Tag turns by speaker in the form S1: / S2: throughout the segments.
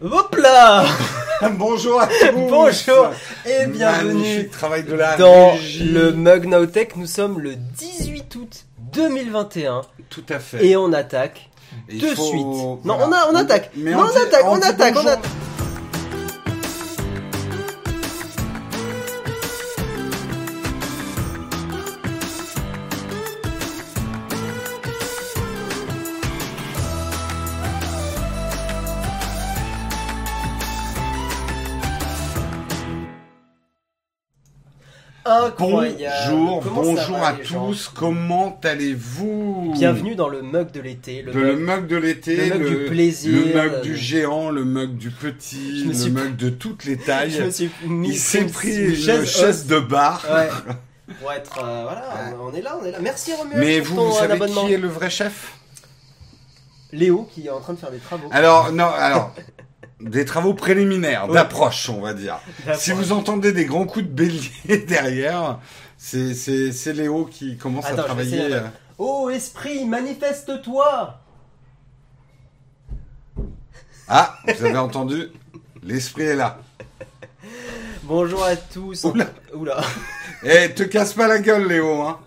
S1: Hop là
S2: Bonjour à tous.
S1: Bonjour et bienvenue
S2: Oh, Magnifique travail de la
S1: dans
S2: régie.
S1: le Mug Now Tech. Nous sommes le 18 août 2021
S2: Tout à fait.
S1: et on attaque
S2: Et il
S1: de
S2: faut-
S1: suite. Non,
S2: voilà.
S1: on, a- on attaque.
S2: Mais
S1: non, on,
S2: dit-
S1: attaque, on
S2: dit
S1: attaque, on
S2: bonjour.
S1: attaque. Incroyable.
S2: Bonjour,
S1: Comment ça
S2: bonjour
S1: va,
S2: à
S1: les gens
S2: tous. Comment allez-vous
S1: Bienvenue dans le mug de l'été. Le
S2: Dans le
S1: mug-
S2: mug de l'été,
S1: le mug du plaisir,
S2: le mug
S1: euh,
S2: du géant, le mug du petit,
S1: Je me
S2: le
S1: suis-
S2: mug de toutes les
S1: Je me
S2: tailles.
S1: suis mis
S2: Il s'est
S1: une-
S2: pris
S1: une
S2: une chaise,
S1: haute.
S2: de bar.
S1: Ouais. Pour être euh, voilà, on on est là, on est là. Merci Romuald
S2: Mais
S1: pour
S2: vous,
S1: ton
S2: vous
S1: euh,
S2: savez
S1: abonnement.
S2: qui est le vrai chef
S1: Léo qui est en train de faire des travaux.
S2: Alors, non, alors, des travaux préliminaires,
S1: Ouais.
S2: d'approche, on va dire.
S1: D'accord.
S2: Si vous entendez des grands coups de bélier derrière, c'est- c'est c'est Léo qui commence
S1: Attends,
S2: à
S1: je vais essayer
S2: travailler.
S1: la- Oh esprit, manifeste-toi.
S2: Ah, vous avez entendu L'esprit est là.
S1: Bonjour à tous.
S2: Oula.
S1: Oula.
S2: Eh, te casse pas la gueule, Léo. Hein.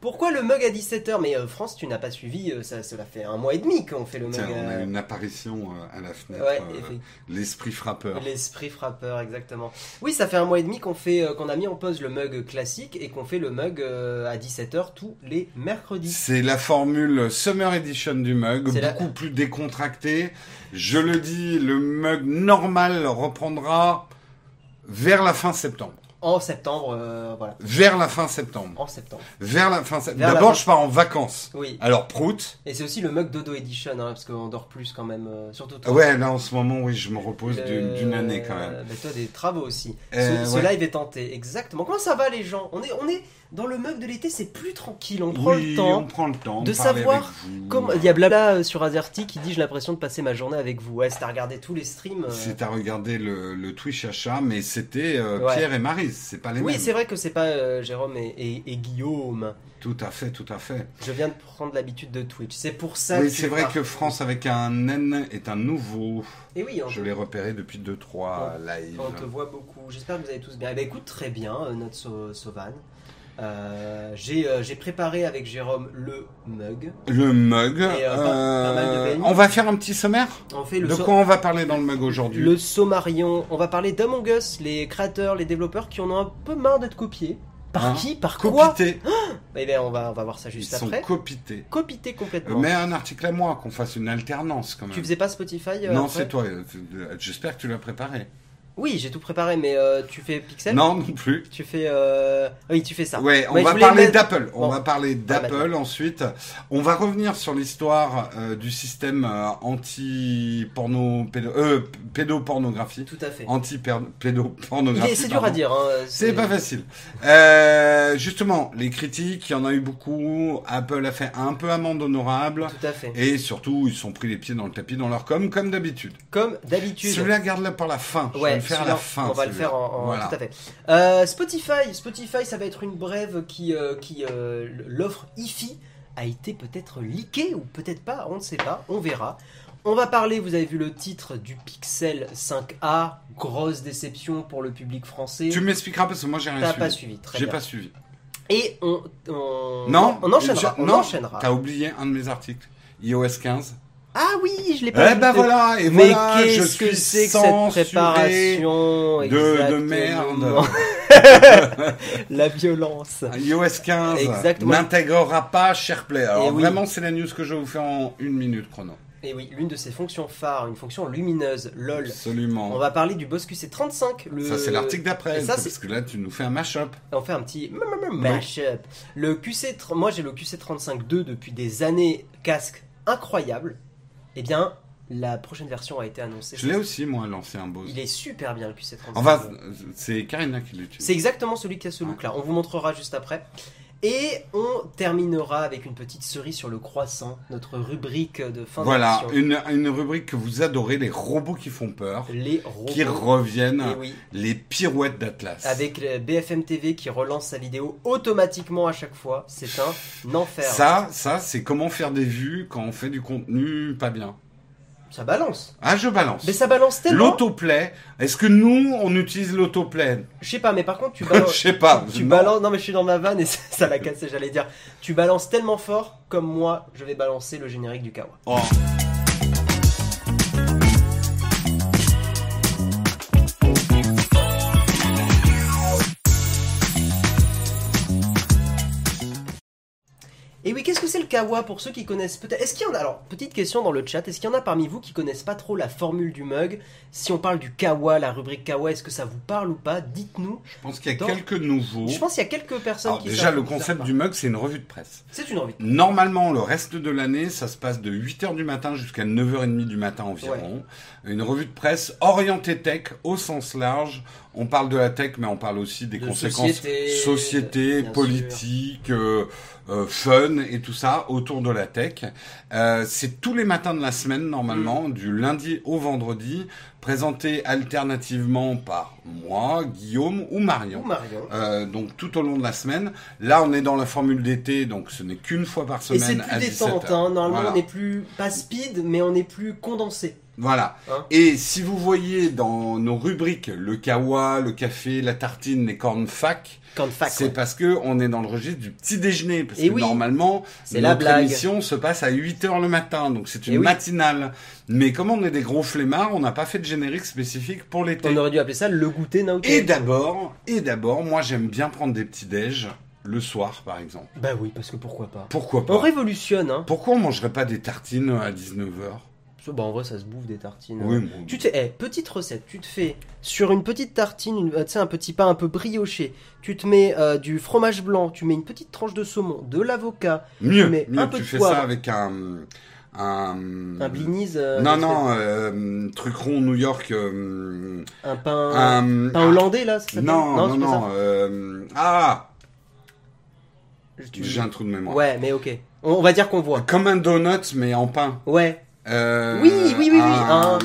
S1: Pourquoi le mug à 17h Mais euh, France, tu n'as pas suivi. euh, ça, cela fait un mois et demi qu'on fait le mug.
S2: Tiens, on a
S1: euh,
S2: une apparition euh, à la fenêtre.
S1: Ouais,
S2: euh,
S1: effectivement.
S2: L'esprit frappeur.
S1: L'esprit frappeur, exactement. Oui, ça fait un mois et demi qu'on fait, euh, qu'on a mis en pause le mug classique et qu'on fait le mug euh, à 17h tous les mercredis.
S2: C'est la formule Summer Edition du mug,
S1: C'est
S2: beaucoup
S1: la-
S2: plus décontractée. Je le dis, le mug normal reprendra vers la fin septembre.
S1: En septembre, euh, voilà.
S2: Vers la fin septembre.
S1: En septembre.
S2: Vers la fin septembre.
S1: Vers la
S2: D'abord,
S1: fin-
S2: je pars en vacances.
S1: Oui.
S2: Alors, prout.
S1: Et c'est aussi le mug dodo edition, hein, parce qu'on dort plus quand même, euh, surtout toi.
S2: Ah Ouais, là, en ce moment, oui, je me repose
S1: Euh,
S2: d'une d'une année quand même.
S1: bah, toi, des travaux aussi.
S2: Euh,
S1: ce, ce
S2: ouais.
S1: live est tenté, exactement. Comment ça va, les gens on est, on est dans le mug de l'été, c'est plus tranquille, on prend
S2: Oui,
S1: le temps.
S2: on prend le temps
S1: de
S2: parler
S1: savoir
S2: avec vous.
S1: Comme- Il y a Blabla euh, sur Azerty qui dit J'ai l'impression de passer ma journée avec vous. Ouais, c'est à regarder tous les streams. euh.
S2: C'est à regarder le, le Twitch achat, mais c'était euh,
S1: Ouais.
S2: Pierre et Marie, c'est pas les
S1: Oui,
S2: mêmes.
S1: c'est vrai que c'est pas euh, Jérôme et, et- et Guillaume.
S2: Tout à fait, tout à fait.
S1: Je viens de prendre l'habitude de Twitch. C'est pour ça
S2: Oui,
S1: que.
S2: c'est vrai que France avec un N est un nouveau.
S1: Et Eh oui, on,
S2: Je hein. l'ai repéré depuis 2-3 lives.
S1: on te voit beaucoup. J'espère que vous allez tous bien. Eh ben, écoute, très bien, euh, notre Sau- Sauvan. Euh, J'ai euh, j'ai préparé avec Jérôme le mug.
S2: Le mug.
S1: Et, euh, pas- pas mal de
S2: euh,
S1: BNI.
S2: on va faire un petit sommaire
S1: On fait le
S2: De
S1: sau-
S2: quoi on va parler dans le mug aujourd'hui
S1: Le Sommarion, on va parler d'Among Us, les créateurs, les développeurs qui en ont un peu marre d'être copiés. Par
S2: Hein
S1: qui Par quoi
S2: Copité.
S1: Eh bien, on va, on va voir ça
S2: Ils
S1: juste
S2: sont
S1: après.
S2: copités.
S1: Copité
S2: Euh,
S1: complètement.
S2: Mets un article à moi, qu'on fasse une alternance quand même.
S1: Tu faisais pas Spotify euh,
S2: non,
S1: après
S2: c'est toi. euh, tu- euh, J'espère que tu l'as préparé.
S1: Oui, j'ai tout préparé, mais euh, tu fais Pixel
S2: Non, non plus.
S1: Tu fais. euh, Oui, tu fais ça.
S2: Ouais, on
S1: Mais je
S2: va
S1: voulais
S2: parler
S1: mettre-
S2: d'Apple. On
S1: Bon. Ah, bah,
S2: va parler d'Apple
S1: maintenant.
S2: ensuite. On va revenir sur l'histoire euh, du système euh, anti-porno, pédo, euh, p- pédopornographie,
S1: Tout à fait. Il
S2: anti-pédopornographie.
S1: est- C'est dur à
S2: pardon.
S1: dire. hein,
S2: C'est pas facile. Euh, justement, les critiques, il y en a eu beaucoup. Apple a fait un peu amende honorable.
S1: Tout à fait.
S2: hein. Et surtout, ils se sont pris les pieds dans le tapis dans leur com, comme d'habitude.
S1: Comme d'habitude.
S2: Celui-là, garde-le par la fin. Je vais le faire à
S1: celui-là,
S2: la fin.
S1: On va le
S2: celui-là.
S1: faire en, en-
S2: Voilà.
S1: tout à fait. Euh, Spotify, Spotify, ça va être une brève qui, euh, qui euh, l'offre IFI a été peut-être leakée ou peut-être pas, on ne sait pas, on verra. On va parler, vous avez vu le titre du Pixel 5A, grosse déception pour le public français.
S2: Tu m'expliqueras parce que moi, j'ai rien
S1: T'as pas
S2: suivi.
S1: suivi, très
S2: Ah, J'ai
S1: bien.
S2: pas suivi.
S1: Et on, on-
S2: Non,
S1: on enchaînera.
S2: je-
S1: on
S2: non,
S1: enchaînera.
S2: T'as oublié un de mes articles, iOS 15.
S1: Ah oui, je l'ai
S2: Eh
S1: pas.
S2: ben
S1: ajouté.
S2: voilà, et
S1: Mais
S2: voilà, je
S1: qu'est-ce
S2: suis
S1: que c'est que cette
S2: censuré
S1: préparation
S2: de, de
S1: exactement.
S2: merde.
S1: La violence.
S2: iOS 15
S1: Exactement.
S2: n'intégrera pas SharePlay. Alors
S1: Eh oui.
S2: vraiment, c'est la news que je vais vous faire en une minute chrono.
S1: Et oui, l'une de ses fonctions phares, une fonction lumineuse, lol. On
S2: Absolument.
S1: va parler du Boscus C35. Le...
S2: Ça, c'est l'article
S1: Et
S2: d'après,
S1: ça,
S2: c'est
S1: c'est-
S2: parce que là, tu nous fais un mashup.
S1: On fait un petit mashup. Le QC... Moi, j'ai le QC35-2 depuis des années. Casque incroyable. Eh bien, la prochaine version a été annoncée.
S2: Je l'ai aussi, moi, lancé un Bose.
S1: Il est super bien, le QC35.
S2: Enfin, c'est Karina qui l'utilise.
S1: C'est exactement celui qui a ce look-là. On vous montrera juste après. Et on terminera avec une petite cerise sur le croissant, notre rubrique de fin
S2: Voilà,
S1: d'émission.
S2: une, une rubrique que vous adorez, les robots qui font peur,
S1: Les robots.
S2: qui reviennent,
S1: Eh oui.
S2: les pirouettes d'Atlas.
S1: Avec euh, le BFM TV qui relance sa vidéo automatiquement à chaque fois, c'est un enfer.
S2: Ça, ça, c'est comment faire des vues quand on fait du contenu pas bien.
S1: Ça balance.
S2: Ah, je balance.
S1: Mais ça balance tellement.
S2: L'autoplay, est-ce que nous, on utilise l'autoplay
S1: Je sais pas, mais par contre, tu
S2: Je
S1: balances.
S2: sais pas.
S1: Tu
S2: non.
S1: balances, non mais je suis dans ma vanne et ça, ça l'a cassé, j'allais dire. Tu balances tellement fort comme moi, je vais balancer le générique du Kawa.
S2: Oh.
S1: Et oui, qu'est-ce que c'est le Kawa pour ceux qui connaissent peut-être Est-ce qu'il y en a Alors, petite question dans le chat, est-ce qu'il y en a parmi vous qui connaissent pas trop la formule du mug Si on parle du Kawa, la rubrique Kawa, est-ce que ça vous parle ou pas Dites-nous.
S2: Je pense qu'il y a
S1: Dans-
S2: quelques nouveaux.
S1: Je pense qu'il y a quelques personnes
S2: Oh. Alors,
S1: qui
S2: déjà,
S1: savent-
S2: le
S1: qui
S2: concept
S1: savent
S2: du mug, c'est une revue de presse.
S1: pas. C'est une envie.
S2: Normalement, le reste de l'année, ça se passe de 8h du matin jusqu'à 9h30 du matin environ. Une revue de presse orientée tech au sens large. On parle de la tech, mais on parle aussi des
S1: De
S2: conséquences
S1: société,
S2: société,
S1: bien sûr.
S2: politique, euh, euh, fun et tout ça autour de la tech. Euh, c'est tous les matins de la semaine
S1: Mm.
S2: normalement, du lundi au vendredi, présenté alternativement par moi, Guillaume ou Marion.
S1: Ou Marion.
S2: Euh, donc tout au long de la semaine. Là, on est dans la formule d'été, donc ce n'est qu'une fois par
S1: Et
S2: semaine.
S1: c'est plus
S2: à 17
S1: détente,
S2: heures.
S1: hein. normalement
S2: Voilà.
S1: on n'est plus pas speed, mais on est plus condensé.
S2: Voilà.
S1: Hein
S2: Et si vous voyez dans nos rubriques le kawa, le café, la tartine, les cornes fac,
S1: Quand fac,
S2: c'est
S1: ouais.
S2: parce que on est dans le registre du petit déjeuner. Parce
S1: Et
S2: que
S1: oui.
S2: normalement,
S1: c'est la
S2: notre
S1: blague.
S2: émission se passe à 8 heures le matin, donc c'est une
S1: Et oui.
S2: matinale. Mais comme on est des gros flemmards, on n'a pas fait de générique spécifique pour l'été.
S1: On aurait dû appeler ça le goûter Naoto.
S2: Et d'abord, et d'abord, moi j'aime bien prendre des petits déj le soir, par exemple.
S1: Bah oui, parce que pourquoi pas.
S2: Pourquoi pas
S1: On révolutionne, hein.
S2: Pourquoi on mangerait pas des tartines à 19h
S1: Bah en vrai, ça se bouffe des tartines.
S2: Oui, bon.
S1: Tu te, eh, petite recette, tu te fais sur une petite tartine, une- euh, tu sais, un petit pain un peu brioché. Tu te mets euh, du fromage blanc, tu mets une petite tranche de saumon, de l'avocat,
S2: mieux,
S1: mais
S2: mieux,
S1: un peu
S2: tu
S1: de
S2: fais
S1: poivre.
S2: ça avec un un,
S1: un blinis, euh,
S2: Mmh. Non
S1: une
S2: non, euh, truc rond New York euh,
S1: espèce- un pain,
S2: un ah,
S1: pain hollandais là. Ça s'appelle
S2: Non non
S1: c'est
S2: non,
S1: pas
S2: euh, ah,
S1: ça Tu-
S2: j'ai un trou de mémoire.
S1: Ouais, mais ok. On, on va dire qu'on voit.
S2: Comme un donut mais en pain.
S1: Ouais,
S2: Euh,
S1: Oui, oui, oui, oui,
S2: Un,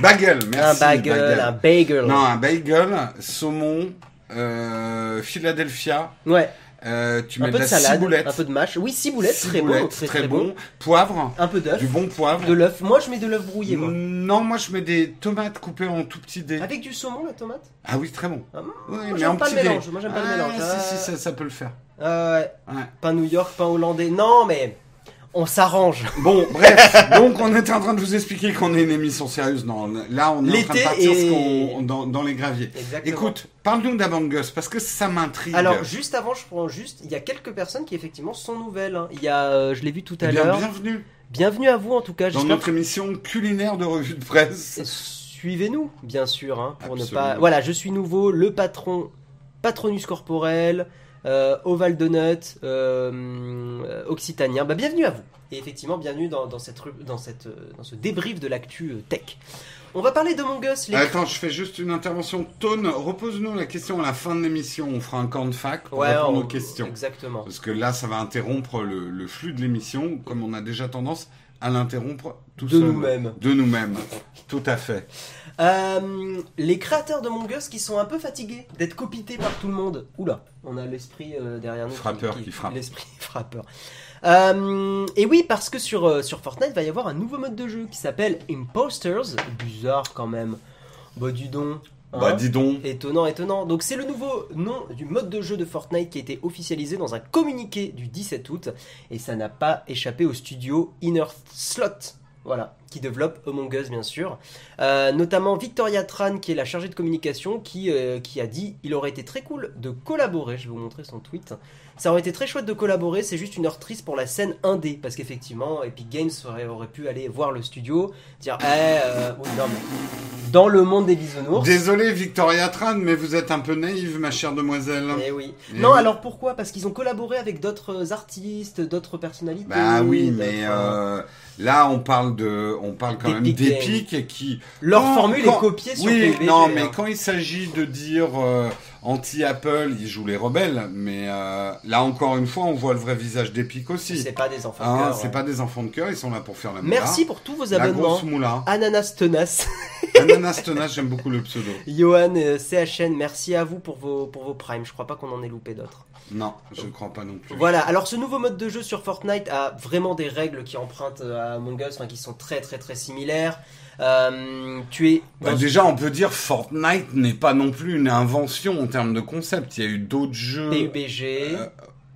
S2: bagel, merci.
S1: un bagel, un bagel.
S2: Non, un bagel, saumon, euh, Philadelphia.
S1: Ouais,
S2: euh, tu
S1: un
S2: mets
S1: peu
S2: de
S1: de
S2: la
S1: salade,
S2: ciboulette.
S1: un peu de mâche. Oui, ciboulette, très bon,
S2: Ciboulette,
S1: très, très bon.
S2: Poivre,
S1: Un peu d'œuf,
S2: du bon poivre.
S1: de l'œuf. Moi, je mets de l'œuf brouillé, moi.
S2: Non, moi je mets des tomates coupées en tout petits dés.
S1: Avec du saumon, la tomate
S2: Ah oui, très bon.
S1: Ah, moi,
S2: Oui,
S1: Ah. moi,
S2: mais
S1: j'aime
S2: en
S1: pas le
S2: petits dés.
S1: mélange, moi, j'aime pas le
S2: Ah,
S1: mélange. Ah.
S2: Si, si, ça, ça peut le faire.
S1: Ah ouais.
S2: Ouais.
S1: Pain New York, pain hollandais. Non, mais on s'arrange.
S2: Bon, bref, donc on était en train de vous expliquer qu'on est une émission sérieuse. Non, là on est en train de
S1: L'été
S2: partir
S1: et-
S2: ce qu'on- dans, dans les graviers.
S1: Exactement.
S2: Écoute, parle-nous d'Among Us parce que ça m'intrigue. Eh
S1: Alors, juste avant, je prends juste. Il y a quelques personnes qui, effectivement, sont nouvelles. hein. Il y a, euh, je l'ai vu tout
S2: Eh
S1: à
S2: bien,
S1: l'heure.
S2: bienvenue
S1: Bienvenue à vous, en tout cas.
S2: dans
S1: J'espère
S2: notre émission culinaire de revue de presse.
S1: que- Suivez-nous, bien sûr, hein, pour
S2: Absolument.
S1: ne pas. Voilà, je suis nouveau, le patron, Patronus Corporel, euh, Oval Donut, euh, euh, Occitanien. Bah, bienvenue à vous. Et effectivement, bienvenue dans, dans cette, ru- dans, cette, euh, dans ce débrief de l'actu euh, tech. On va parler de Mongus, les
S2: Euh, Attends, je fais juste une intervention. Tone, repose-nous la question à la fin de l'émission. On fera un camp de fac pour répondre
S1: on-
S2: aux questions.
S1: Exactement.
S2: Parce que là, ça va interrompre le, le flux de l'émission, comme on a déjà tendance à l'interrompre tout
S1: De
S2: seul.
S1: nous-mêmes.
S2: De nous-mêmes. Tout à fait.
S1: Euh, les créateurs de Mongus qui sont un peu fatigués d'être copités par tout le monde. Oula, on a l'esprit euh, derrière nous.
S2: Frappeur qui frappe.
S1: L'esprit frappeur. Euh, et oui, parce que sur, euh, sur Fortnite, il va y avoir un nouveau mode de jeu qui s'appelle Imposters. Bizarre quand même. Bah dis donc. hein.
S2: Bah, dis donc.
S1: Étonnant, étonnant. Donc c'est le nouveau nom du mode de jeu de Fortnite qui a été officialisé dans un communiqué du 17 août et ça n'a pas échappé au studio Inner Slot. Voilà, qui développe Among Us bien sûr. Euh, notamment Victoria Tran qui est la chargée de communication qui, euh, qui a dit il aurait été très cool de collaborer, je vais vous montrer son tweet. Ça aurait été très chouette de collaborer, c'est juste une heure triste pour la scène indé parce qu'effectivement Epic Games aurait, aurait pu aller voir le studio, dire eh euh, oui, non, mais dans le monde des bisounours.
S2: Désolé, Victoria Tran, mais vous êtes un peu naïve, ma chère demoiselle.
S1: Eh oui.
S2: Eh
S1: non,
S2: oui.
S1: alors pourquoi Parce qu'ils ont collaboré avec d'autres artistes, d'autres personnalités.
S2: Bah oui,
S1: d'autres,
S2: mais
S1: euh,
S2: euh, là, on parle de, on parle quand même
S1: D'Epic
S2: d'Epic et qui.
S1: Leur
S2: Non,
S1: formule
S2: quand-
S1: est copiée sur
S2: Oui,
S1: PUBG,
S2: non,
S1: hein.
S2: mais quand il s'agit de dire euh, anti-Apple, ils jouent les rebelles. Mais euh, là, encore une fois, on voit le vrai visage d'Epic aussi.
S1: C'est pas des enfants
S2: Hein,
S1: de cœur,
S2: c'est
S1: ouais.
S2: pas des enfants de cœur, ils sont là pour faire la moula.
S1: Merci pour tous vos
S2: la
S1: abonnements.
S2: grosse moula.
S1: Ananas tenace.
S2: Ananas Tenace, j'aime beaucoup le pseudo.
S1: Johan, euh, CHN, merci à vous pour vos, pour vos primes. Je crois pas qu'on en ait loupé d'autres.
S2: Non, je ne crois pas non plus.
S1: Voilà, alors ce nouveau mode de jeu sur Fortnite a vraiment des règles qui empruntent euh, à Among Us, enfin qui sont très très très similaires. Euh, tu es.
S2: Bah,
S1: dans-
S2: déjà, on peut dire Fortnite n'est pas non plus une invention en termes de concept. Il y a eu d'autres jeux
S1: PUBG.
S2: euh,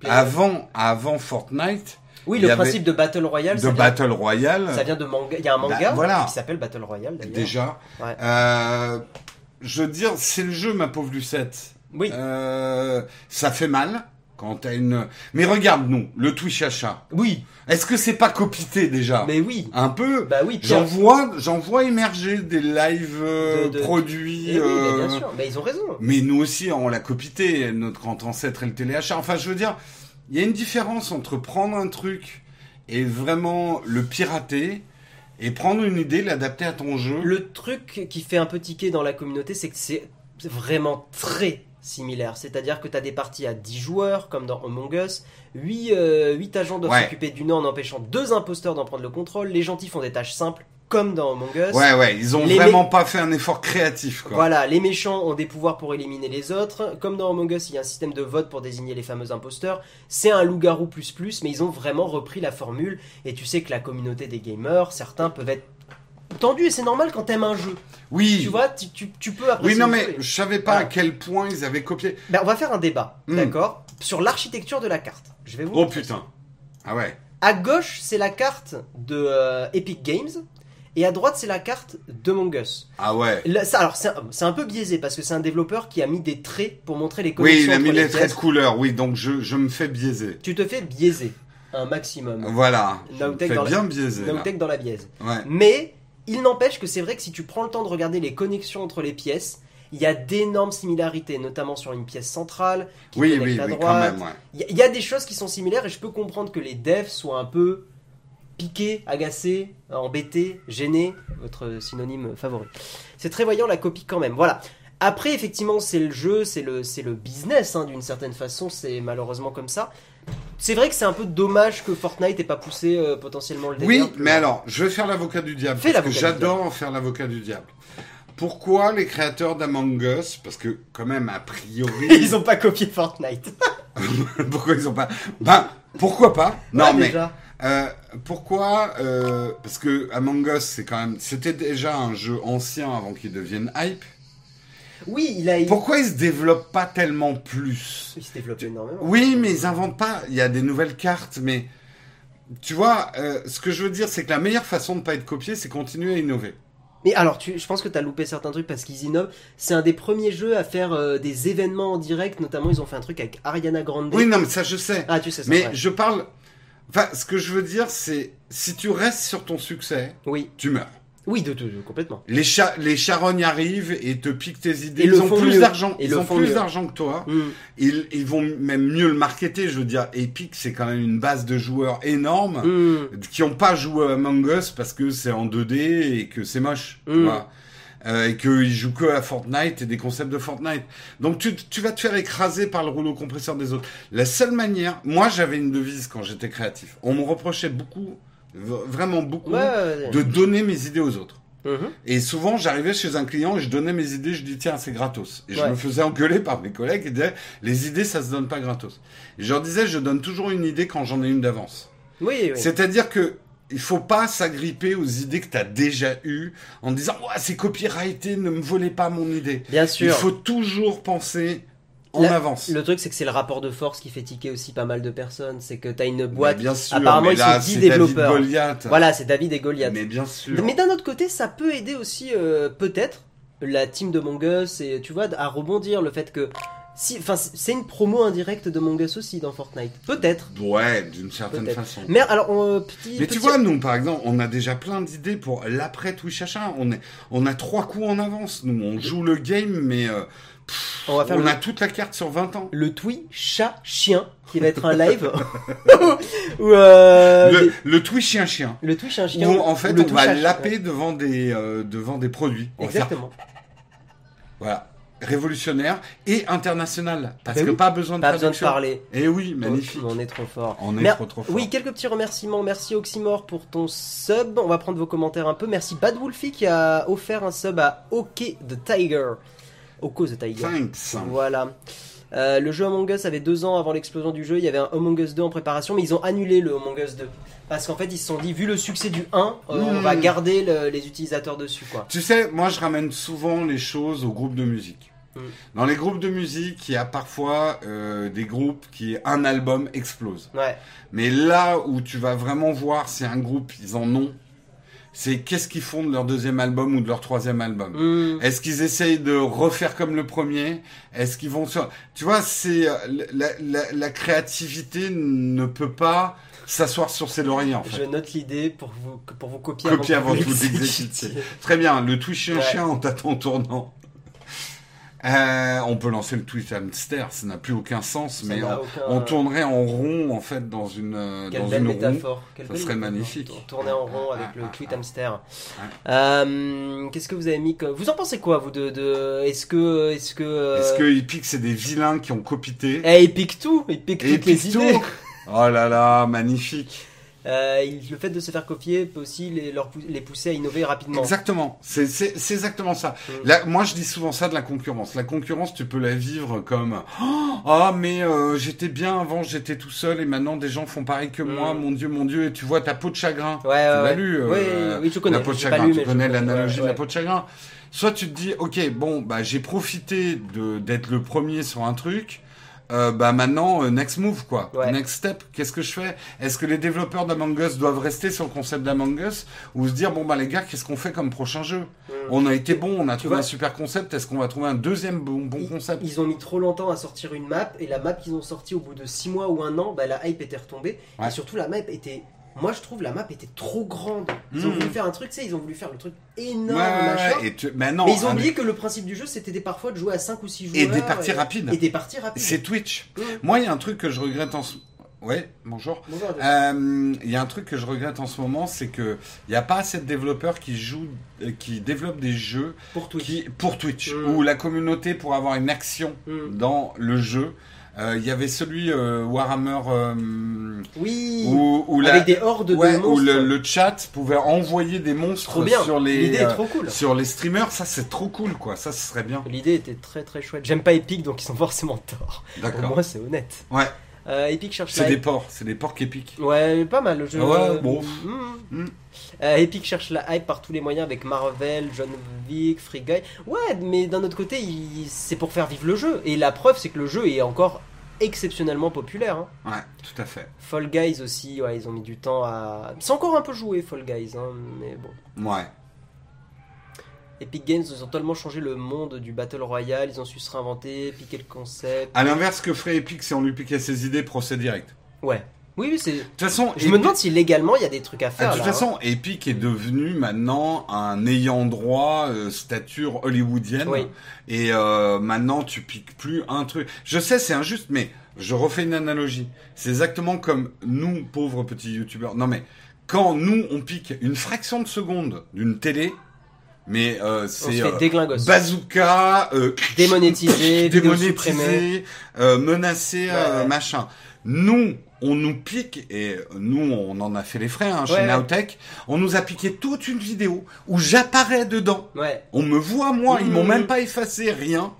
S2: avant, avant Fortnite,
S1: E oui,
S2: il
S1: le
S2: y avait
S1: principe de Battle Royale, ça
S2: de
S1: vient-
S2: Battle Royale.
S1: ça vient de manga. Il y a un
S2: Bah,
S1: manga
S2: voilà.
S1: qui s'appelle Battle Royale d'ailleurs.
S2: Déjà.
S1: Ouais.
S2: Euh, je veux dire, c'est le jeu, ma pauvre Lucette.
S1: Oui,
S2: Euh, ça fait mal quand t'as une. Mais regarde-nous, le Twitch achat.
S1: oui,
S2: Est-ce que c'est pas copité déjà
S1: mais oui.
S2: Un peu.
S1: Bah oui,
S2: ah. J'en
S1: Pierre.
S2: vois, j'en vois émerger des lives euh,
S1: De- de-
S2: produits.
S1: Eh oui, mais
S2: euh,
S1: bien sûr. Mais ils ont raison.
S2: Mais nous aussi, on l'a copité, notre grand ancêtre et le téléachat. Enfin, je veux dire, il y a une différence entre prendre un truc et vraiment le pirater et prendre une idée, l'adapter à ton jeu.
S1: Le truc qui fait un peu tiquer dans la communauté, c'est que c'est vraiment très similaire. C'est-à-dire que tu as des parties à 10 joueurs, comme dans Among Us, 8, agents doivent
S2: Ouais.
S1: s'occuper du nord en empêchant deux imposteurs d'en prendre le contrôle, les gentils font des tâches simples, comme dans Among Us.
S2: Ouais, ouais, ils ont
S1: Les-
S2: vraiment pas fait un effort créatif, quoi.
S1: Voilà, les méchants ont des pouvoirs pour éliminer les autres. Comme dans Among Us, il y a un système de vote pour désigner les fameux imposteurs. C'est un loup-garou plus plus, mais ils ont vraiment repris la formule. Et tu sais que la communauté des gamers, certains peuvent être tendus, et c'est normal quand t'aimes un jeu.
S2: Oui.
S1: Tu vois, tu, tu- tu peux apprécier.
S2: oui, non,
S1: le
S2: mais
S1: jeu.
S2: je savais pas
S1: Voilà.
S2: à quel point ils avaient copié.
S1: Ben, on va faire un débat,
S2: Hmm.
S1: d'accord Sur l'architecture de la carte. Je vais vous.
S2: Oh putain. Ah ouais.
S1: À gauche, c'est la carte de euh, Epic Games. Et à droite, c'est la carte de Among Us.
S2: Ah ouais.
S1: Là, ça, alors, c'est un, c'est un peu biaisé parce que c'est un développeur qui a mis des traits pour montrer les
S2: Oui,
S1: connexions.
S2: il a mis
S1: entre
S2: les traits
S1: pièces.
S2: de couleur. Oui, donc je, je me fais biaiser.
S1: Tu te fais biaiser un maximum.
S2: Voilà. Je me
S1: Nowtech
S2: fais
S1: dans la-
S2: bien biaiser. là.
S1: Nowtech dans la biaise.
S2: Ouais.
S1: Mais il n'empêche que c'est vrai que si tu prends le temps de regarder les connexions entre les pièces, il y a d'énormes similarités, notamment sur une pièce centrale. Qui
S2: Oui,
S1: connecte
S2: oui,
S1: à
S2: oui, quand
S1: droite.
S2: même, ouais.
S1: Il y, a- il y a des choses qui sont similaires et je peux comprendre que les devs soient un peu piqués, agacés, embêtés, gênés, votre synonyme favori. C'est très voyant la copie quand même. Voilà. Après, effectivement, c'est le jeu, c'est le, c'est le business hein, d'une certaine façon, c'est malheureusement comme ça. C'est vrai que c'est un peu dommage que Fortnite ait pas poussé euh, potentiellement le
S2: Oui,
S1: délire.
S2: mais alors, je vais faire l'avocat du diable.
S1: Fais
S2: parce que
S1: l'avocat du
S2: j'adore faire l'avocat du diable. Pourquoi les créateurs d'Among Us Parce que, quand même, a priori.
S1: Ils ont pas copié Fortnite.
S2: pourquoi ils ont pas. Ben, pourquoi pas
S1: Ouais,
S2: Non, mais.
S1: déjà.
S2: Euh, pourquoi euh, Parce que Among Us, c'est quand même, c'était déjà un jeu ancien avant qu'il devienne hype.
S1: Oui, il a.
S2: Pourquoi ils se développent pas tellement plus
S1: Il se développe énormément.
S2: Oui, mais ils inventent pas. Il y a des nouvelles cartes, mais tu vois, euh, ce que je veux dire, c'est que la meilleure façon de pas être copié, c'est continuer à innover.
S1: Mais alors, tu, je pense que t'as loupé certains trucs parce qu'ils innovent. C'est un des premiers jeux à faire euh, des événements en direct. Notamment, ils ont fait un truc avec Ariana Grande.
S2: Oui, non, mais ça, je sais.
S1: Ah, tu sais ça.
S2: mais
S1: ouais.
S2: je parle. Enfin, ce que je veux dire, c'est si tu restes sur ton succès,
S1: Oui,
S2: tu meurs.
S1: oui, de, de- de- complètement.
S2: Les, cha- les charognes arrivent et te piquent tes idées.
S1: Et le
S2: ils ont
S1: font
S2: plus
S1: mieux.
S2: d'argent.
S1: Et
S2: Ils
S1: le
S2: ont
S1: font
S2: plus
S1: mieux.
S2: d'argent que toi.
S1: Hmm.
S2: Ils, ils vont même mieux le marketer, je veux dire. Epic, c'est quand même une base de joueurs énorme
S1: Hmm.
S2: qui n'ont pas joué à Among Us parce que c'est en 2D et que c'est moche, tu
S1: Mm.
S2: vois. Euh, et qu'ils jouent que à Fortnite et des concepts de Fortnite. Donc tu, tu vas te faire écraser par le rouleau compresseur des autres. La seule manière, moi j'avais une devise quand j'étais créatif. On me reprochait beaucoup, v- vraiment beaucoup,
S1: Ouais, ouais, ouais.
S2: de donner mes idées aux autres.
S1: Mhm.
S2: Et souvent, j'arrivais chez un client et je donnais mes idées, je dis tiens, c'est gratos. Et je
S1: Ouais.
S2: me faisais engueuler par mes collègues et disaient les idées, ça se donne pas gratos. Et je leur disais je donne toujours une idée quand j'en ai une d'avance.
S1: Oui, oui.
S2: C'est-à-dire que il faut pas s'agripper aux idées que tu as déjà eues en disant ouais, c'est copyrighté, ne me volez pas mon idée.
S1: Bien
S2: Il
S1: sûr.
S2: faut toujours penser en
S1: La-
S2: avance.
S1: Le truc, c'est que c'est le rapport de force qui fait tiquer aussi pas mal de personnes. C'est que t'as une
S2: Mais
S1: boîte.
S2: bien sûr,
S1: apparemment,
S2: mais
S1: ils
S2: là,
S1: sont dix
S2: c'est David
S1: développeurs.
S2: Goliath.
S1: Voilà, c'est David et Goliath.
S2: Mais bien
S1: Mais,
S2: sûr.
S1: d'un autre côté, ça peut aider aussi, euh, peut-être, la team de Mongus et tu vois, à rebondir le fait que. Si, enfin, c'est une promo indirecte de Mongus aussi dans Fortnite. Peut-être.
S2: Ouais, d'une certaine
S1: Peut-être.
S2: façon.
S1: Mais alors, on, euh, petit.
S2: Mais
S1: petit-
S2: tu vois, nous, par exemple, on a déjà plein d'idées pour l'après Twitchacha. On, est, on a trois coups en avance. Nous, on joue le game, mais euh,
S1: on va
S2: on,
S1: faire le,
S2: a toute la carte sur 20 ans.
S1: le Twitch chat chien qui va être un live. Ou, euh, des-
S2: le, le Twitch chien chien.
S1: le Twitch un chien.
S2: Où, en fait,
S1: ou le
S2: on va
S1: Twitch un chien.
S2: laper devant des, euh, devant des produits. On va faire-
S1: Exactement.
S2: voilà. révolutionnaire et international. Parce
S1: ben
S2: que
S1: oui.
S2: pas besoin de
S1: Pas besoin de
S2: traduction.
S1: parler.
S2: Eh oui,
S1: Oh,
S2: magnifique.
S1: On est trop fort.
S2: On est
S1: Mer-
S2: trop trop fort.
S1: Oui, quelques petits remerciements. Merci Oxymore pour ton sub. On va prendre vos commentaires un peu. Merci Bad Wolfie qui a offert un sub à OK the Tiger. Oko the Tiger.
S2: Thanks.
S1: Voilà. Euh, le jeu Among Us avait deux ans avant l'explosion du jeu. Il y avait un Among Us 2 en préparation, mais ils ont annulé le Among Us 2. Parce qu'en fait, ils se sont dit, vu le succès du 1, euh, on
S2: Mm.
S1: va garder le- les utilisateurs dessus, quoi.
S2: Tu sais, moi je ramène souvent les choses aux groupes de musique.
S1: Mm.
S2: Dans les groupes de musique, il y a parfois euh, des groupes qui un album explose.
S1: Ouais.
S2: Mais là où tu vas vraiment voir si un groupe ils en ont, c'est qu'est-ce qu'ils font de leur deuxième album ou de leur troisième album.
S1: Mm.
S2: Est-ce qu'ils essayent de refaire comme le premier Est-ce qu'ils vont sur... Tu vois, c'est euh, la, la- la créativité ne peut pas s'asseoir sur ses lauriers en
S1: Je
S2: fait.
S1: note l'idée pour vous, pour vous copier,
S2: Copier avant
S1: que
S2: tout
S1: vous
S2: d'exécuter.
S1: l'exécutiez.
S2: Très bien, le Twitch chien
S1: Ouais.
S2: chien en tâton tournant. Euh, on peut lancer le Twitch hamster, ça n'a plus aucun sens,
S1: Ça
S2: mais
S1: n'a
S2: on,
S1: aucun-
S2: on tournerait en rond en fait dans une euh,
S1: Quelle
S2: dans
S1: belle
S2: une roue.
S1: métaphore. Quelle
S2: ça
S1: belle
S2: serait
S1: métaphore.
S2: magnifique.
S1: On tournait en rond avec le
S2: Ah,
S1: tweet
S2: ah,
S1: hamster. Euh, Qu'est-ce que vous avez mis comme- Vous en pensez quoi, vous de, de... Est-ce que, est-ce que, euh,
S2: Est-ce que Epic c'est des vilains qui ont copité
S1: eh, il pique tout, il pique
S2: Et
S1: toutes les
S2: puis
S1: idées.
S2: tout Oh là là, magnifique.
S1: Euh, il- le fait de se faire copier peut aussi les, leur pou- les pousser à innover rapidement.
S2: Exactement, c'est c'est- c'est exactement ça.
S1: Mm.
S2: Là, moi, je dis souvent ça de la concurrence. La concurrence, tu peux la vivre comme Oh, ah, mais euh, j'étais bien avant, j'étais tout seul, et maintenant des gens font pareil que moi.
S1: Mm.
S2: Mon Dieu, mon Dieu, et tu vois ta peau de chagrin.
S1: Ouais, ouais,
S2: tu l'as
S1: ouais.
S2: lu, euh,
S1: oui,
S2: euh,
S1: oui, je connais.
S2: la peau de
S1: J'ai pas
S2: chagrin.
S1: lu,
S2: tu
S1: mais je
S2: connais l'analogie
S1: ouais,
S2: de la
S1: ouais.
S2: peau de chagrin. Soit tu te dis, ok, bon, bah j'ai profité de d'être le premier sur un truc. Euh, bah maintenant euh, next move quoi
S1: Ouais.
S2: next step qu'est-ce que je fais est-ce que les développeurs d'Among Us doivent rester sur le concept d'Among Us ou se dire bon bah les gars qu'est-ce qu'on fait comme prochain jeu
S1: Mm.
S2: on a été bon on a trouvé
S1: vois
S2: un super concept est-ce qu'on va trouver un deuxième bon, bon
S1: Ils-
S2: concept
S1: Ils ont mis trop longtemps à sortir une map et la map qu'ils ont sortie au bout de 6 mois ou un an, bah, la hype était retombée.
S2: Ouais.
S1: Et surtout la map était... Moi je trouve la map était trop grande. Ils ont
S2: Mhm.
S1: voulu faire un truc, tu sais, ils ont voulu faire le truc
S2: Ouais,
S1: énorme.
S2: ouais,
S1: machin.
S2: et tu- mais non
S1: mais ils ont
S2: un-
S1: oublié que le principe du jeu c'était des- parfois de jouer à 5 ou 6 joueurs. euh,
S2: et des parties rapides
S1: Et des parties rapides.
S2: c'est Twitch
S1: Mhm.
S2: moi il y a un truc que je regrette en ce ouais bonjour
S1: Bonjour, Adrien.
S2: Euh, il y a un truc que je regrette en ce moment, c'est que il n'y a pas assez de développeurs qui jouent, euh, qui développent des jeux
S1: pour Twitch.
S2: qui pour Twitch
S1: Mm.
S2: où la communauté pour avoir une action
S1: Mm.
S2: dans le jeu. Euh, Il y avait celui euh, Warhammer euh,
S1: Oui,
S2: où, où la-
S1: avec des hordes
S2: ouais,
S1: de
S2: où
S1: monstres.
S2: le, le chat pouvait envoyer des
S1: Trop
S2: monstres
S1: bien.
S2: sur les
S1: L'idée est
S2: euh,
S1: trop cool.
S2: sur les streamers. Ça c'est trop cool quoi. Ça ce serait bien.
S1: L'idée était très très chouette. J'aime pas Epic donc ils ont forcément tort. Au
S2: D'accord.
S1: moins c'est honnête.
S2: Ouais.
S1: Euh, Epic cherche
S2: C'est
S1: la
S2: des porcs, c'est des porcs épiques.
S1: Ouais, pas mal le jeu.
S2: Ah ouais,
S1: Euh,
S2: bon.
S1: mm, mm.
S2: Mm.
S1: Euh, Epic cherche la hype par tous les moyens avec Marvel, John Wick, Free Guy. Ouais, mais d'un autre côté, il- c'est pour faire vivre le jeu. Et la preuve, c'est que le jeu est encore exceptionnellement populaire. hein.
S2: Ouais, tout à fait.
S1: Fall Guys aussi, ouais, ils ont mis du temps à. C'est encore un peu joué, Fall Guys, hein, mais bon.
S2: Ouais.
S1: Epic Games, ils ont tellement changé le monde du Battle Royale, ils ont su se réinventer, piquer le concept.
S2: À l'inverse, que ferait Epic si on lui piquait ses idées, procès direct.
S1: Ouais. Oui, oui, c'est.
S2: De toute façon,
S1: Je me demande si légalement il y a des trucs à
S2: Ah,
S1: faire.
S2: de toute
S1: là, hein.
S2: façon, Epic est devenu maintenant un ayant droit euh, stature hollywoodienne.
S1: Oui.
S2: Et euh, maintenant, tu piques plus un truc. Je sais, c'est injuste, mais je refais une analogie. C'est exactement comme nous, pauvres petits youtubeurs. Non, mais quand nous, on pique une fraction de seconde d'une télé, mais euh,
S1: On se
S2: c'est
S1: fait
S2: euh,
S1: déglingosse.
S2: bazooka, euh,
S1: Démonétisé, vidéo supprimée.
S2: démonétisé, euh, menacé, euh,
S1: ouais.
S2: machin. Nous, on nous pique, et nous, on en a fait les frais hein, chez
S1: Ouais, ouais.
S2: Nowtech, on nous a piqué toute une vidéo où j'apparais dedans.
S1: Ouais.
S2: On me voit, moi, ils m'ont
S1: Mhm.
S2: même pas effacé, rien.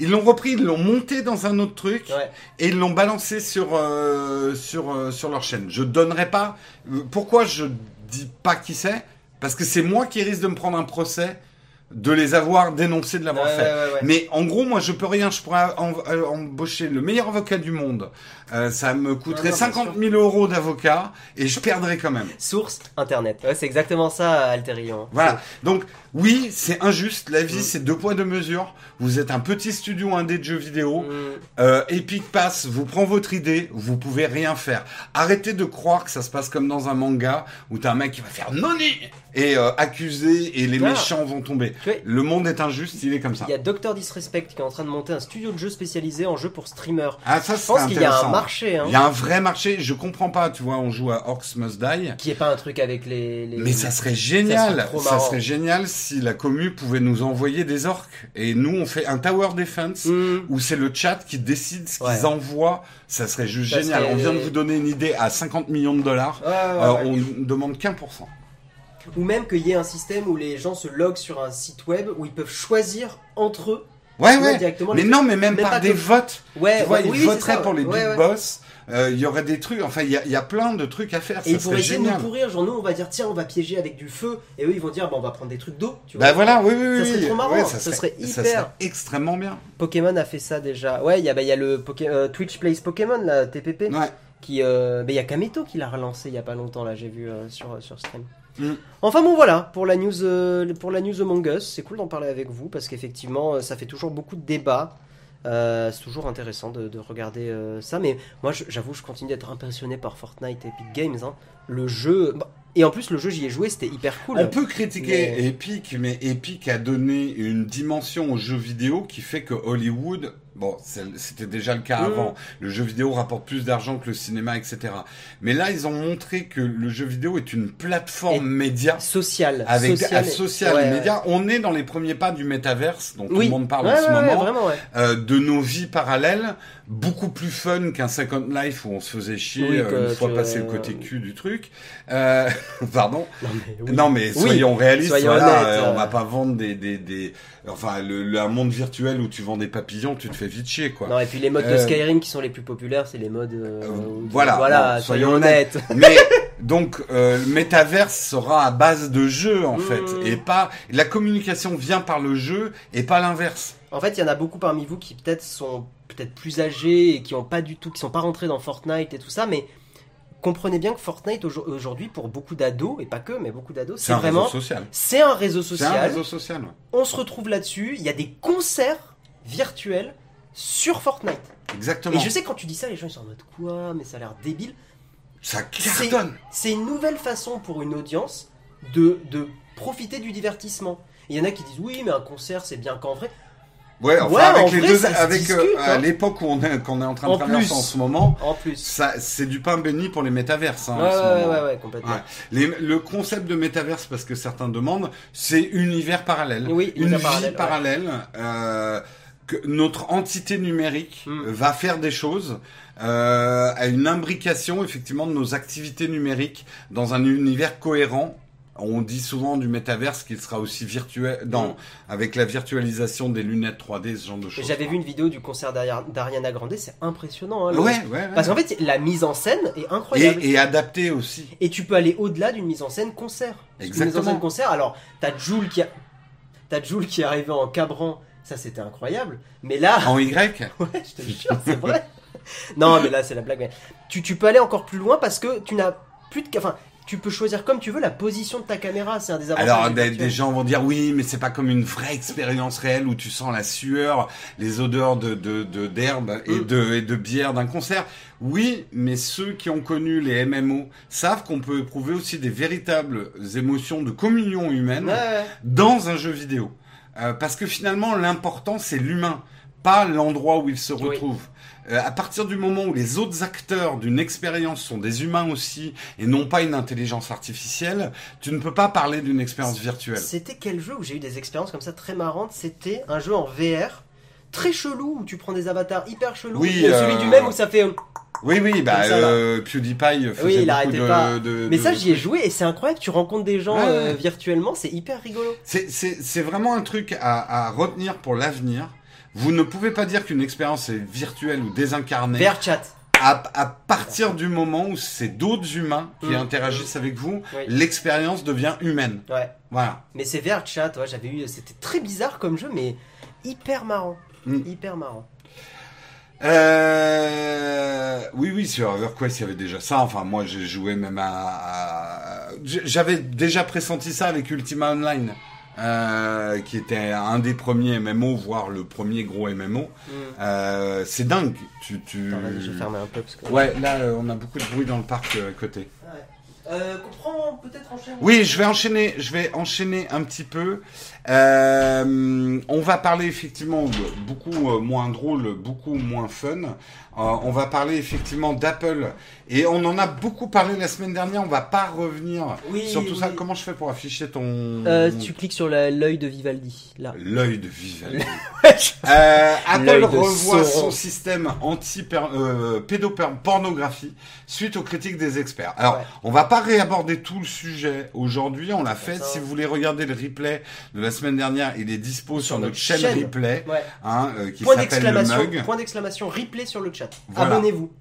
S2: Ils l'ont repris, ils l'ont monté dans un autre truc
S1: Ouais.
S2: et ils l'ont balancé sur euh, sur euh, sur leur chaîne. Je donnerai pas. euh, Pourquoi je dis pas qui c'est Parce que c'est moi qui risque de me prendre un procès de les avoir dénoncés de l'avoir
S1: Ouais,
S2: fait.
S1: ouais, ouais, ouais.
S2: Mais en gros, moi, je peux rien. Je pourrais en- euh, embaucher le meilleur avocat du monde. Euh, ça me coûterait
S1: Ah Non, non, bien
S2: 50 000 euros d'avocat et je perdrais quand même.
S1: Source internet. Ouais, c'est exactement ça, Alterion.
S2: Voilà. Donc, oui, c'est injuste. La vie,
S1: Mm.
S2: c'est deux poids, deux mesures. Vous êtes un petit studio indé de jeux vidéo.
S1: Mm.
S2: Euh, Epic Pass vous prend votre idée, vous pouvez rien faire. Arrêtez de croire que ça se passe comme dans un manga où t'as un mec qui va faire Noni et euh, accusés et les
S1: Ah.
S2: méchants vont tomber.
S1: Tu vois,
S2: Le monde est injuste, il est comme ça.
S1: il y a Doctor Disrespect qui est en train de monter un studio de jeux spécialisé en jeux pour streamers.
S2: Ah, ça,
S1: Je
S2: c'est
S1: pense qu'il y a un
S2: intéressant.
S1: marché, hein,
S2: Il y a un vrai marché, je comprends pas, tu vois, on joue à Orcs Must Die.
S1: qui est pas un truc avec les. les-
S2: Mais ça serait génial,
S1: Ça serait
S2: ça
S1: trop
S2: serait,
S1: marrant.
S2: génial si la commu pouvait nous envoyer des orques et nous on fait un tower defense
S1: Hmm.
S2: où c'est le chat qui décide ce qu'ils
S1: Ouais.
S2: envoient. Ça serait juste
S1: Ça
S2: génial.
S1: serait-
S2: On vient de vous donner une idée à 50 millions de dollars.
S1: Ouais, ouais,
S2: Euh,
S1: ouais.
S2: on ne demande qu'un pour cent.
S1: Ou même qu'il y ait un système où les gens se loguent sur un site web où ils peuvent choisir entre eux.
S2: Ouais,
S1: tu vois,
S2: Ah ouais.
S1: directement
S2: Mais
S1: les-
S2: non, mais même,
S1: même pas
S2: par des
S1: que-
S2: votes.
S1: Ouais,
S2: tu vois,
S1: ouais, oui,
S2: ils
S1: oui, c'est
S2: voteraient
S1: ça,
S2: pour les
S1: ouais,
S2: big
S1: ouais.
S2: boss. Euh, Il y aurait des trucs. Enfin, il y, a- il y a plein de trucs à faire.
S1: Et ils
S2: ça serait
S1: pourraient essayer de nous
S2: génial.
S1: pourrir, genre nous on va dire tiens on va piéger avec du feu, et eux ils vont dire bah on va prendre des trucs d'eau, tu vois.
S2: Bah voilà, oui, oui, oui.
S1: Ça serait
S2: oui.
S1: trop marrant,
S2: Ouais,
S1: ça
S2: ça,
S1: serait
S2: ça
S1: hyper.
S2: serait extrêmement bien.
S1: Pokémon a fait ça déjà. Ouais, il y a, bah, il y a le Poké- euh, Twitch Plays Pokémon, là, TPP,
S2: Ouais.
S1: qui... euh, bah, il y a Kameto qui l'a relancé il y a pas longtemps, là, j'ai vu euh, sur, sur stream.
S2: Mm.
S1: Enfin bon, voilà, pour la news, euh, pour la news Among Us, c'est cool d'en parler avec vous, parce qu'effectivement, euh, ça fait toujours beaucoup de débats. Euh, c'est toujours intéressant de, de regarder euh, ça, mais moi, je- j'avoue, je continue d'être impressionné par Fortnite et Epic Games. hein. Le jeu... bah, et en plus, le jeu, j'y ai joué, c'était hyper cool.
S2: On peut critiquer
S1: Mais-
S2: Epic, mais Epic a donné une dimension au jeu vidéo qui fait que Hollywood, bon, c'est- c'était déjà le cas
S1: Mm.
S2: avant, le jeu vidéo rapporte plus d'argent que le cinéma, etc. Mais là, ils ont montré que le jeu vidéo est une plateforme
S1: Et-
S2: média.
S1: Social.
S2: Avec
S1: social,
S2: social,
S1: et-
S2: social
S1: ouais,
S2: média, on est dans les premiers pas du métaverse dont
S1: Oui.
S2: tout le monde parle
S1: Ouais,
S2: en ce
S1: ouais, ouais,
S2: moment,
S1: vraiment, ouais.
S2: euh, de nos vies parallèles, beaucoup plus fun qu'un Second Life où on se faisait chier
S1: Oui,
S2: euh,
S1: que-
S2: une fois
S1: que-
S2: passé le côté cul du truc. Euh, pardon.
S1: Non, mais oui.
S2: Non mais
S1: Oui.
S2: soyons réalistes,
S1: Soyons
S2: voilà,
S1: honnêtes,
S2: euh,
S1: euh.
S2: on va pas vendre des des, des enfin le, le- un monde virtuel où tu vends des papillons, tu te fais vite chier quoi.
S1: Non, et puis les modes de
S2: Euh,
S1: Skyrim qui sont les plus populaires, c'est les modes. euh,
S2: Euh,
S1: où-
S2: voilà,
S1: voilà
S2: bon,
S1: soyons
S2: soyons
S1: honnêtes.
S2: Mais donc euh, le métaverse sera à base de jeu en
S1: Mm.
S2: fait et pas la communication vient par le jeu et pas l'inverse.
S1: En fait, il y en a beaucoup parmi vous qui peut-être sont peut-être plus âgés et qui ont pas du tout, qui sont pas rentrés dans Fortnite et tout ça, mais comprenez bien que Fortnite aujo- aujourd'hui, pour beaucoup d'ados et pas que, mais beaucoup d'ados, c'est
S2: un
S1: vraiment,
S2: réseau social.
S1: c'est un réseau
S2: C'est un
S1: social.
S2: réseau social. ouais.
S1: On se retrouve là-dessus. Il y a des concerts virtuels sur Fortnite.
S2: Exactement.
S1: Et je sais quand tu dis ça, les gens ils sont en mode quoi, mais ça a l'air débile.
S2: Ça cartonne.
S1: C'est une nouvelle façon pour une audience de, de profiter du divertissement. Il y en a qui disent oui, mais un concert c'est bien qu'en vrai.
S2: Ouais, enfin
S1: Ouais, en
S2: avec les
S1: vrai,
S2: deux
S1: ça se
S2: avec euh,
S1: discute, hein.
S2: à l'époque où on est qu'on est en train
S1: En
S2: de traverser
S1: plus.
S2: en ce moment,
S1: En plus.
S2: ça c'est du pain béni pour les métaverses hein,
S1: Ouais,
S2: en ce
S1: ouais,
S2: moment.
S1: ouais, ouais, complètement.
S2: Ouais. Les- le concept de métaverse, parce que certains demandent, c'est univers parallèle.
S1: Oui,
S2: une
S1: univers
S2: vie
S1: parallèle,
S2: parallèle.
S1: ouais.
S2: euh, que notre entité numérique
S1: Mm.
S2: va faire des choses euh, à une imbrication effectivement de nos activités numériques dans un univers cohérent. On dit souvent du métaverse qu'il sera aussi virtuel, dans,
S1: Mm.
S2: avec la virtualisation des lunettes 3D, ce genre de
S1: Et
S2: choses.
S1: J'avais vu une vidéo du concert d'Ari- d'Ariana Grande, c'est impressionnant. hein,
S2: Ouais,
S1: le-
S2: ouais, ouais.
S1: Parce qu'en fait, la mise en scène est incroyable. Et,
S2: et, et adapté aussi.
S1: tu peux aller au-delà d'une mise en scène concert. Parce qu'une Mise en
S2: Exactement.
S1: scène concert, alors t'as Jules qui a... t'as Jul qui est arrivé en cabrant, ça c'était incroyable. Mais là.
S2: En Y
S1: Ouais, je te jure, c'est vrai. non, mais là, c'est la blague. Mais tu, tu peux aller encore plus loin parce que tu n'as plus de. ca- Enfin, tu peux choisir comme tu veux la position de ta caméra. C'est un des avantages.
S2: Alors
S1: du
S2: des,
S1: virtuel.
S2: des gens vont dire oui mais c'est pas comme une vraie expérience réelle où tu sens la sueur, les odeurs de de- de- d'herbe et
S1: Mm.
S2: de et de bière d'un concert. Oui mais ceux qui ont connu les MMO savent qu'on peut éprouver aussi des véritables émotions de communion humaine
S1: Ouais, ouais.
S2: dans un jeu vidéo. Euh, parce que finalement, l'important, c'est l'humain, pas l'endroit où il se retrouve. Euh, à partir du moment où les autres acteurs d'une expérience sont des humains aussi, et non pas une intelligence artificielle, tu ne peux pas parler d'une expérience virtuelle.
S1: C'était quel jeu où j'ai eu des expériences comme ça très marrantes C'était un jeu en VR. Très chelou où tu prends des avatars hyper chelous.
S2: Oui,
S1: et celui
S2: euh,
S1: du même où ça fait. euh,
S2: Oui, oui, bah,
S1: Comme ça, là.
S2: euh, PewDiePie faisait
S1: Oui, il
S2: beaucoup
S1: arrêtait
S2: de,
S1: pas.
S2: de-
S1: Mais
S2: de-
S1: ça, j'y ai joué et c'est incroyable. Tu rencontres des gens
S2: Ouais, ouais.
S1: euh, virtuellement, c'est hyper rigolo.
S2: C'est- C'est c'est vraiment un truc à, à retenir pour l'avenir. Vous ne pouvez pas dire qu'une expérience est virtuelle ou désincarnée.
S1: VR chat.
S2: à, à partir du moment où c'est d'autres humains qui
S1: Mm.
S2: interagissent avec vous,
S1: Oui.
S2: l'expérience devient humaine.
S1: Ouais.
S2: Voilà.
S1: Mais c'est VR chat. Ouais, j'avais eu. C'était très bizarre comme jeu, mais hyper marrant.
S2: Mm.
S1: Hyper marrant.
S2: Euh... Oui, oui, sur EverQuest, il y avait déjà ça. Enfin, moi, j'ai joué même à... à- J'avais déjà pressenti ça avec Ultima Online, euh, qui était un des premiers MMO, voire le premier gros MMO.
S1: Mm.
S2: Euh, c'est dingue. Tu, tu...
S1: Attends, vas-y, je vais fermer un peu parce que.
S2: Ouais, là, euh, on a beaucoup de bruit dans le parc euh, à côté.
S1: Euh, qu'on prend peut-être en chaîne.
S2: Oui, je vais enchaîner, je vais enchaîner un petit peu. Euh, on va parler effectivement de- beaucoup euh, moins drôle, beaucoup moins fun. Euh, on va parler effectivement d'Apple et on en a beaucoup parlé la semaine dernière. On va pas revenir
S1: Oui,
S2: sur tout
S1: oui.
S2: ça. Comment je fais pour afficher ton
S1: Euh, tu cliques sur la- l'œil de Vivaldi, là.
S2: l'œil de Vivaldi Euh,
S1: L'œil
S2: Apple
S1: de
S2: revoit
S1: Sauron.
S2: son système anti-pédopornographie suite aux critiques des experts. Alors,
S1: Ouais.
S2: on va pas réaborder tout le sujet aujourd'hui, on l'a fait.
S1: ça.
S2: Si vous voulez regarder le replay de la semaine dernière, il est dispo sur, notre,
S1: notre
S2: chaîne,
S1: chaîne.
S2: replay,
S1: Ouais.
S2: hein, euh, qui
S1: Point
S2: s'appelle le
S1: d'exclamation,
S2: mug.
S1: point d'exclamation, replay sur le chat.
S2: Voilà.
S1: Abonnez-vous.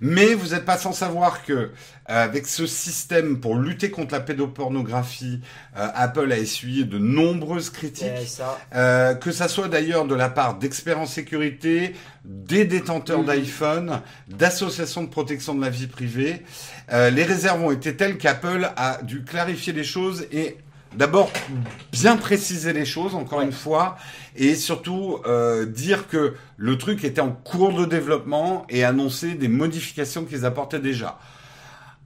S2: Mais vous n'êtes pas sans savoir que euh, avec ce système pour lutter contre la pédopornographie, euh, Apple a essuyé de nombreuses critiques.
S1: Ouais, ça.
S2: Euh, que ça soit d'ailleurs de la part d'experts en sécurité, des détenteurs
S1: Mhm.
S2: d'iPhone, d'associations de protection de la vie privée. Euh, les réserves ont été telles qu'Apple a dû clarifier les choses et d'abord bien préciser les choses, encore
S1: Ouais.
S2: une fois, et surtout euh, dire que le truc était en cours de développement et annoncer des modifications qu'ils apportaient déjà.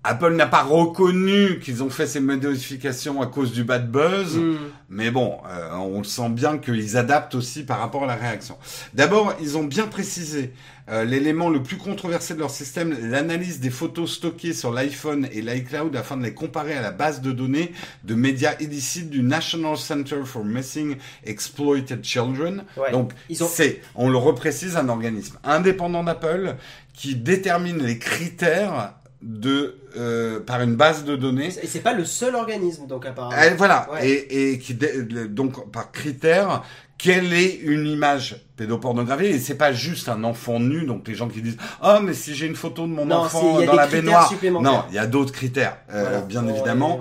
S2: Apple n'a pas reconnu qu'ils ont fait ces modifications à cause du bad buzz.
S1: Hmm.
S2: Mais bon, euh, on le sent bien qu'ils adaptent aussi par rapport à la réaction. D'abord, ils ont bien précisé euh, l'élément le plus controversé de leur système, l'analyse des photos stockées sur l'iPhone et l'iCloud afin de les comparer à la base de données de médias illicites du National Center for Missing Exploited Children.
S1: Ouais.
S2: Donc,
S1: Ils ont-
S2: c'est, on le reprécise, un organisme indépendant d'Apple qui détermine les critères de euh, par une base de données
S1: Et c'est pas le seul organisme, donc apparemment.
S2: euh, voilà,
S1: Ah Ouais.
S2: et, et qui dé- le- donc par critère, quelle est une image pédopornographique Et c'est pas juste un enfant nu, donc les gens qui disent ah mais si j'ai une photo de mon
S1: Non, c'est- il
S2: enfant
S1: y a
S2: dans
S1: des
S2: la
S1: critères
S2: baignoire,
S1: supplémentaires.
S2: non, il y a d'autres critères, euh,
S1: Voilà.
S2: bien
S1: Bon,
S2: évidemment.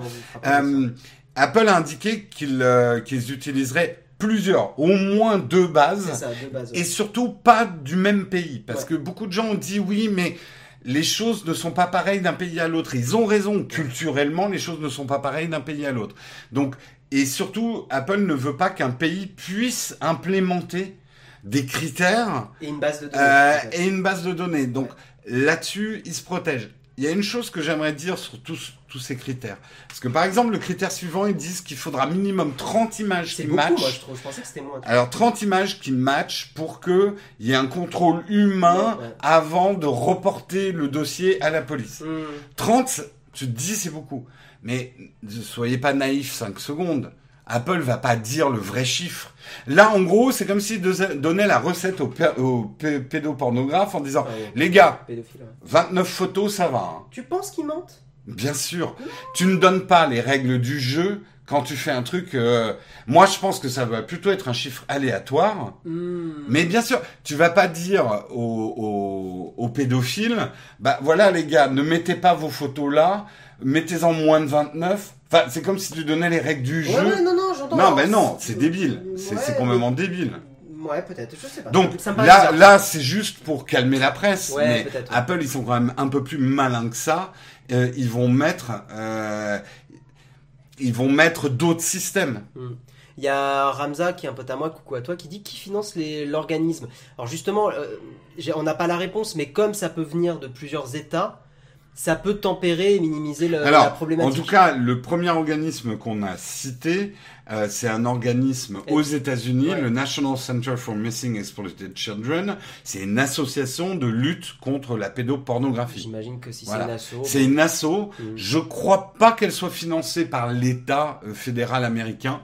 S1: allez, on fera pas comme
S2: Euh, Apple a indiqué qu'ils euh, qu'ils utiliseraient plusieurs, au moins deux
S1: ça. C'est
S2: bases,
S1: ça, de base. ouais.
S2: et surtout pas du même pays, parce
S1: Ouais.
S2: que beaucoup de gens ont dit oui mais les choses ne sont pas pareilles d'un pays à l'autre. Ils ont raison, culturellement, les choses ne sont pas pareilles d'un pays à l'autre. Donc, et surtout, Apple ne veut pas qu'un pays puisse implémenter des critères
S1: Et une base de données.
S2: euh,
S1: tout à fait.
S2: et une base de données. Donc là-dessus, ils se protègent. Il y a une chose que j'aimerais dire sur tous, tous ces critères. Parce que par exemple, le critère suivant, ils disent qu'il faudra minimum 30 images
S1: C'est
S2: qui
S1: beaucoup,
S2: matchent.
S1: moi, je trouve. Je pensais que c'était moins.
S2: Alors 30 images qui matchent pour que il y ait un contrôle humain
S1: Ouais, ouais.
S2: avant de reporter le dossier à la police.
S1: Hmm.
S2: 30, tu te dis c'est beaucoup. Mais ne soyez pas naïfs 5 secondes. Apple va pas dire le vrai chiffre. Là, en gros, c'est comme s'ils dos- donnaient la recette aux, pé- aux pé- pédopornographes en disant,
S1: Ouais.
S2: les gars,
S1: Pédophile, ouais.
S2: 29 photos, ça va. hein.
S1: Tu penses qu'ils mentent
S2: Bien sûr. Tu ne donnes pas les règles du jeu quand tu fais un truc... euh, Moi, je pense que ça va plutôt être un chiffre aléatoire.
S1: Hmm.
S2: Mais bien sûr, tu vas pas dire aux, aux- aux pédophiles, bah voilà les gars, ne mettez pas vos photos là, mettez-en moins de 29. Enfin, c'est comme si tu donnais les règles du
S1: Ouais,
S2: jeu.
S1: ouais, non, non, j'entends.
S2: non, mais
S1: C'est-
S2: non, c'est débile. C'est
S1: Ouais,
S2: c'est complètement débile.
S1: Ouais, peut-être, je sais pas.
S2: Donc
S1: Ça me paraît
S2: là,
S1: bizarre.
S2: là, c'est juste pour calmer la presse.
S1: Ouais,
S2: mais
S1: peut-être, ouais.
S2: Apple, ils sont quand même un peu plus malins que ça. Euh, ils vont mettre, euh, ils vont mettre d'autres systèmes.
S1: Il y a Ramza, qui est un pote à moi, coucou à toi, qui dit qui finance les- l'organisme. Alors justement, euh, j'ai- on n'a pas la réponse, mais comme ça peut venir de plusieurs États, ça peut tempérer et minimiser le- Euh, la
S2: Alors, en
S1: problématique.
S2: tout cas, le premier organisme qu'on a cité, euh, c'est un organisme
S1: Et-
S2: aux États-Unis,
S1: Ouais.
S2: le National Center for Missing Exploited Children. C'est une association de lutte contre la pédopornographie.
S1: J'imagine que si c'est
S2: Voilà.
S1: une asso,
S2: C'est une asso.
S1: Mm.
S2: Je crois pas qu'elle soit financée par l'État euh, fédéral américain.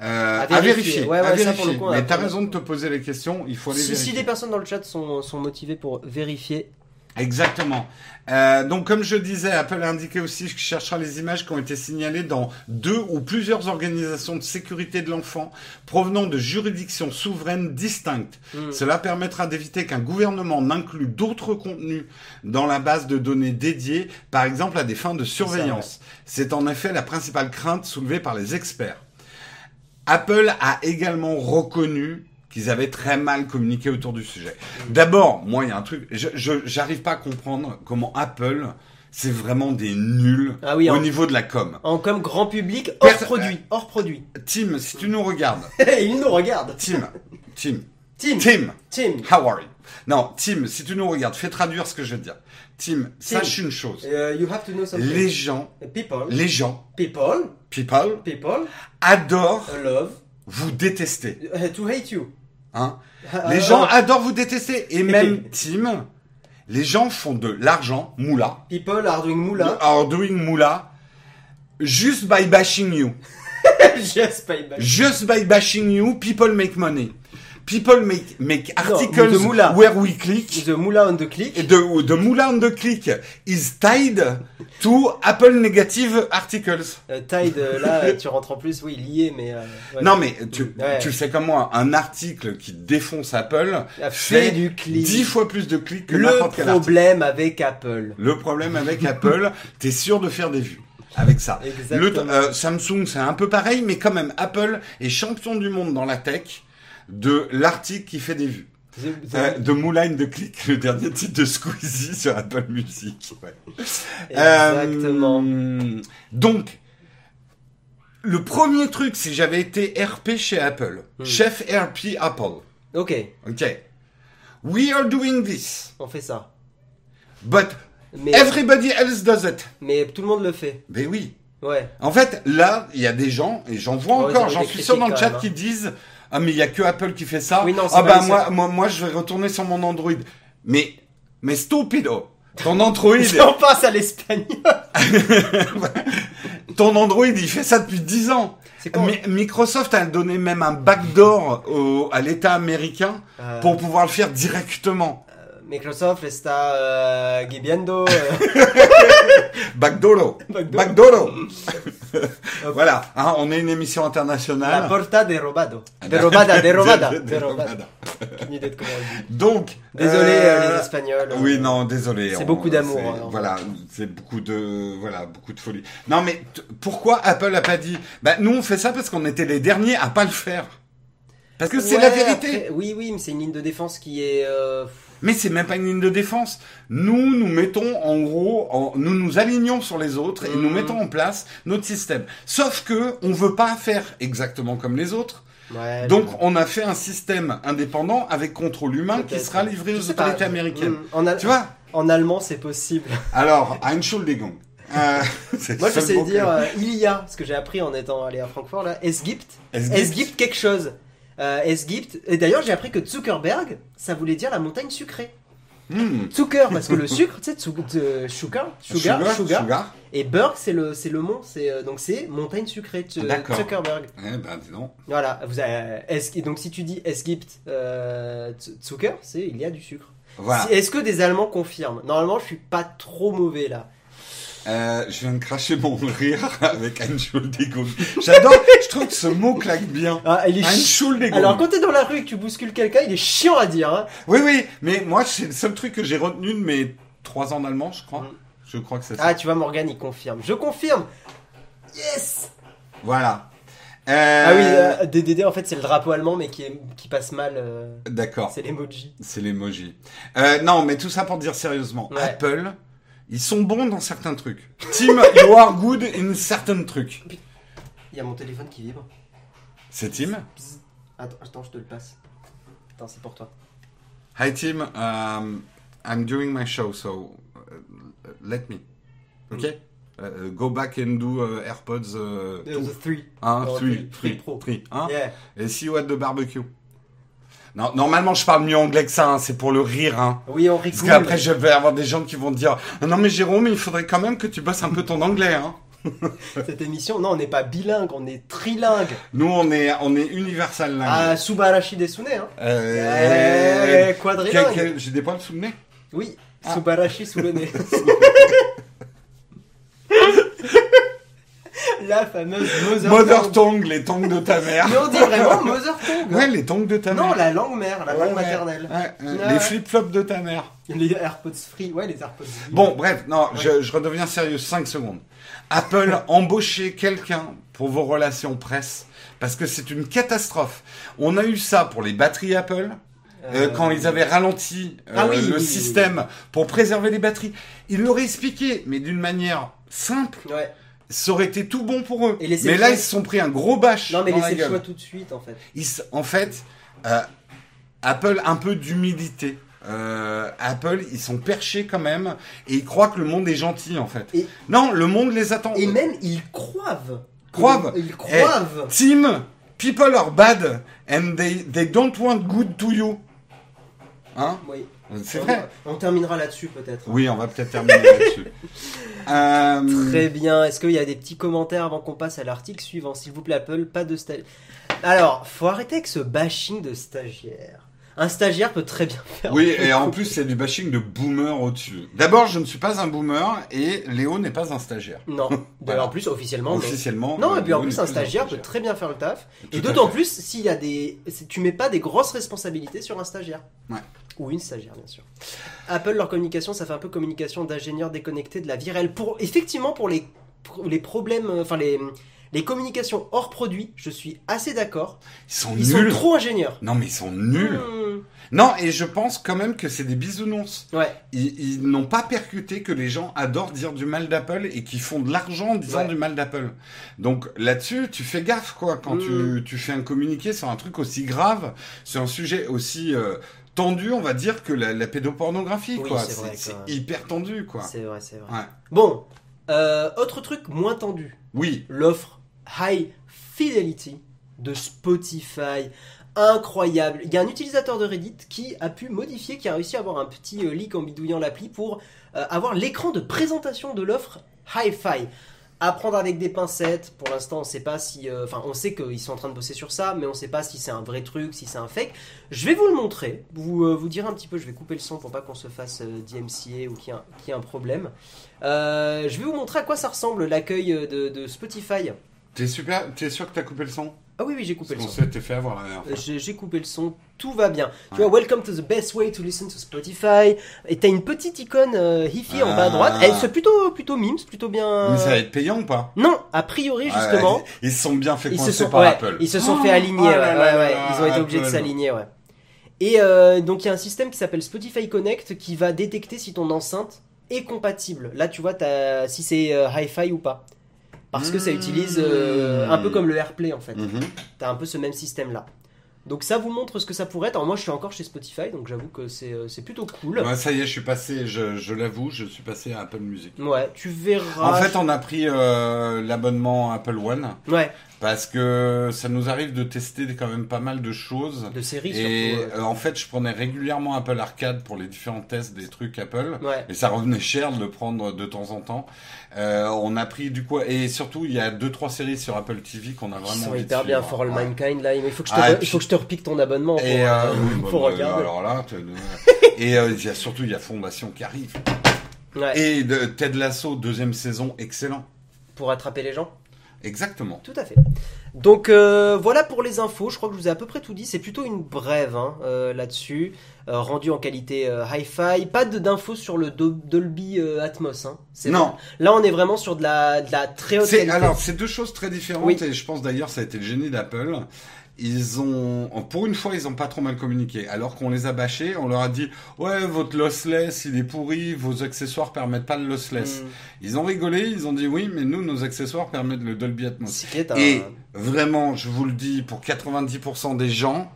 S2: Euh,
S1: À
S2: à
S1: vérifier.
S2: vérifier.
S1: Ouais, ouais,
S2: à
S1: ça, pour
S2: vérifier.
S1: le coup, on a
S2: Mais t'as
S1: pas-
S2: raison de te poser la question. Il faut aller
S1: si, si
S2: vérifier.
S1: des personnes dans le chat sont, sont motivées pour vérifier,
S2: Exactement. Euh, donc, comme je disais, Apple a indiqué aussi qu'il cherchera les images qui ont été signalées dans deux ou plusieurs organisations de sécurité de l'enfant provenant de juridictions souveraines distinctes.
S1: Hmm.
S2: Cela permettra d'éviter qu'un gouvernement n'inclue d'autres contenus dans la base de données dédiée, par exemple à des fins de surveillance. C'est en effet la principale crainte soulevée par les experts. Apple a également reconnu qu'ils avaient très mal communiqué autour du sujet.
S1: Mm.
S2: D'abord, moi, il y a un truc, je, je- j'arrive pas à comprendre comment Apple, c'est vraiment des nuls
S1: Ah oui,
S2: au
S1: en-
S2: niveau de la com.
S1: en comme grand public, hors
S2: Perso-
S1: produit, hors produit.
S2: Tim, si tu nous regardes,
S1: Et Ils nous regardent.
S2: Tim, Tim,
S1: Tim.
S2: Tim,
S1: Tim.
S2: how are you? Non, Tim, si tu nous regardes, fais traduire ce que je veux dire. Tim, sache une chose.
S1: Euh, you have to know something. Euh,
S2: Les gens,
S1: People.
S2: les gens,
S1: People.
S2: people,
S1: People. Uh,
S2: adorent
S1: Love.
S2: vous détester.
S1: euh, to hate you.
S2: Hein
S1: Euh,
S2: les gens adorent vous détester. Et même
S1: mais-
S2: Tim, les gens font de l'argent, moula,
S1: People are doing moula.
S2: are doing moula, just by bashing you.
S1: Just payback.
S2: Just by bashing you, people make money. People make, make articles
S1: de moula.
S2: where we click.
S1: The moula on the click.
S2: Et de, de moulin de click is tied to Apple negative articles.
S1: Euh, Tide, euh, là, euh, tu rentres en plus, oui, lié, mais. euh, ouais.
S2: Non mais tu,
S1: Ouais.
S2: tu le sais comme moi, un article qui défonce Apple
S1: Ah,
S2: fait
S1: fait du clic.
S2: 10 fois plus de clics que
S1: Le
S2: n'importe quel article.
S1: problème avec Apple.
S2: Le problème avec Apple, t'es sûr de faire des vues avec ça. Le,
S1: Exactement.
S2: euh, Samsung, c'est un peu pareil, mais quand même, Apple est champion du monde dans la tech de l'article qui fait des vues.
S1: The- the-
S2: Euh, de Moulin de Click, le dernier titre de Squeezie sur Apple Music. ouais.
S1: Exactement.
S2: Euh, donc, le premier truc, si j'avais été RP chez Apple,
S1: Hmm.
S2: chef RP Apple,
S1: Ok,
S2: ok, we are doing this,
S1: on fait ça.
S2: but
S1: Mais,
S2: everybody else does it.
S1: mais tout le monde le fait.
S2: Ben oui.
S1: Ouais.
S2: En fait, là, il y a des gens, et j'en vois
S1: Ouais, ils ont
S2: encore,
S1: eu
S2: j'en
S1: des
S2: suis sûr dans le
S1: critiques,
S2: chat
S1: quand même, hein.
S2: qui disent Ah, mais il y a que Apple qui fait ça.
S1: Oui, non, c'est
S2: ah,
S1: pas
S2: bah,
S1: les
S2: moi,
S1: seuls.
S2: moi, moi, je vais retourner sur mon Android. Mais, mais stupido, ton Android,
S1: Si on passe à l'espagnol.
S2: ton Android, il fait ça depuis 10 ans.
S1: C'est quoi
S2: Mi- Microsoft a donné même un backdoor au- à l'État américain
S1: Euh,
S2: pour pouvoir le faire directement.
S1: Microsoft está euh, guibiendo. euh,
S2: Backdooro.
S1: Backdoor.
S2: Backdooro. voilà, hein, on est une émission
S1: la
S2: internationale.
S1: porta derobado.
S2: Ah,
S1: Derobada, derobada.
S2: De- de- de-
S1: derobada.
S2: robada.
S1: Aucune idée de comment on le dit.
S2: Donc,
S1: Désolé,
S2: euh,
S1: euh, les Espagnols. euh,
S2: Oui, non, désolé.
S1: C'est
S2: on-
S1: beaucoup d'amour,
S2: c'est-
S1: hein.
S2: Voilà, c'est beaucoup de, voilà, beaucoup de folie. Non, mais t- pourquoi Apple a pas dit Bah, nous on fait ça parce qu'on était les derniers à pas le faire. Parce que c'est
S1: ouais,
S2: la vérité.
S1: après- oui, oui, mais c'est une ligne de défense qui est. euh,
S2: Mais c'est même pas une ligne de défense. Nous, nous mettons en gros, en- nous nous alignons sur les autres et
S1: Mhm.
S2: nous mettons en place notre système. Sauf que on veut pas faire exactement comme les autres.
S1: ouais,
S2: Donc
S1: je-
S2: on a fait un système indépendant avec contrôle humain qui
S1: peut-être.
S2: sera livré
S1: Je
S2: aux
S1: sais pas.
S2: autorités américaines.
S1: Mm, En, al-
S2: Tu vois
S1: en allemand, c'est possible.
S2: Alors, Entschuldigung. Euh, c'est
S1: Moi,
S2: le
S1: je
S2: seul
S1: sais
S2: mot
S1: dire
S2: que-
S1: euh, il y a, ce que j'ai appris en étant allé à Francfort, là, Esgipt.
S2: Esgipt.
S1: Esgipt quelque chose. Euh, Esgipt. Et d'ailleurs, j'ai appris que Zuckerberg, ça voulait dire la montagne sucrée.
S2: Hmm.
S1: Zucker, parce que le sucre, tu sais, tsu- de- sugar, sugar, sugar,
S2: sugar.
S1: Et Berg, c'est le, c'est le mont, c'est, euh, donc c'est montagne sucrée, tsu-
S2: D'accord.
S1: Zuckerberg.
S2: Eh ben, dis donc.
S1: Voilà, vous avez, euh, es- donc si tu dis Esgipt, euh, tsu- Zucker, c'est il y a du sucre.
S2: Voilà.
S1: Si- Est-ce que des Allemands confirment Normalement, je suis pas trop mauvais là.
S2: Euh, je viens de cracher mon rire avec Entschuldigung. J'adore. je trouve que ce mot claque bien.
S1: Ah, il est chi-
S2: Entschuldigung.
S1: Alors, quand t'es dans la rue et que tu bouscules quelqu'un, il est chiant à dire. Hein.
S2: Oui, oui, mais moi, c'est le seul truc que j'ai retenu de mes trois ans d'allemand, je crois.
S1: Mm.
S2: Je crois que c'est ça.
S1: Ah, tu vois, Morgan, il confirme. Je confirme. Yes.
S2: Voilà. Euh,
S1: Ah oui, euh, DDD, en fait, c'est le drapeau allemand, mais qui, est- qui passe mal. euh,
S2: D'accord,
S1: c'est l'emoji.
S2: c'est l'emoji. Euh, non, mais tout ça pour dire sérieusement,
S1: Ouais.
S2: Apple, ils sont bons dans certains trucs. Tim, you are good in certain trucs.
S1: Il y a mon téléphone qui vibre.
S2: C'est Tim
S1: Attends, attends, je te le passe. Attends, c'est pour toi.
S2: Hi Tim, um, I'm doing my show, so uh, let me. Ok
S1: Mm.
S2: Uh, go back and do uh, AirPods uh,
S1: The, the three.
S2: 1,
S1: Oh,
S2: 3,
S1: three
S2: 3,
S1: pro.
S2: 3, 1.
S1: Yeah.
S2: Et si what de barbecue non, normalement, je parle mieux anglais que ça, hein, c'est pour le rire. Hein.
S1: Oui, on
S2: Parce
S1: rigole.
S2: qu'après, je vais avoir des gens qui vont dire « Non mais Jérôme, il faudrait quand même que tu bosses un peu ton anglais. Hein.
S1: Cette émission, non, on n'est pas bilingue, on est trilingue. »
S2: Nous, on est, on est universal
S1: Ah,
S2: là.
S1: Subarashi Desune, hein.
S2: Euh...
S1: Eh, quadrilingue.
S2: quel- quel- J'ai des poils sous le nez
S1: Oui,
S2: Ah.
S1: Subarashi sous le nez. La fameuse Mother,
S2: Mother
S1: tongue.
S2: tongue, les tongues de ta mère.
S1: Mais on dit vraiment Mother tongue. hein.
S2: Ouais, les tongs de ta
S1: Non,
S2: mère.
S1: la langue mère, la
S2: Ouais,
S1: langue
S2: ouais.
S1: maternelle.
S2: Ouais, ouais.
S1: Ouais.
S2: Les flip-flops de ta mère.
S1: Les AirPods free, ouais, les AirPods free.
S2: Bon, bref, non, je, je redeviens sérieux 5 secondes. Apple, embauchez quelqu'un pour vos relations presse, parce que c'est une catastrophe. On a eu ça pour les batteries Apple, euh,
S1: Euh,
S2: quand ils avaient ralenti euh,
S1: Ah oui, oui,
S2: le
S1: oui, oui.
S2: système pour préserver les batteries. Ils l'auraient expliqué, mais d'une manière simple,
S1: Ouais.
S2: ça aurait été tout bon pour eux.
S1: Et laissez
S2: mais
S1: le
S2: là,
S1: choix-
S2: ils se sont pris un gros bâche
S1: Non, mais
S2: dans la
S1: laissez le
S2: gueule.
S1: choix tout de suite en fait.
S2: Ils s- en fait, euh, Apple un peu d'humilité. Euh, Apple, ils sont perchés quand même et ils croient que le monde est gentil en fait.
S1: Et-
S2: non, le monde les attend.
S1: Et même, ils croivent.
S2: Croivent.
S1: Ils croivent.
S2: Tim, people are bad and they, they don't want good to you. Hein
S1: Oui.
S2: C'est
S1: On-
S2: vrai.
S1: On terminera là-dessus peut-être. hein.
S2: Oui, on va peut-être terminer là-dessus. Euh,
S1: Très bien. Est-ce qu'il y a des petits commentaires avant qu'on passe à l'article suivant S'il vous plaît, Apple, pas de stagiaire. Alors, faut arrêter avec ce bashing de stagiaire. Un stagiaire peut très bien faire.
S2: Oui, et en plus, c'est du bashing de boomer au-dessus. D'abord, je ne suis pas un boomer et Léo n'est pas un stagiaire.
S1: Non.
S2: Voilà.
S1: En plus, officiellement, non.
S2: Officiellement.
S1: Non,
S2: euh,
S1: et puis en
S2: Léo
S1: plus,
S2: n'est
S1: un
S2: plus
S1: stagiaire peut très bien faire le taf.
S2: Tout
S1: et
S2: à
S1: d'autant
S2: fait.
S1: plus s'il y a des. si Tu mets pas des grosses responsabilités sur un stagiaire.
S2: Ouais.
S1: Ou une stagiaire, bien sûr. Apple, leur communication, ça fait un peu communication d'ingénieurs déconnectés de la vie réelle. Pour, effectivement, pour les, pour les problèmes. euh, Enfin, les, les communications hors produit, je suis assez d'accord.
S2: Ils sont
S1: Ils
S2: nuls.
S1: sont trop ingénieurs.
S2: Non, mais ils sont nuls.
S1: Hmm.
S2: Non, et je pense quand même que c'est des bisounours.
S1: Ouais.
S2: Ils, ils n'ont pas percuté que les gens adorent dire du mal d'Apple et qu'ils font de l'argent en disant
S1: Ouais.
S2: du mal d'Apple. Donc là-dessus, tu fais gaffe, quoi, quand
S1: Mm.
S2: tu, tu fais un communiqué sur un truc aussi grave, sur un sujet aussi euh, tendu, on va dire, que la, la pédopornographie,
S1: Oui,
S2: quoi.
S1: c'est vrai,
S2: C'est c'est
S1: quand même.
S2: hyper tendu, quoi.
S1: C'est vrai, c'est vrai.
S2: Ouais.
S1: Bon. euh, autre truc moins tendu.
S2: Oui,
S1: l'offre High Fidelity de Spotify. Incroyable. Il y a un utilisateur de Reddit qui a pu modifier, qui a réussi à avoir un petit euh, leak en bidouillant l'appli pour euh, avoir l'écran de présentation de l'offre Hi-Fi. À prendre avec des pincettes. Pour l'instant, on sait pas si. euh, Enfin, on sait qu'ils sont en train de bosser sur ça, mais on sait pas si c'est un vrai truc, si c'est un fake. Je vais vous le montrer. Vous euh, vous dire un petit peu. Je vais couper le son pour pas qu'on se fasse euh, DMCA ou qu'il y, a- qu'il y ait un problème. Euh, je vais vous montrer à quoi ça ressemble l'accueil euh, de, de Spotify.
S2: t'es super, t'es sûr que t'as coupé le son
S1: Ah oui, oui, j'ai coupé le
S2: Parce qu'on
S1: son.
S2: s'était fait avoir la dernière fois.
S1: Euh, J'ai j'ai coupé le son, tout va bien. Tu
S2: Ouais.
S1: vois, welcome to the best way to listen to Spotify. Et t'as une petite icône euh, hi-fi en bas à
S2: Ah.
S1: droite. Elle c'est plutôt, plutôt mimes, plutôt bien.
S2: Mais ça va être payant ou pas
S1: Non, a priori, justement,
S2: Ouais, ils ils se sont bien fait
S1: ils, se
S2: coincer
S1: sont,
S2: par
S1: ouais,
S2: Apple.
S1: ils se sont
S2: Oh,
S1: fait aligner.
S2: oh
S1: ouais,
S2: là là
S1: ouais,
S2: là
S1: ouais,
S2: là,
S1: ils ont été obligés de
S2: Apple.
S1: s'aligner, ouais. Et euh, donc, il y a un système qui s'appelle Spotify Connect qui va détecter si ton enceinte est compatible. Là, tu vois, t'as- si c'est euh, hi-fi ou pas. Parce
S2: Hmm.
S1: que ça utilise euh,
S2: Mmh.
S1: un peu comme le AirPlay en fait.
S2: Mhm.
S1: T'as un peu ce même système là. Donc ça vous montre ce que ça pourrait être. Alors moi je suis encore chez Spotify, donc j'avoue que c'est euh, c'est plutôt cool. Ouais.
S2: Ouais, ça y est, je suis passé, je, je l'avoue, je suis passé à Apple Music.
S1: tu verras.
S2: En fait, on a pris euh, l'abonnement Apple One
S1: ouais,
S2: parce que ça nous arrive de tester quand même pas mal de choses.
S1: de séries
S2: Et
S1: surtout.
S2: euh, en fait, je prenais régulièrement Apple Arcade pour les différents tests des trucs Apple.
S1: euh. Ouais.
S2: Et ça revenait cher de le prendre de temps en temps. Euh, on a pris du coup, et surtout, il y a deux trois séries sur Apple TV qu'on a
S1: Ils
S2: vraiment
S1: sont
S2: envie de
S1: hyper bien
S2: suivre.
S1: for all
S2: Ouais.
S1: mankind là, mais il faut que je te,
S2: Ah,
S1: re-
S2: et puis-
S1: faut que je te repique ton abonnement pour,
S2: Et euh,
S1: euh,
S2: oui, bah,
S1: pour
S2: bah,
S1: regarder.
S2: Alors là, t'as- et euh, il y a surtout il y a Fondation qui arrive.
S1: Ouais,
S2: Et de Ted Lasso deuxième saison excellent.
S1: Pour attraper les gens.
S2: Exactement.
S1: Tout à fait. Donc euh, voilà pour les infos, je crois que je vous ai à peu près tout dit, c'est plutôt une brève hein, euh, là-dessus, euh, rendue en qualité euh, hi-fi, pas de- d'infos sur le Do- Dolby euh, Atmos. hein. C'est
S2: Non,
S1: Là, on est vraiment sur de la, de la très haute
S2: c'est
S1: qualité. Hmm.
S2: alors c'est deux choses très différentes
S1: Oui.
S2: et je pense d'ailleurs ça a été le génie d'Apple. Ils ont pour une fois ils ont pas trop mal communiqué alors qu'on les a bâchés, on leur a dit "Ouais, votre lossless, il est pourri, vos accessoires permettent pas le lossless."
S1: Mm.
S2: Ils ont rigolé, ils ont dit "Oui, mais nous nos accessoires permettent le Dolby Atmos."
S1: Ce qui est un-
S2: Et vraiment, je vous le dis pour 90% des gens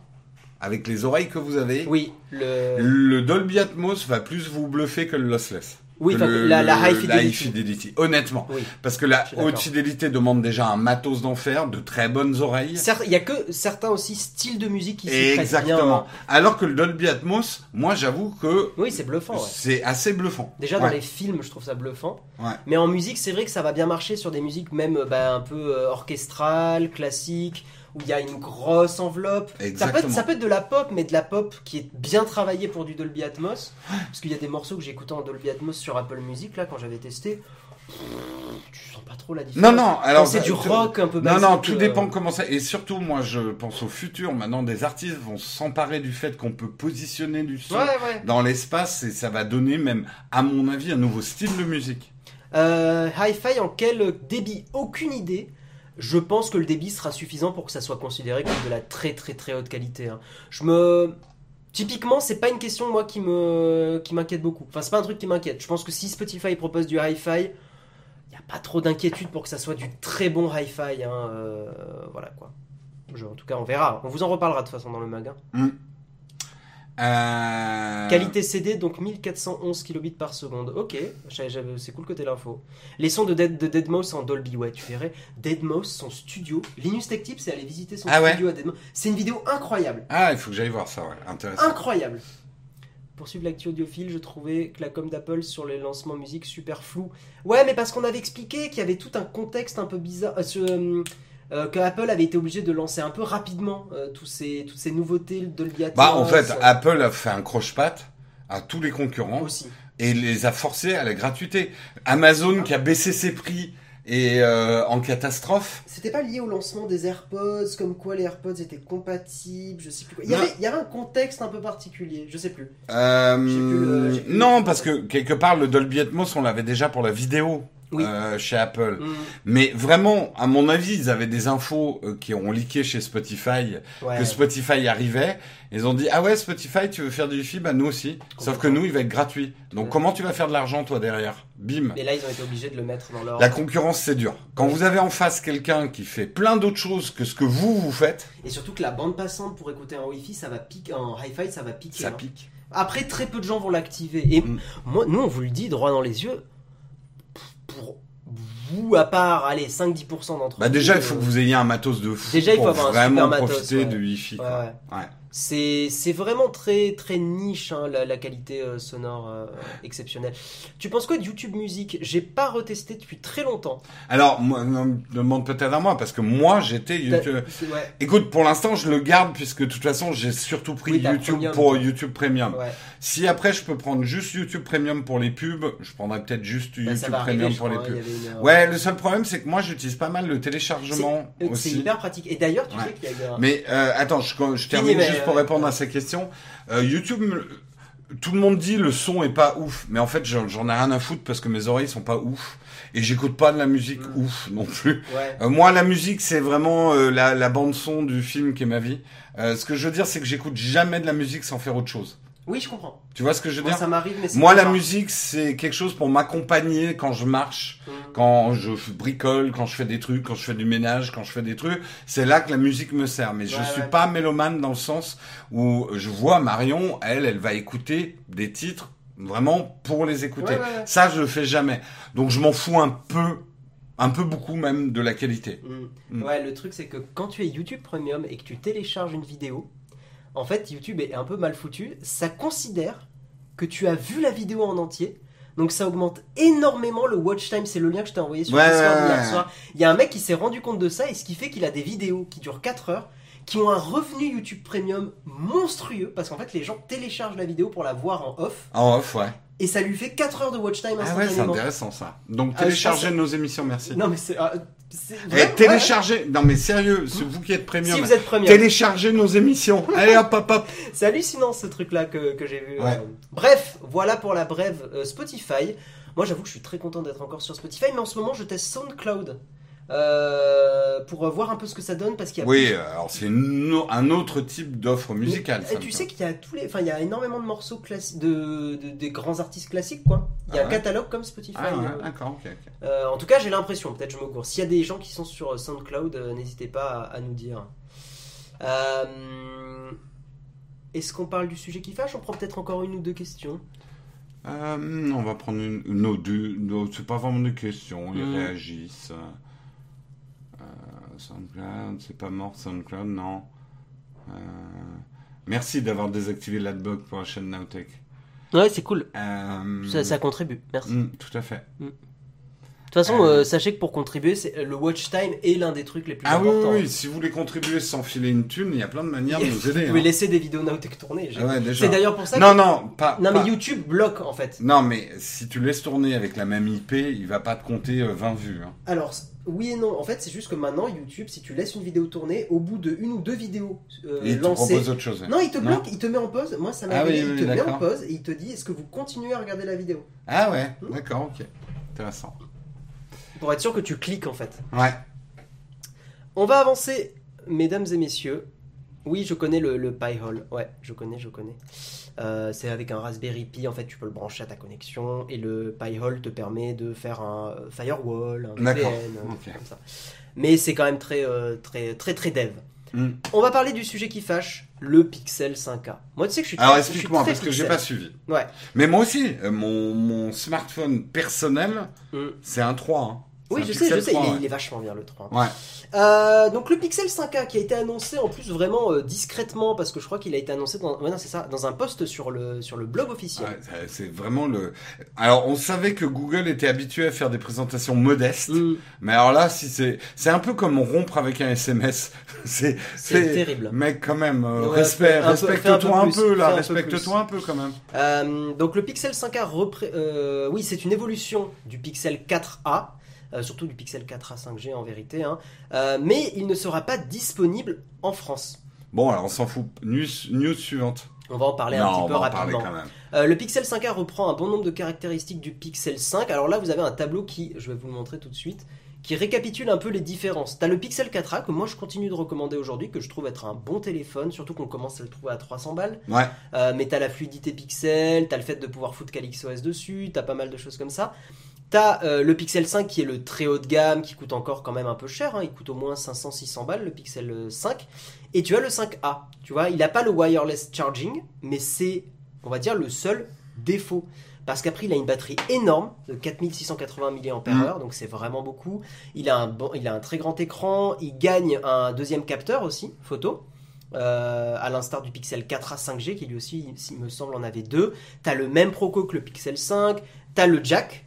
S2: avec les oreilles que vous avez,
S1: Oui, le...
S2: le Dolby Atmos va plus vous bluffer que le lossless.
S1: Oui,
S2: Que
S1: enfin,
S2: le-
S1: la, la
S2: le-
S1: high fidelity.
S2: fidelity, Honnêtement.
S1: Oui.
S2: Parce que la
S1: Je suis d'accord.
S2: haute fidélité demande déjà un matos d'enfer, de très bonnes oreilles.
S1: Certes, Il y a que certains aussi styles de musique qui s'y prêtent bien.
S2: Exactement. Alors que le Dolby Atmos, moi j'avoue que
S1: Oui, c'est bluffant. Oh, ouais.
S2: c'est assez bluffant.
S1: Déjà
S2: Ouais.
S1: dans les films, je trouve ça bluffant.
S2: Ouais.
S1: Mais en musique, c'est vrai que ça va bien marcher sur des musiques même euh, bah, un peu euh, orchestrales, classiques, où il y a une grosse enveloppe. Ça peut, être,
S2: Exactement.
S1: ça peut être de la pop, mais de la pop qui est bien travaillée pour du Dolby Atmos. Parce qu'il y a des morceaux que j'écoutais en Dolby Atmos sur Apple Music, là, quand j'avais testé. Tu sens pas trop la différence.
S2: Non, non,
S1: Quand
S2: alors.
S1: c'est du
S2: euh,
S1: rock un peu
S2: Non,
S1: basique.
S2: non, tout
S1: euh,
S2: dépend comment ça. Et surtout, moi, je pense au futur. Maintenant, des artistes vont s'emparer du fait qu'on peut positionner du son
S1: Ouais, ouais.
S2: dans l'espace et ça va donner même, à mon avis, un nouveau style de musique.
S1: Euh, Hi-Fi en quel débit Aucune idée. Je pense que le débit sera suffisant pour que ça soit considéré comme de la très très très haute qualité. hein. Je me. Typiquement, c'est pas une question moi qui me qui m'inquiète beaucoup. Enfin, c'est pas un truc qui m'inquiète. Je pense que si Spotify propose du hi-fi, y a pas trop d'inquiétude pour que ça soit du très bon hi-fi. hein, euh, Voilà quoi. Je- en tout cas, on verra. On vous en reparlera de toute façon dans le mag. hein.
S2: Euh,
S1: Qualité CD, donc 1411 kilobits par seconde. Ok, j'avais- j'avais- c'est cool que t'aies l'info. Les sons de, Dead, de Deadmau5 en Dolby, ouais, tu verrais. Deadmau5, son studio. Linus Tech Tips, c'est aller visiter son
S2: Ah ouais
S1: studio à Deadmau. C'est une vidéo incroyable.
S2: Ah, il faut que j'aille voir ça, ouais. Intéressant.
S1: Incroyable. Pour suivre l'actu audiophile, je trouvais que la com d'Apple sur les lancements musique super flou. Ouais, mais parce qu'on avait expliqué qu'il y avait tout un contexte un peu bizarre. euh, sur, euh, euh, que Apple avait été obligé de lancer un peu rapidement euh, tous ces, toutes ces nouveautés le Dolby Atmos.
S2: Bah, en fait,
S1: euh,
S2: Apple hein. a fait un croche-patte à tous les concurrents
S1: aussi.
S2: et les a forcés à la gratuité. Amazon qui a baissé ses prix et euh, en catastrophe.
S1: C'était pas lié au lancement des AirPods, comme quoi les AirPods étaient compatibles, je sais plus quoi. Il y,
S2: Non.
S1: avait, il y avait un contexte un peu particulier, je sais plus.
S2: Euh,
S1: J'ai plus le- j'ai plus
S2: non,
S1: le-
S2: parce que quelque part, le Dolby Atmos, on l'avait déjà pour la vidéo
S1: Oui.
S2: euh, chez Apple.
S1: Mm.
S2: Mais vraiment, à mon avis, ils avaient des infos euh, qui ont leaké chez Spotify,
S1: Ouais.
S2: que Spotify arrivait. Ils ont dit, ah ouais, Spotify, tu veux faire du wifi Bah nous aussi. Sauf que nous, il va être gratuit. Donc
S1: Ouais.
S2: comment tu vas faire de l'argent, toi, derrière Bim.
S1: Et là, ils ont été obligés de le mettre dans leur.
S2: La concurrence, c'est dur. Quand vous avez en face quelqu'un qui fait plein d'autres choses que ce que vous, vous faites,
S1: Et surtout que la bande passante pour écouter un Wi-Fi, ça va piquer, un Hi-Fi, ça va piquer.
S2: ça
S1: hein.
S2: pique.
S1: Après, très peu de gens vont l'activer. Et
S2: Mm.
S1: moi, nous, on vous le dit droit dans les yeux, pour vous, à part, allez, 5-10% d'entre
S2: Bah
S1: vous,
S2: déjà,
S1: euh,
S2: il faut que vous ayez un matos de fou
S1: Déjà, il faut
S2: pour
S1: avoir un
S2: vraiment
S1: super matos,
S2: profiter
S1: ouais.
S2: du wifi.
S1: Ouais,
S2: quoi.
S1: ouais.
S2: Ouais.
S1: C'est c'est vraiment très très niche hein, la, la qualité euh, sonore euh, exceptionnelle. Tu penses quoi de YouTube Music J'ai pas retesté depuis très longtemps.
S2: Alors, moi, non, demande peut-être à moi, parce que moi, j'étais...
S1: T'as- c'est- Ouais,
S2: Écoute, pour l'instant, je le garde puisque de toute façon, j'ai surtout pris
S1: Oui, t'as
S2: YouTube
S1: Premium.
S2: pour YouTube Premium.
S1: ouais.
S2: Si après, je peux prendre juste YouTube Premium pour les pubs, je prendrai peut-être juste
S1: Bah,
S2: YouTube
S1: ça va
S2: Premium
S1: arriver, je
S2: pour
S1: crois,
S2: les
S1: hein,
S2: pubs.
S1: il y avait une, euh,
S2: Ouais, le seul problème, c'est que moi, j'utilise pas mal le téléchargement
S1: euh, c'est
S2: aussi.
S1: hyper pratique. Et d'ailleurs, tu
S2: Ouais.
S1: sais qu'il y a eu un-
S2: Mais euh, attends, je, je termine
S1: mais,
S2: juste
S1: euh,
S2: pour répondre à sa question. Euh, YouTube, me- tout le monde dit le son est pas ouf, mais en fait, j'en j'en ai rien à foutre parce que mes oreilles sont pas ouf et j'écoute pas de la musique
S1: Mm.
S2: ouf non plus.
S1: ouais.
S2: Euh, moi, la musique, c'est vraiment euh, la, la bande son du film qui est ma vie. Euh, ce que je veux dire, c'est que j'écoute jamais de la musique sans faire autre chose.
S1: Oui, je comprends.
S2: Tu vois ce que je veux
S1: Moi,
S2: dire
S1: ça m'arrive, mais c'est
S2: Moi,
S1: pas
S2: la
S1: rare.
S2: musique, c'est quelque chose pour m'accompagner quand je marche,
S1: Mm.
S2: quand je f- bricole, quand je fais des trucs, quand je fais du ménage, quand je fais des trucs. C'est là que la musique me sert. Mais je
S1: Ouais,
S2: suis
S1: ouais.
S2: pas mélomane dans le sens où je vois Marion, elle, elle va écouter des titres vraiment pour les écouter.
S1: Ouais, ouais, ouais.
S2: Ça, je le fais jamais. Donc, je m'en fous un peu, un peu beaucoup même de la qualité.
S1: Mm.
S2: Mm.
S1: Ouais, le truc c'est que quand tu es YouTube Premium et que tu télécharges une vidéo, en fait YouTube est un peu mal foutu, ça considère que tu as vu la vidéo en entier. Donc ça augmente énormément le watch time, c'est le lien que je t'ai envoyé sur
S2: Ouais,
S1: Discord
S2: ouais,
S1: hier
S2: ouais.
S1: soir. Il y a un mec qui s'est rendu compte de ça et ce qui fait qu'il a des vidéos qui durent 4 heures qui ont un revenu YouTube Premium monstrueux parce qu'en fait les gens téléchargent la vidéo pour la voir en off
S2: En off, ouais.
S1: et ça lui fait 4 heures de watch time
S2: Ah ouais, c'est
S1: instantanément.
S2: intéressant ça. Donc
S1: Ah,
S2: téléchargez
S1: je
S2: nos émissions, merci.
S1: non mais c'est ah, c'est
S2: Et
S1: vraiment-
S2: téléchargez, non mais sérieux, c'est vous qui êtes
S1: ouais,
S2: Eh, premium.
S1: si vous êtes premium.
S2: Téléchargez nos émissions. Allez hop hop hop.
S1: C'est hallucinant ce truc là que, que j'ai vu.
S2: Ouais.
S1: Euh, Bref, voilà pour la brève euh, Spotify. Moi j'avoue que je suis très content d'être encore sur Spotify, mais en ce moment je teste SoundCloud euh, pour euh, voir un peu ce que ça donne parce qu'il y a.
S2: Oui, euh, alors c'est une o- un autre type d'offre musicale.
S1: Et
S2: ça,
S1: tu
S2: me
S1: sais qu'il y a tous les, enfin il y a énormément de morceaux classiques, de, de- des grands artistes classiques quoi. Il y a
S2: Ah
S1: un
S2: ouais.
S1: catalogue comme Spotify.
S2: ah, ouais,
S1: euh,
S2: d'accord, ok. ok.
S1: euh, en tout cas j'ai l'impression, peut-être je me gourre. S'il y a des gens qui sont sur euh, SoundCloud, euh, n'hésitez pas à, à nous dire. Euh, Est-ce qu'on parle du sujet qui fâche On prend peut-être encore une ou deux questions.
S2: Euh, on va prendre une, nos deux. nos- c'est pas vraiment des questions. Ils
S1: Hmm.
S2: réagissent. Euh, SoundCloud, c'est pas mort SoundCloud, non. Euh, merci d'avoir désactivé l'adblock pour la chaîne Nowtech.
S1: Ouais, c'est cool.
S2: Euh,
S1: Ça, ça contribue, merci. De
S2: hmm, tout à fait.
S1: toute façon,
S2: Euh.
S1: euh, sachez que pour contribuer, c'est- le watch time est l'un des trucs les plus
S2: Ah oui,
S1: importants.
S2: oui, oui, si vous voulez contribuer sans filer une thune, il y a plein de manières de nous
S1: Vous
S2: aider.
S1: pouvez
S2: hein.
S1: laisser des vidéos Nowtech tourner. j'ai-
S2: Ah ouais, déjà.
S1: C'est d'ailleurs pour ça
S2: Non,
S1: que.
S2: non, pas.
S1: Non,
S2: pas-
S1: mais YouTube bloque en fait.
S2: Non, mais si tu laisses tourner avec la même IP, il va pas te compter euh, 20 vues. hein.
S1: Alors, c- oui et non. En fait, c'est juste que maintenant, YouTube, si tu laisses une vidéo tourner, au bout de une ou deux vidéos euh,
S2: Et il te
S1: lancées.
S2: propose autre chose. ouais.
S1: Non, il te
S2: Non.
S1: bloque, il te met en pause. Moi, ça m'est
S2: Ah
S1: arrivé,
S2: oui,
S1: il
S2: oui,
S1: te met en
S2: d'accord.
S1: pause et il te dit est-ce que vous continuez à regarder la vidéo
S2: Ah ouais,
S1: Hmm.
S2: d'accord, ok. Intéressant.
S1: Pour être sûr que tu cliques en fait.
S2: Ouais.
S1: On va avancer, mesdames et messieurs. Oui, je connais le, le Pi Hole. Ouais, je connais, je connais. Euh, c'est avec un Raspberry Pi, en fait, tu peux le brancher à ta connexion et le Pi Hole te permet de faire un euh, firewall, un VPN,
S2: D'accord,
S1: un truc
S2: ok.
S1: comme ça. Mais c'est quand même très, euh, très, très, très dev.
S2: Mm.
S1: On va parler du sujet qui fâche, le Pixel 5K. Moi, tu sais que je suis
S2: Alors
S1: très- je suis
S2: explique-moi
S1: très
S2: parce que j'ai pas
S1: pixel.
S2: suivi.
S1: Ouais.
S2: Mais moi aussi, euh, mon, mon smartphone personnel,
S1: Mm.
S2: c'est un 3. hein. C'est
S1: Oui,
S2: un
S1: je sais,
S2: Pixel
S1: je sais,
S2: 3,
S1: il, est,
S2: ouais.
S1: il est vachement bien le 3.
S2: Ouais.
S1: Euh, donc le Pixel 5A qui a été annoncé en plus vraiment euh, discrètement parce que je crois qu'il a été annoncé dans, ouais, non, c'est ça, dans un post sur le, sur le blog officiel.
S2: Ouais, ça- c'est vraiment le. Alors, on savait que Google était habitué à faire des présentations modestes,
S1: Mm,
S2: mais alors là, si c'est, c'est un peu comme rompre avec un SMS. c'est,
S1: c'est
S2: c'est-
S1: terrible.
S2: mec, quand même, euh,
S1: Ouais,
S2: respect,
S1: fais un peu- fais
S2: respecte-toi
S1: un peu
S2: un
S1: plus,
S2: peu, là,
S1: fais un peu
S2: respecte-toi un peu quand même.
S1: Euh, donc le Pixel 5A, repré- euh, oui, c'est une évolution du Pixel 4A, euh, surtout du Pixel 4A 5G en vérité, hein. Euh, mais il ne sera pas disponible en France.
S2: Bon, alors on s'en fout. News, news suivante.
S1: On va en parler
S2: non,
S1: un petit
S2: on
S1: peu
S2: va en parler
S1: rapidement.
S2: quand même.
S1: Euh, le Pixel 5A reprend un bon nombre de caractéristiques du Pixel 5. Alors là, vous avez un tableau qui, je vais vous le montrer tout de suite, qui récapitule un peu les différences. T'as le Pixel 4A que moi je continue de recommander aujourd'hui, que je trouve être un bon téléphone, surtout qu'on commence à le trouver à 300 balles.
S2: Ouais.
S1: Euh, mais t'as la fluidité Pixel, t'as le fait de pouvoir foutre CalyxOS dessus, t'as pas mal de choses comme ça. T'as euh, le Pixel 5 qui est le très haut de gamme, qui coûte encore quand même un peu cher, hein, il coûte au moins 500-600 balles le Pixel euh, 5. Et tu as le 5A, tu vois, il n'a pas le wireless charging, mais c'est, on va dire, le seul défaut. Parce qu'après, il a une batterie énorme de 4680 mAh, donc c'est vraiment beaucoup. Il a, un bon, il a un très grand écran, il gagne un deuxième capteur aussi, photo, euh, à l'instar du Pixel 4A 5G, qui lui aussi, s'il me semble, en avait deux. T'as le même proco que le Pixel 5, t'as le jack,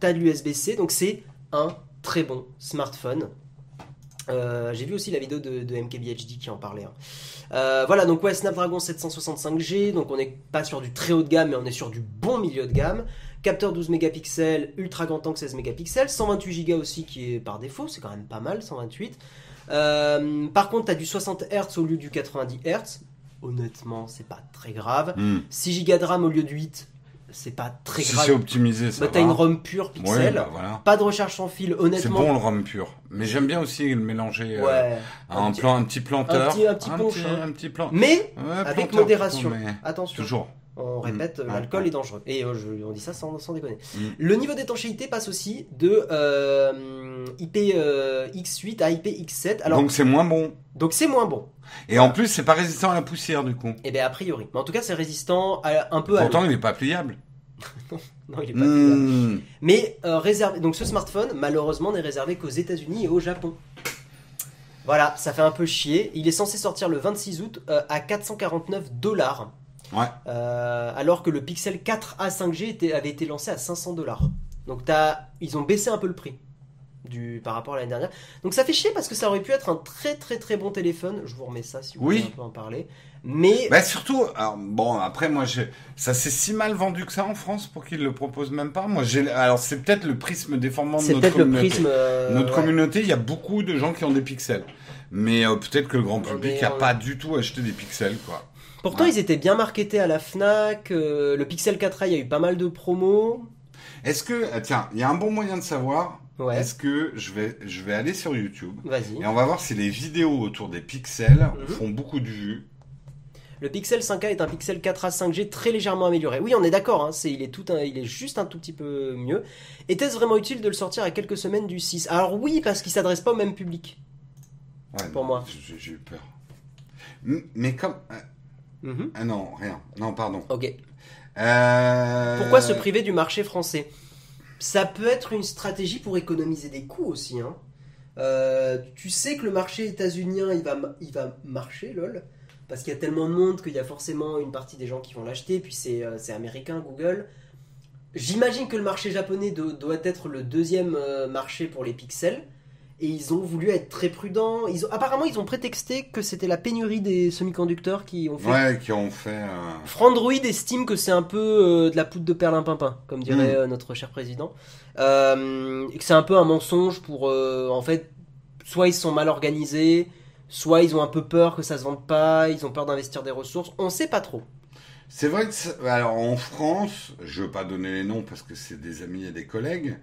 S1: t'as de l'USB-C, donc c'est un très bon smartphone. Euh, J'ai vu aussi la vidéo de, de MKBHD qui en parlait. hein. Euh, voilà, donc ouais, Snapdragon 765G, donc on n'est pas sur du très haut de gamme, mais on est sur du bon milieu de gamme. Capteur 12 mégapixels, ultra grand angle 16 mégapixels, 128 Go aussi qui est par défaut, c'est quand même pas mal, 128. Euh, par contre, t'as du 60 Hz au lieu du 90 Hz. Honnêtement, c'est pas très grave.
S2: Hmm.
S1: 6 Go de RAM au lieu de 8, c'est pas très
S2: Si
S1: grave.
S2: c'est optimisé, ça
S1: Bah,
S2: va.
S1: t'as une ROM pure
S2: Ouais,
S1: pixel.
S2: bah, voilà.
S1: Pas de recharge sans fil,
S2: C'est
S1: honnêtement.
S2: bon le rhum pur. Mais j'aime bien aussi le mélanger euh,
S1: ouais.
S2: à un,
S1: Un petit-
S2: plan, un petit planteur.
S1: un petit- un petit punch, hein.
S2: un petit plan.
S1: Mais
S2: Ouais,
S1: avec
S2: planteur,
S1: modération.
S2: plutôt, mais
S1: Attention.
S2: Toujours.
S1: On répète,
S2: Mm.
S1: l'alcool
S2: Ouais.
S1: est dangereux. Et euh, je- on dit ça sans, sans déconner.
S2: Mm.
S1: Le niveau d'étanchéité passe aussi de euh, IPX8 euh, à IPX7. Alors,
S2: Donc c'est moins bon.
S1: donc c'est moins bon.
S2: Et en plus, c'est pas résistant à la poussière du coup.
S1: Et bien, a priori. Mais en tout cas, c'est résistant à- un peu à. l'eau.
S2: Pourtant, il est pas pliable.
S1: Non, il est pas pliable.
S2: Mmh.
S1: Mais euh, réservé. Donc ce smartphone, malheureusement, n'est réservé qu'aux États-Unis et au Japon. Voilà, ça fait un peu chier. Il est censé sortir le 26 août euh, à 449 dollars.
S2: Ouais.
S1: Euh, alors que le Pixel 4A 5G était- avait été lancé à 500 dollars. Donc t'as- ils ont baissé un peu le prix du, par rapport à l'année dernière. Donc ça fait chier parce que ça aurait pu être un très très très bon téléphone. Je vous remets ça si vous
S2: Oui.
S1: voulez un peu en parler. Mais
S2: Bah surtout, alors, bon après moi j'ai, ça s'est si mal vendu que ça en France pour qu'ils le proposent même pas. Moi j'ai, alors c'est peut-être le prisme déformant de
S1: c'est
S2: notre
S1: peut-être le
S2: communauté.
S1: prisme. euh,
S2: Notre
S1: ouais.
S2: communauté, il y a beaucoup de gens qui ont des pixels, mais euh, peut-être que le grand public
S1: Mais,
S2: n'a
S1: euh,
S2: pas du tout acheté des pixels quoi.
S1: Pourtant,
S2: Ouais.
S1: ils étaient bien marketés à la Fnac. euh, le Pixel 4a, il y a eu pas mal de promos.
S2: Est-ce que ah, tiens, il y a un bon moyen de savoir
S1: Ouais.
S2: est-ce que je vais je vais aller sur YouTube
S1: Vas-y.
S2: et on va voir si les vidéos autour des pixels
S1: Mhm.
S2: font beaucoup de vues.
S1: Le Pixel 5a est un Pixel 4a 5G très légèrement amélioré. Oui, on est d'accord. hein, c'est, il est tout, un- il est juste un tout petit peu mieux. Était-ce vraiment utile de le sortir à quelques semaines du 6 Alors oui, parce qu'il s'adresse pas au même public.
S2: Ouais,
S1: Pour
S2: non,
S1: moi.
S2: j'ai j'ai eu peur. M- Mais comme
S1: Mhm.
S2: ah non rien non pardon.
S1: Ok.
S2: Euh,
S1: Pourquoi se priver du marché français Ça peut être une stratégie pour économiser des coûts aussi. hein. Euh, tu sais que le marché états-unien, il va, ma- il va marcher, lol. Parce qu'il y a tellement de monde qu'il y a forcément une partie des gens qui vont l'acheter. Puis c'est euh, c'est américain, Google. J'imagine que le marché japonais do- doit être le deuxième euh, marché pour les pixels. Et ils ont voulu être très prudents. Ils ont- apparemment, ils ont prétexté que c'était la pénurie des semi-conducteurs qui ont fait
S2: Ouais, qui ont fait. euh,
S1: Frandroid estime que c'est un peu euh, de la poudre de perlimpinpin, comme dirait
S2: Mm.
S1: euh, notre cher président. Euh, et que c'est un peu un mensonge pour, euh, en fait, soit ils sont mal organisés, soit ils ont un peu peur que ça se vende pas, ils ont peur d'investir des ressources, on sait pas trop.
S2: C'est vrai que, ça- alors en France, je veux pas donner les noms parce que c'est des amis et des collègues,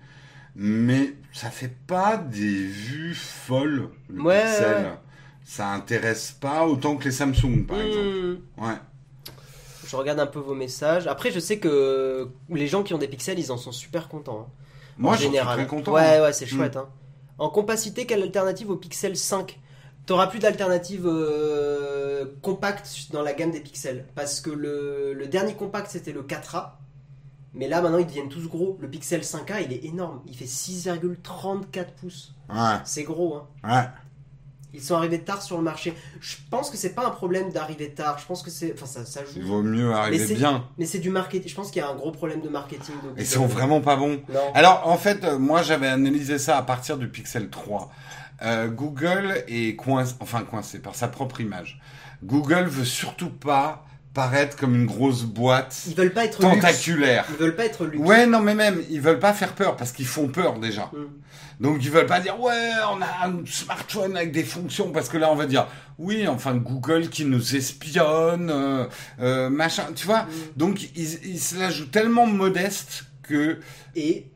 S2: mais ça fait pas des vues folles, le
S1: Ouais,
S2: Pixel.
S1: ouais.
S2: Ça intéresse pas autant que les Samsung, par exemple.
S1: Mm.
S2: Ouais.
S1: Je regarde un peu vos messages. Après, je sais que les gens qui ont des pixels, ils en sont super contents. hein. en
S2: Moi, je suis
S1: général.
S2: très content.
S1: Ouais, ouais, c'est
S2: Mm.
S1: chouette. hein. En compacité, quelle alternative au Pixel 5 T'auras plus d'alternative euh, compacte dans la gamme des pixels. Parce que le, le dernier compact c'était le 4A. Mais là maintenant ils deviennent tous gros. Le pixel 5A il est énorme. Il fait 6,34 pouces.
S2: Ouais,
S1: C'est gros hein.
S2: ouais.
S1: Ils sont arrivés tard sur le marché. Je pense que c'est pas un problème d'arriver tard. Je pense que c'est. Enfin ça, ça
S2: Il
S1: joue.
S2: vaut mieux
S1: Mais
S2: arriver
S1: c'est-
S2: bien.
S1: Mais c'est du marketing. Je pense qu'il y a un gros problème de marketing. donc-
S2: Ils sont vraiment pas bons.
S1: Non.
S2: Alors, en fait, euh, moi, j'avais analysé ça à partir du Pixel 3. Euh, Google est coincé, enfin coincé par sa propre image. Google veut surtout pas paraître comme une grosse boîte
S1: Ils veulent pas être luxe.
S2: tentaculaire.
S1: Ils veulent pas être luxe.
S2: Ouais, non, mais même, ils veulent pas faire peur parce qu'ils font peur déjà.
S1: Mm.
S2: Donc ils veulent pas dire ouais, on a un smartphone avec des fonctions parce que là on va dire oui, enfin Google qui nous espionne, euh, euh, machin, tu vois. Donc ils, ils se la jouent tellement modeste que
S1: Et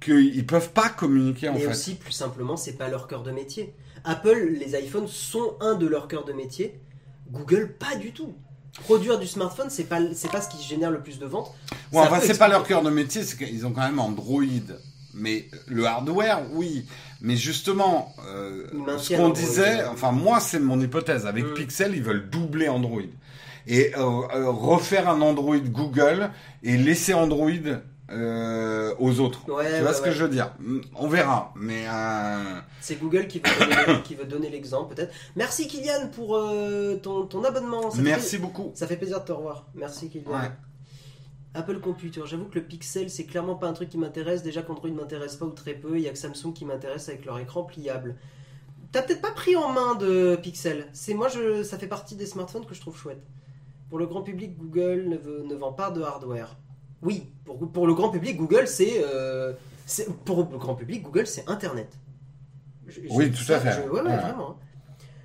S2: qu'ils peuvent pas communiquer en
S1: Mais
S2: fait.
S1: aussi, plus simplement, c'est pas leur cœur de métier. Apple, les iPhones sont un de leurs cœurs de métier. Google, pas du tout. Produire du smartphone, c'est pas, c'est pas ce qui génère le plus de ventes.
S2: Ouais,
S1: Ça
S2: enfin,
S1: peut
S2: c'est pas
S1: expliquer.
S2: leur cœur de métier, c'est qu'ils ont quand même Android. Mais le hardware, oui. Mais justement, euh,
S1: Ils maintiennent
S2: ce qu'on
S1: Android.
S2: disait, enfin moi c'est mon hypothèse, avec
S1: Mm.
S2: Pixel ils veulent doubler Android. Et euh, euh, refaire un Android Google et laisser Android euh, aux autres.
S1: Ouais,
S2: tu vois
S1: ouais,
S2: ce
S1: ouais.
S2: que je veux dire Mm, On verra. Mais euh,
S1: C'est Google qui veut donner, qui veut donner l'exemple, peut-être. Merci Kylian pour euh, ton, ton abonnement. Ça fait
S2: merci beaucoup.
S1: pla- ça fait plaisir de te revoir. Merci Kylian.
S2: Ouais.
S1: Apple Computer, j'avoue que le Pixel, c'est clairement pas un truc qui m'intéresse. Déjà qu'Android m'intéresse pas ou très peu. Il y a que Samsung qui m'intéresse avec leur écran pliable. T'as peut-être pas pris en main de Pixel. C'est moi, je, ça fait partie des smartphones que je trouve chouette. Pour le grand public, Google ne, veut- ne vend pas de hardware. Oui, pour, pour le grand public, Google, c'est, euh, c'est- pour le grand public, Google, c'est Internet. Je- je-
S2: Oui, tout à fait.
S1: je- ouais, ouais,
S2: Ouais.
S1: vraiment.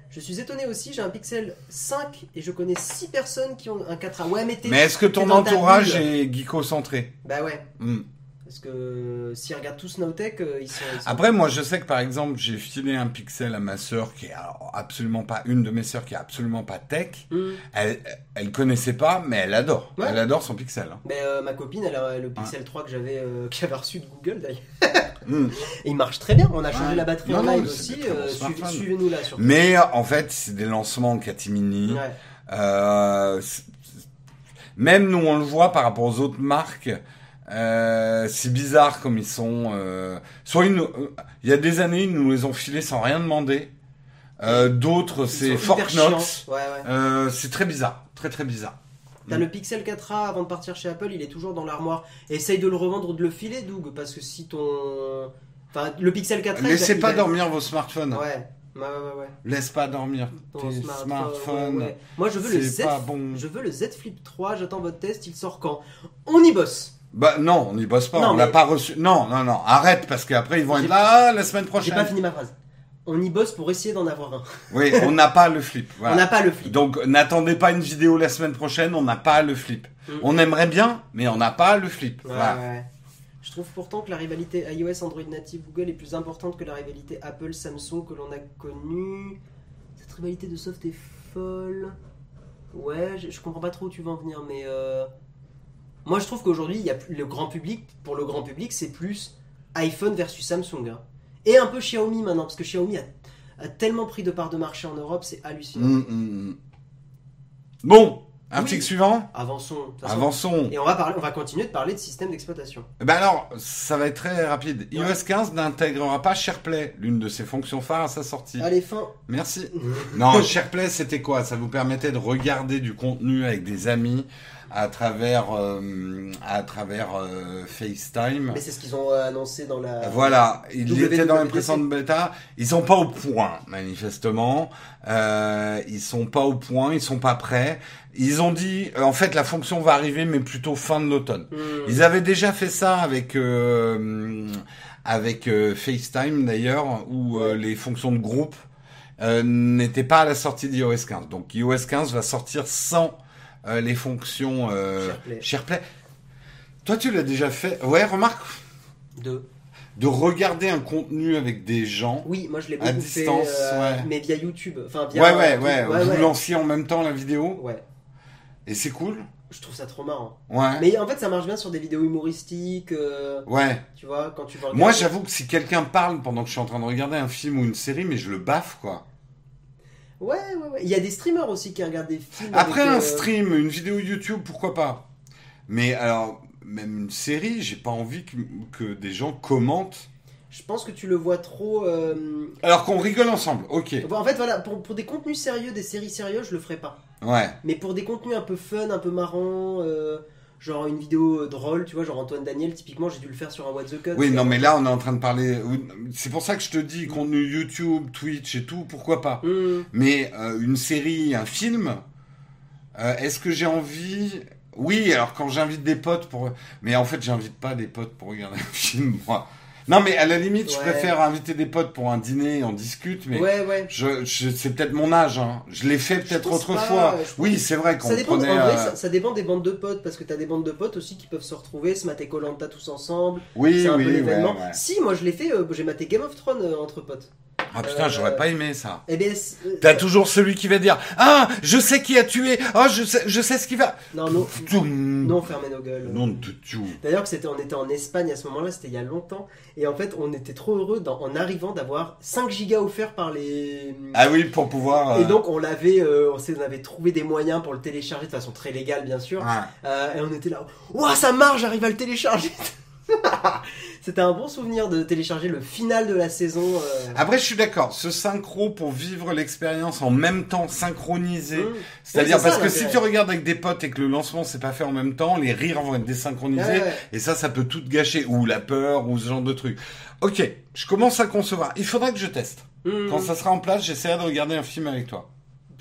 S1: Je suis étonné aussi. J'ai un Pixel 5 et je connais 6 personnes qui ont un 4A. Ouais, mais t'es-
S2: Mais est-ce que
S1: t'es
S2: ton
S1: dans ta
S2: entourage
S1: bulle.
S2: est geeko-centré
S1: bah ouais.
S2: Mm.
S1: Parce que euh, s'ils regardent tous Nowtech, euh, ils sont. ils sont-
S2: Après, moi, je sais que par exemple, j'ai filé un pixel à ma sœur qui est alors, absolument pas une de mes sœurs qui est absolument pas tech.
S1: Hmm.
S2: Elle, elle connaissait pas, mais elle adore.
S1: Ouais.
S2: Elle adore son pixel. hein.
S1: Mais euh, ma copine, elle a le Pixel 3 que j'avais euh, que j'avais reçu de Google d'ailleurs.
S2: Mm.
S1: Et il marche très bien. On a changé
S2: Ouais.
S1: la batterie
S2: Non,
S1: en
S2: non,
S1: live
S2: mais c'est
S1: aussi.
S2: des très bons
S1: euh, suivez-
S2: smartphones.
S1: Suivez-nous là sur.
S2: Mais euh, en fait, c'est des lancements en catimini.
S1: Ouais.
S2: Euh, c'est- c'est- même nous, on le voit par rapport aux autres marques. Euh, c'est bizarre comme ils sont. euh, soit ils nous- euh, il y a des années, ils nous les ont filés sans rien demander. Euh, D'autres,
S1: Ils
S2: c'est
S1: sont hyper
S2: Fort Knox.
S1: chiants. Ouais, ouais.
S2: Euh, c'est très bizarre, très très bizarre.
S1: T'as
S2: Mm.
S1: le Pixel 4A avant de partir chez Apple, il est toujours dans l'armoire. Essaye de le revendre ou de le filer, Doug, parce que si ton. Enfin, le Pixel 4A. il
S2: Laissez
S1: va- il
S2: pas
S1: va-
S2: dormir vos smartphones.
S1: Ouais. Ouais, ouais, ouais, ouais.
S2: Laisse pas dormir
S1: Ton
S2: tes smartphones.
S1: ouais, ouais. Moi, je veux le Z.
S2: C'est pas bon.
S1: Je veux le Z Flip 3. J'attends votre test. Il sort quand On y bosse.
S2: Bah non, on n'y bosse pas,
S1: Non,
S2: on l'a
S1: mais-
S2: pas reçu. Non, non, non, arrête parce qu'après ils vont
S1: J'ai-
S2: être là ah, la semaine
S1: J'ai
S2: prochaine.
S1: pas fini ma phrase. On y bosse pour essayer d'en avoir un.
S2: Oui, on n'a pas le flip. voilà.
S1: On n'a pas le flip.
S2: Donc n'attendez pas une vidéo la semaine prochaine, on n'a pas le flip.
S1: Mm.
S2: On aimerait bien, mais on n'a pas le flip.
S1: Ouais,
S2: Voilà.
S1: ouais. Je trouve pourtant que la rivalité iOS, Android native, Google est plus importante que la rivalité Apple, Samsung que l'on a connue. Cette rivalité de soft est folle. Ouais, je, je comprends pas trop où tu veux en venir, mais euh, moi je trouve qu'aujourd'hui, il y a plus- le grand public, pour le grand public, c'est plus iPhone versus Samsung. hein. Et un peu Xiaomi maintenant, parce que Xiaomi a, a tellement pris de part de marché en Europe, c'est hallucinant.
S2: Mm, mm, mm. Bon, article
S1: Oui.
S2: suivant.
S1: Avançons. de toute façon.
S2: Avançons.
S1: Et on va, parler, on va continuer de parler de système d'exploitation.
S2: Ben alors, ça va être très rapide.
S1: Ouais.
S2: iOS 15 n'intégrera pas SharePlay, l'une de ses fonctions phares à sa sortie.
S1: Allez, fin.
S2: Merci. Non, SharePlay, c'était quoi Ça vous permettait de regarder du contenu avec des amis à travers, euh, à travers euh, FaceTime.
S1: Mais c'est ce qu'ils ont euh, annoncé dans la.
S2: Voilà, ils
S1: WWDC.
S2: étaient dans les précédentes bêta. Ils sont pas au point, manifestement. Euh, ils sont pas au point, ils sont pas prêts. Ils ont dit, euh, en fait, la fonction va arriver, mais plutôt fin de l'automne.
S1: Hmm.
S2: Ils avaient déjà fait ça avec euh, avec euh, FaceTime d'ailleurs, où euh, les fonctions de groupe euh, n'étaient pas à la sortie d'iOS 15. Donc iOS 15 va sortir sans euh, les fonctions euh,
S1: SharePlay.
S2: SharePlay. Toi, tu l'as déjà fait. Ouais, remarque,
S1: Deux.
S2: de regarder un contenu avec des gens.
S1: Oui, moi je l'ai
S2: À
S1: beaucoup
S2: distance,
S1: fait, euh,
S2: ouais.
S1: mais via YouTube. Enfin, via.
S2: Ouais, ouais, ouais. Vous
S1: ouais.
S2: lanciez en même temps la vidéo.
S1: Ouais.
S2: Et c'est cool.
S1: Je trouve ça trop marrant.
S2: Ouais.
S1: Mais en fait, ça marche bien sur des vidéos humoristiques. euh,
S2: Ouais.
S1: tu vois, quand tu vas regarder.
S2: Moi, j'avoue que si quelqu'un parle pendant que je suis en train de regarder un film ou une série, mais je le baffe, quoi.
S1: Ouais, ouais, ouais. Il y a des streamers aussi qui regardent des films.
S2: Après
S1: avec,
S2: un
S1: euh,
S2: stream, une vidéo YouTube, pourquoi pas Mais alors, même une série, j'ai pas envie que, que des gens commentent.
S1: Je pense que tu le vois trop. euh,
S2: Alors qu'on rigole ensemble, ok.
S1: bon, en fait, voilà, pour, pour des contenus sérieux, des séries sérieuses, je le ferai pas.
S2: Ouais.
S1: Mais pour des contenus un peu fun, un peu marrant, euh, genre une vidéo euh, drôle, tu vois, genre Antoine Daniel, typiquement, j'ai dû le faire sur un What the Cut. euh,
S2: Oui, non, mais là, on est en train de parler. C'est pour ça que je te dis contenu YouTube, Twitch et tout, pourquoi pas
S1: Hmm.
S2: Mais euh, une série, un film, euh, est-ce que j'ai envie Oui, alors quand j'invite des potes pour... Mais en fait, j'invite pas des potes pour regarder un film, moi. Non, mais à la limite, je
S1: Ouais.
S2: préfère inviter des potes pour un dîner, on discute, mais
S1: Ouais, ouais.
S2: je, je- c'est peut-être mon âge. Hein. Je l'ai fait
S1: Je
S2: peut-être
S1: pense
S2: autrefois.
S1: pas, je pense-
S2: Oui, c'est vrai qu'on
S1: Ça dépend, en
S2: prenait...
S1: vrai,
S2: euh,
S1: ça, ça dépend des bandes de potes, parce que t'as des bandes de potes aussi qui peuvent se retrouver, se mater Colanta tous ensemble,
S2: Oui,
S1: c'est un
S2: oui,
S1: peu
S2: ouais,
S1: l'événement.
S2: ouais.
S1: Si, moi je l'ai fait, euh, j'ai maté Game of Thrones euh, entre potes.
S2: Ah
S1: Euh,
S2: putain, j'aurais pas aimé ça.
S1: Eh ben, c'est- euh,
S2: T'as toujours celui qui va dire Ah, je sais qui a tué. Ah, je sais, je sais ce qui va.
S1: Non, non,
S2: Non,
S1: non, fermez nos gueules.
S2: non, de Dieu.
S1: D'ailleurs, que c'était, on était en Espagne à ce moment-là, c'était il y a longtemps, et en fait, on était trop heureux d'en- en arrivant d'avoir 5 gigas offerts par les.
S2: Ah oui, pour pouvoir.
S1: Et
S2: euh,
S1: donc on l'avait, euh, on, s'est- on avait trouvé des moyens pour le télécharger de façon très légale bien sûr.
S2: ouais.
S1: Euh, et on était là, ouah ça marche, j'arrive à le télécharger. C'était un bon souvenir de télécharger le final de la saison. euh.
S2: Après, je suis d'accord. Ce synchro pour vivre l'expérience en même temps, synchronisé.
S1: Mmh.
S2: C'est-à-dire
S1: c'est
S2: parce
S1: ça,
S2: que si
S1: l'intérêt.
S2: tu regardes avec des potes et que le lancement s'est pas fait en même temps, les rires vont être désynchronisés
S1: Mmh. Ouais, ouais.
S2: et ça, ça peut tout te gâcher ou la peur ou ce genre de truc. Ok, je commence à concevoir. Il faudra que je teste.
S1: Mmh.
S2: Quand ça sera en place, j'essaierai de regarder un film avec toi.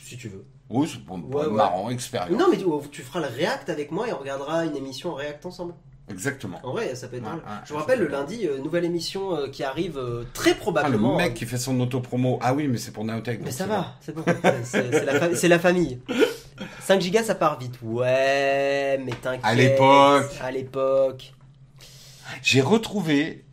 S1: Si tu veux.
S2: Oui, c'est pour, pour
S1: Ouais,
S2: être
S1: ouais.
S2: marrant, expérience.
S1: Non mais tu, tu feras le React avec moi et on regardera une émission en React ensemble.
S2: Exactement.
S1: En vrai, ça peut être
S2: Ouais,
S1: drôle.
S2: ouais,
S1: Je vous rappelle
S2: ça
S1: le
S2: peut être
S1: lundi, euh, nouvelle émission euh, qui arrive euh, très
S2: Ah, le
S1: probablement. euh,
S2: mec qui fait son autopromo. Ah oui, mais c'est pour
S1: hein.
S2: Naotech.
S1: Mais
S2: donc
S1: ça
S2: c'est
S1: va, c'est bon. C'est c'est la, fa- c'est la famille. 5 gigas, ça part vite. Ouais, mais t'inquiète.
S2: À l'époque.
S1: À l'époque.
S2: J'ai retrouvé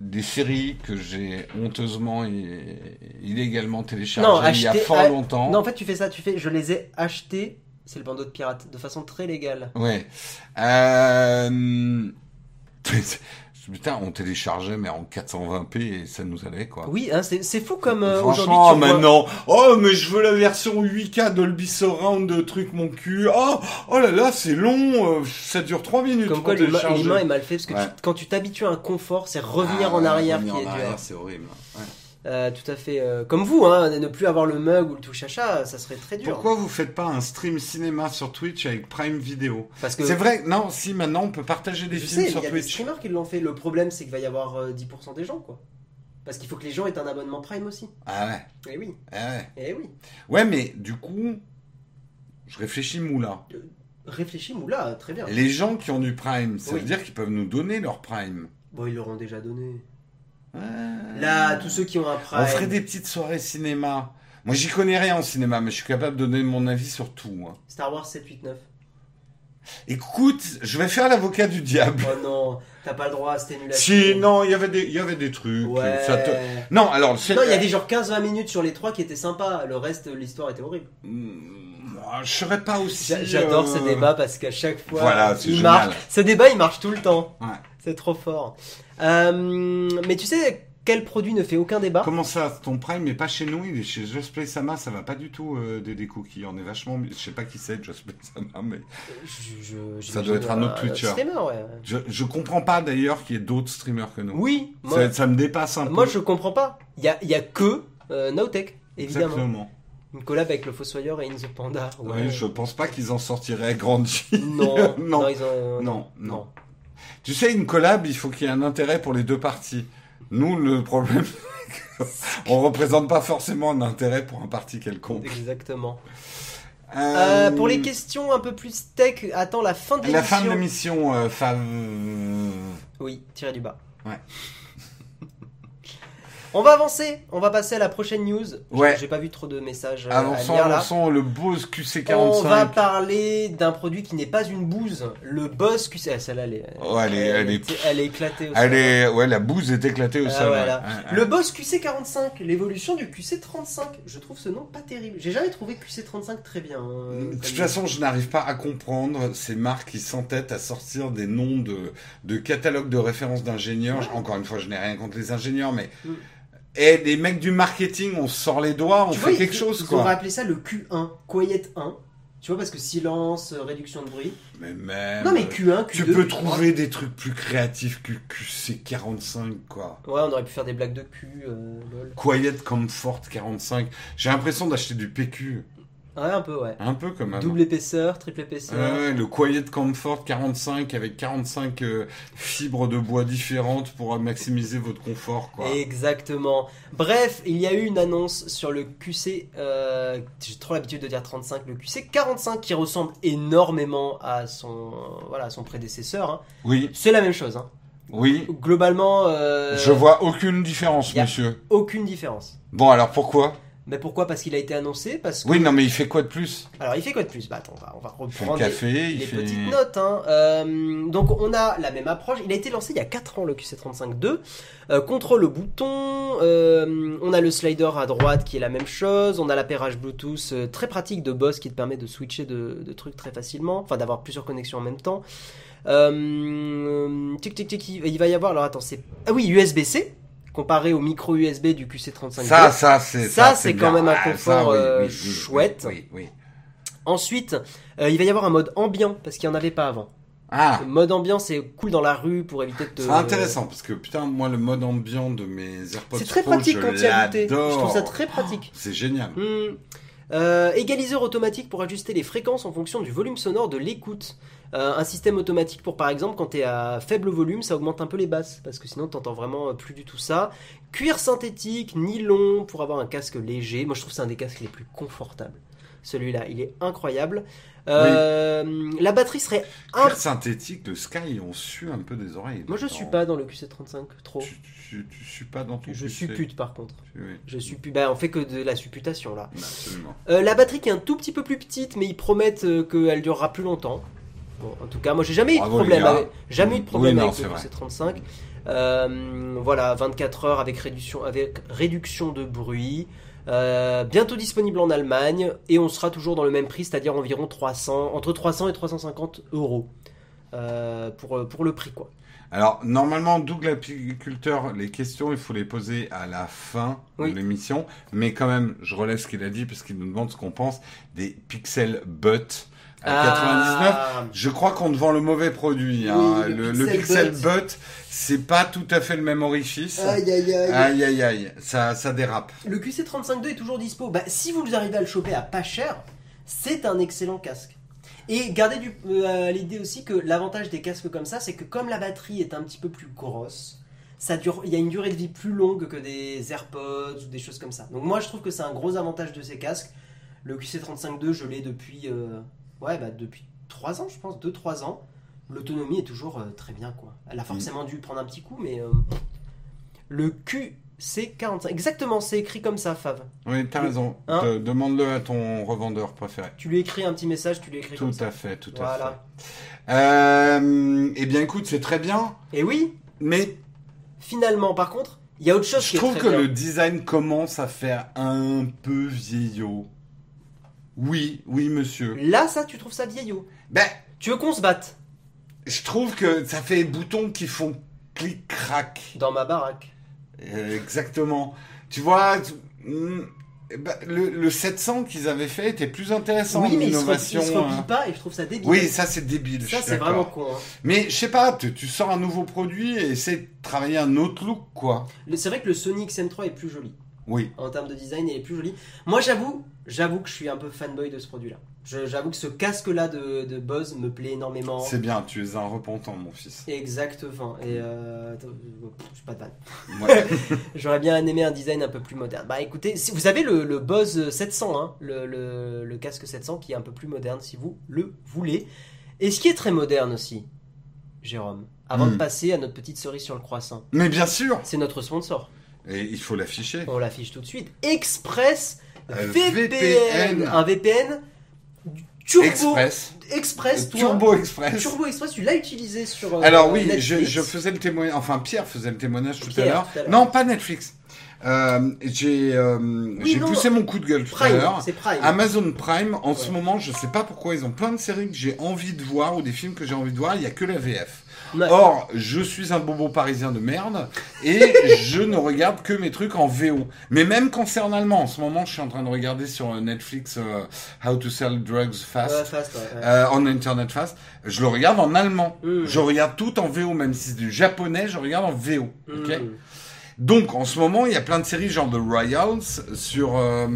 S2: des séries que j'ai honteusement et illégalement téléchargées
S1: Non,
S2: il y a
S1: achetées
S2: fort
S1: à-
S2: longtemps.
S1: Non, en fait, tu fais ça. Tu fais, je les ai achetés. C'est le bandeau de pirate, de façon très légale.
S2: Ouais. Euh... Putain, on téléchargeait mais en 420p et ça nous allait quoi.
S1: Oui, hein, c'est c'est fou comme euh, aujourd'hui.
S2: Franchement,
S1: tu vois-
S2: maintenant, oh mais je veux la version 8K Dolby Surround de euh, truc mon cul. Oh, oh là là, c'est long, euh, ça dure 3 minutes.
S1: Comme
S2: pour
S1: quoi l'humain
S2: télécharger.
S1: l'humain est mal fait parce que tu-
S2: Ouais.
S1: quand tu t'habitues à un confort, c'est revenir
S2: Ah,
S1: en arrière
S2: revenir
S1: qui est
S2: en
S1: dur.
S2: arrière, c'est horrible. Ouais.
S1: Euh, tout à fait. euh, comme vous, hein, ne plus avoir le mug ou le touche achat, ça serait très dur.
S2: Pourquoi vous faites pas un stream cinéma sur Twitch avec Prime Video
S1: Parce que
S2: C'est vrai, non, si maintenant on peut partager des
S1: Je
S2: films
S1: sais, il y a
S2: sur
S1: des
S2: Twitch.
S1: streamers qui l'ont fait. Le problème, c'est qu'il va y avoir euh, 10% des gens, quoi. Parce qu'il faut que les gens aient un abonnement Prime aussi.
S2: Ah ouais,
S1: Eh oui,
S2: ah ouais.
S1: eh oui.
S2: Ouais, mais du coup, je réfléchis moula.
S1: Réfléchis, Moula, très bien.
S2: Les gens qui ont du Prime, ça
S1: Oui.
S2: veut dire qu'ils peuvent nous donner leur Prime.
S1: Bon, ils l'auront déjà donné.
S2: Ouais.
S1: Là, tous ceux qui ont un Prime.
S2: On ferait des petites soirées cinéma. Moi, j'y connais rien en cinéma, mais je suis capable de donner mon avis sur tout. hein.
S1: Star Wars 7, 8, 9.
S2: Écoute, je vais faire l'avocat du diable.
S1: Oh non, t'as pas le droit, c'était nul à chier.
S2: Si, non, il y avait des, il y avait des trucs.
S1: Ouais.
S2: ça te- Non, alors, c'est-
S1: Non, il y avait genre 15-20 minutes sur les 3 qui étaient sympas. Le reste, l'histoire était horrible.
S2: Mm, Je serais pas aussi.
S1: J'a- J'adore
S2: euh,
S1: ce débat parce qu'à chaque fois,
S2: Voilà, c'est
S1: il
S2: génial.
S1: marche. Ce débat, il marche tout le temps.
S2: Ouais.
S1: C'est trop fort. Euh, mais tu sais, quel produit ne fait aucun débat
S2: Comment ça, ton Prime est pas chez nous, il est chez Just Play Sama, ça va pas du tout euh, des, des cookies, on est vachement, je sais pas qui c'est Just Play Sama, mais
S1: Je- je-
S2: Ça
S1: j'imagine
S2: doit être un autre Twitcher.
S1: streamer, ouais.
S2: je, je comprends pas d'ailleurs qu'il y ait d'autres streamers que nous.
S1: Oui,
S2: Ça-
S1: moi,
S2: ça, me dépasse un
S1: moi
S2: peu.
S1: je comprends pas. Il y a, il y a que euh, Nowtech, évidemment.
S2: Exactement.
S1: Une collab avec le Fossoyeur et In the Panda. Ouais. Euh,
S2: Oui, je pense pas qu'ils en sortiraient grandi.
S1: non, non,
S2: Non.
S1: ils ont- euh,
S2: Non, non. Tu sais, une collab, il faut qu'il y ait un intérêt pour les deux parties. Nous, le problème, c'est qu'on représente pas forcément un intérêt pour un parti quelconque.
S1: Exactement.
S2: Euh,
S1: Euh, pour les questions un peu plus tech, attends la fin de
S2: La
S1: l'émission.
S2: fin de l'émission, euh, fav...
S1: Oui, tiré du bas.
S2: Ouais.
S1: On va avancer, on va passer à la prochaine news. J'ai-
S2: Ouais.
S1: J'ai pas vu trop de messages euh,
S2: Avançons,
S1: à lire, là.
S2: avançons, le Bose QC45.
S1: On va parler d'un produit qui n'est pas une bouse, le Boss QC. Ah, celle-là, elle est,
S2: Oh, elle est- elle est-
S1: était- elle est éclatée aussi.
S2: Elle est- ouais, la bouse est éclatée au
S1: Ah,
S2: sol.
S1: voilà.
S2: ouais. Ouais,
S1: Le Boss QC45, l'évolution du QC35. Je trouve ce nom pas terrible. J'ai jamais trouvé QC35 très bien. hein,
S2: ouais. De
S1: comme-
S2: toute façon, je n'arrive pas à comprendre ces marques qui s'entêtent à sortir des noms de, de catalogues de références d'ingénieurs. Encore une fois, je n'ai rien contre les ingénieurs, mais
S1: Mm.
S2: Et les mecs du marketing, on sort les doigts, on
S1: Tu
S2: fait
S1: vois,
S2: quelque
S1: ils-
S2: chose,
S1: Ils auraient
S2: quoi.
S1: appelé ça le Q1, Quiet 1. Tu vois, parce que silence, euh, réduction de bruit.
S2: Mais même.
S1: Non, mais Q1, Q2.
S2: Euh, tu peux
S1: Q3.
S2: trouver des trucs plus créatifs que QC45, quoi.
S1: Ouais, on aurait pu faire des blagues de cul, euh, lol.
S2: Quiet Comfort 45. J'ai l'impression d'acheter du PQ.
S1: Ah Ouais, un peu, ouais.
S2: Un peu comme
S1: Double épaisseur, triple épaisseur.
S2: Ouais, le Quiet Comfort 45 avec 45 euh, fibres de bois différentes pour maximiser votre confort, quoi.
S1: Exactement. Bref, il y a eu une annonce sur le QC, euh, j'ai trop l'habitude de dire 35, le QC 45 qui ressemble énormément à son, euh, voilà, à son prédécesseur. hein.
S2: Oui,
S1: C'est la même chose. hein.
S2: oui.
S1: Globalement, euh,
S2: Je vois aucune différence,
S1: y a-
S2: monsieur.
S1: aucune différence.
S2: Bon, alors pourquoi
S1: Mais pourquoi Parce qu'il a été annoncé, parce que...
S2: Oui, non, mais il fait quoi de plus
S1: Alors il fait quoi de plus Bah attends, on va, on va
S2: Il fait
S1: reprendre
S2: le
S1: les-
S2: café,
S1: les,
S2: il fait...
S1: petites notes. hein. Euh, donc on a la même approche. Il a été lancé il y a 4 ans le QC35-2. Euh, contrôle au bouton, euh, on a le slider à droite qui est la même chose, on a l'appairage Bluetooth euh, très pratique de Boss qui te permet de switcher de, de trucs très facilement, enfin d'avoir plusieurs connexions en même temps. Euh, tic tic tic, il il va y avoir, alors attends, c'est... Ah oui, USB-C comparé au micro USB du QC35-2.
S2: Ça, ça, c'est...
S1: Ça, c'est quand
S2: bien.
S1: même un
S2: Ah,
S1: confort,
S2: oui,
S1: euh,
S2: oui, oui, oui,
S1: chouette.
S2: Oui, oui.
S1: Ensuite, euh, il va y avoir un mode ambiant parce qu'il n'y en avait pas avant.
S2: Ah,
S1: Le mode ambiant, c'est cool dans la rue pour éviter de te.
S2: c'est intéressant, parce que, putain, moi, le mode ambiant de mes AirPods
S1: C'est très
S2: Pro,
S1: pratique
S2: je
S1: quand tu y as goûté. Je
S2: l'adore.
S1: trouve ça très pratique.
S2: C'est génial.
S1: Hmm. Euh, égaliseur automatique pour ajuster les fréquences en fonction du volume sonore de l'écoute. Euh, un système automatique pour, par exemple, quand t'es à faible volume, ça augmente un peu les basses parce que sinon t'entends vraiment euh, plus du tout ça. Cuir synthétique, nylon pour avoir un casque léger. Moi, je trouve que c'est un des casques les plus confortables. Celui-là, il est incroyable. Euh, La batterie serait un
S2: Cuir synthétique, le Sky, on sue un peu des oreilles.
S1: Moi je
S2: Dans-
S1: suis pas dans le QC35 trop.
S2: Tu, tu, tu suis pas dans ton
S1: Je
S2: PC.
S1: suppute par contre.
S2: Oui,
S1: euh, Je suppute. Bah on fait que de la supputation là.
S2: absolument.
S1: Euh, la batterie qui est un tout petit peu plus petite, mais ils promettent euh, qu'elle durera plus longtemps. Bon, en tout cas, moi j'ai jamais eu de
S2: Bravo, les
S1: problème.
S2: gars.
S1: Avec, jamais eu de problème
S2: Oui, non,
S1: avec le
S2: c'est
S1: QC35. Euh, voilà, 24 heures avec réduction, avec réduction de bruit. Euh, bientôt disponible en Allemagne et on sera toujours dans le même prix, c'est-à-dire environ 300, entre 300 et 350 euros Euh, pour, pour le prix quoi.
S2: Alors, normalement, double apiculteur, les questions, il faut les poser à la fin
S1: Oui.
S2: de l'émission. Mais quand même, je relève ce qu'il a dit parce qu'il nous demande ce qu'on pense des pixel butt à 99.
S1: Ah.
S2: Je crois qu'on te vend le mauvais produit. hein.
S1: Oui, le
S2: le, le
S1: pixel
S2: pixel butt, c'est pas tout à fait le même orifice. Aïe,
S1: Ah. Aïe aïe aïe.
S2: aïe, aïe. Ça, ça dérape.
S1: Le QC35-2 est toujours dispo. Bah, si vous arrivez à le choper à pas cher, c'est un excellent casque. Et gardez du- euh, à l'idée aussi que l'avantage des casques comme ça, c'est que comme la batterie est un petit peu plus grosse, ça dure, il y a une durée de vie plus longue que des AirPods ou des choses comme ça. Donc moi je trouve que c'est un gros avantage de ces casques. Le QC35-2, je l'ai depuis, euh, ouais, bah, depuis 3 ans, je pense, 2-3 ans. L'autonomie est toujours euh, très bien. quoi. Elle a forcément dû prendre un petit coup, mais... euh, le QC45. Exactement, c'est écrit comme ça, Fav.
S2: Oui, t'as
S1: Oui.
S2: raison.
S1: Hein
S2: Te- Demande-le à ton revendeur préféré.
S1: Tu lui écris un petit message, tu lui écris
S2: Tout
S1: comme ça.
S2: à fait, tout à fait.
S1: Voilà.
S2: Euh, eh bien, écoute, c'est très bien,
S1: Et oui,
S2: mais
S1: finalement, par contre, il y a autre chose qui
S2: je
S1: est
S2: trouve
S1: très
S2: que
S1: bien.
S2: le design commence à faire un peu vieillot. Oui, oui, monsieur.
S1: Là, ça, tu trouves ça vieillot.
S2: Ben,
S1: Tu veux qu'on se batte
S2: je trouve que ça fait des boutons qui font clic-crac.
S1: Dans ma baraque.
S2: Euh, exactement. Tu vois, tu- hmm, eh ben, le, le 700 qu'ils avaient fait était plus intéressant
S1: oui, mais il se, replie,
S2: l'innovation.
S1: il se replie pas et je trouve ça débile.
S2: hein. Oui, ça c'est débile. je
S1: ça,
S2: suis
S1: c'est
S2: d'accord.
S1: vraiment con. hein.
S2: Mais je sais pas, tu, tu sors un nouveau produit et essaie de travailler un autre look, quoi.
S1: Le- C'est vrai que le Sony XM3 est plus joli.
S2: Oui.
S1: En termes de design, il est plus joli. Moi, j'avoue, j'avoue que je suis un peu fanboy de ce produit-là. Je- J'avoue que ce casque-là de, de Bose me plaît énormément.
S2: C'est bien, tu es un repentant, mon fils.
S1: Exactement. Et euh... attends, je suis pas de vanne.
S2: Ouais.
S1: J'aurais bien aimé un design un peu plus moderne. Bah écoutez, si vous avez le, le Bose 700, hein, le, le- le casque 700 qui est un peu plus moderne si vous le voulez. Et ce qui est très moderne aussi, Jérôme, avant
S2: Mm.
S1: de passer à notre petite cerise sur le croissant,
S2: Mais bien sûr
S1: c'est notre sponsor.
S2: Et il faut l'afficher.
S1: On l'affiche tout de suite. Express
S2: Euh,
S1: VPN. Un VPN turbo express,
S2: Express. Euh,
S1: toi.
S2: Turbo Express.
S1: Turbo Express, tu l'as utilisé sur. euh,
S2: Alors oui, je,
S1: Netflix.
S2: je faisais le témoignage, enfin Pierre faisait le témoignage tout à
S1: Pierre,
S2: l'heure.
S1: tout à l'heure.
S2: Non, pas Netflix. Euh, j'ai euh,
S1: Oui,
S2: j'ai
S1: non.
S2: poussé mon coup de gueule tout à
S1: Prime,
S2: l'heure.
S1: c'est Prime.
S2: Amazon Prime, en ce
S1: Ouais.
S2: moment, je sais pas pourquoi ils ont plein de séries que j'ai envie de voir ou des films que j'ai envie de voir, il y a que la VF.
S1: Ouais.
S2: Or, je suis un bobo parisien de merde et je ne regarde que mes trucs en VO. Mais même quand c'est en allemand, en ce moment, je suis en train de regarder sur euh, Netflix euh, How to Sell Drugs Fast.
S1: Ouais, fast, ouais, ouais.
S2: Euh, en internet fast, je le regarde en allemand.
S1: Mm.
S2: Je regarde tout en VO, même si c'est du japonais, je regarde en VO.
S1: Mm.
S2: Euh, ok Donc en ce moment, il y a plein de séries genre The Royals sur euh,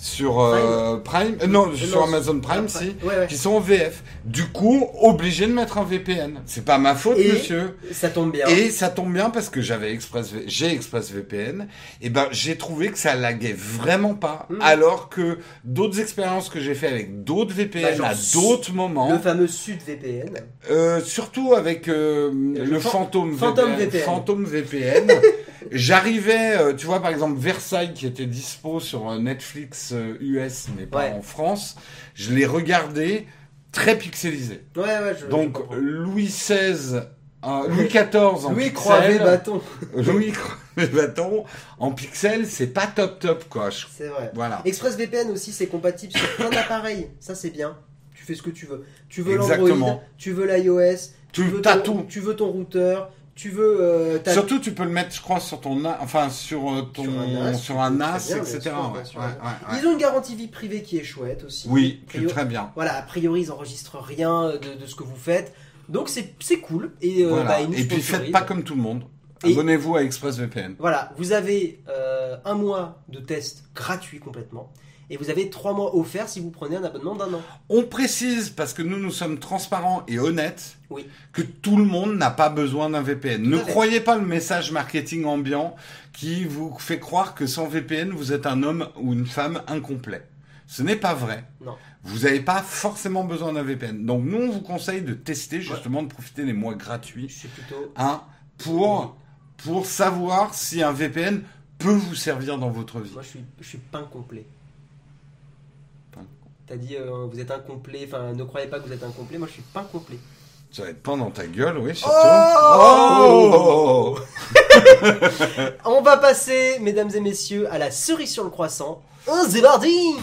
S2: sur euh, Prime, euh, non, sur
S1: non,
S2: Amazon Prime,
S1: sur-
S2: si,
S1: ouais, ouais.
S2: qui sont en VF. Du coup, obligé de mettre un VPN. C'est pas ma faute,
S1: Et-
S2: monsieur.
S1: Ça tombe bien.
S2: Et ça tombe bien parce que j'avais Express, j'ai Express VPN, et ben j'ai trouvé que ça laguait vraiment pas,
S1: Mm.
S2: alors que d'autres expériences que j'ai fait avec d'autres
S1: Bah,
S2: VPN
S1: genre,
S2: à d'autres moments,
S1: Le fameux Sud VPN.
S2: euh, surtout avec euh, le,
S1: le fan-
S2: fantôme,
S1: Phantom
S2: VPN,
S1: VPN.
S2: Phantom VPN, j'arrivais, euh, tu vois par exemple Versailles qui était dispo sur euh, Netflix euh, US mais pas
S1: Ouais.
S2: en France, je l'ai regardé très pixelisé.
S1: Ouais, ouais, je.
S2: Donc
S1: je comprends.
S2: Louis XVI, euh, Louis XIV en
S1: Louis
S2: pixel,
S1: Croivet Bâton.
S2: Louis Croix-Bâton en pixel, c'est pas top top quoi. Je-
S1: C'est vrai.
S2: Voilà.
S1: ExpressVPN aussi, c'est compatible sur plein d'appareils. Ça, c'est bien. Tu fais ce que tu veux. Tu veux l'Android,
S2: Exactement.
S1: tu veux l'iOS,
S2: Tu
S1: veux
S2: t'as
S1: ton-
S2: tout.
S1: Tu veux ton routeur, tu veux. euh, ta-
S2: Surtout, tu peux le mettre, je crois, sur ton, a- enfin, sur euh, ton,
S1: Sur un
S2: sur un
S1: NAS,
S2: NAS,
S1: très bien,
S2: etc.
S1: bien sûr,
S2: ouais,
S1: bien sûr,
S2: ouais,
S1: bien
S2: ouais, ouais.
S1: Ils ont une garantie vie privée qui est chouette aussi.
S2: Oui,
S1: A
S2: c'est
S1: priori-
S2: très bien.
S1: Voilà, a priori, ils enregistrent rien euh, de, de ce que vous faites. Donc, c'est c'est cool. Et, euh,
S2: Voilà.
S1: bah, ils nous
S2: Et puis, faites
S1: sponsorisent.
S2: pas comme tout le monde.
S1: Et-
S2: Abonnez-vous à ExpressVPN.
S1: Voilà, vous avez euh, un mois de test gratuit complètement. Et vous avez trois mois offerts si vous prenez un abonnement d'un an.
S2: On précise, parce que nous, nous sommes transparents et honnêtes,
S1: Oui.
S2: que tout le monde n'a pas besoin d'un VPN. Ne
S1: à fait.
S2: croyez pas le message marketing ambiant qui vous fait croire que sans VPN, vous êtes un homme ou une femme incomplet. Ce n'est pas vrai.
S1: Non.
S2: Vous n'avez pas forcément besoin d'un VPN. Donc, nous, on vous conseille de tester, justement, de profiter des mois gratuits,
S1: C'est plutôt.
S2: hein, pour, pour savoir si un VPN peut vous servir dans votre vie.
S1: Moi, je suis, je suis pas incomplet.
S2: Pas incomplet.
S1: T'as dit, euh, vous êtes incomplet. Enfin, ne croyez pas que vous êtes incomplet. Moi, je suis pas incomplet.
S2: Ça va être pas dans ta gueule, oui, surtout.
S1: Oh
S2: Oh
S1: On va passer, mesdames et messieurs, à la cerise sur le croissant. Un zébardine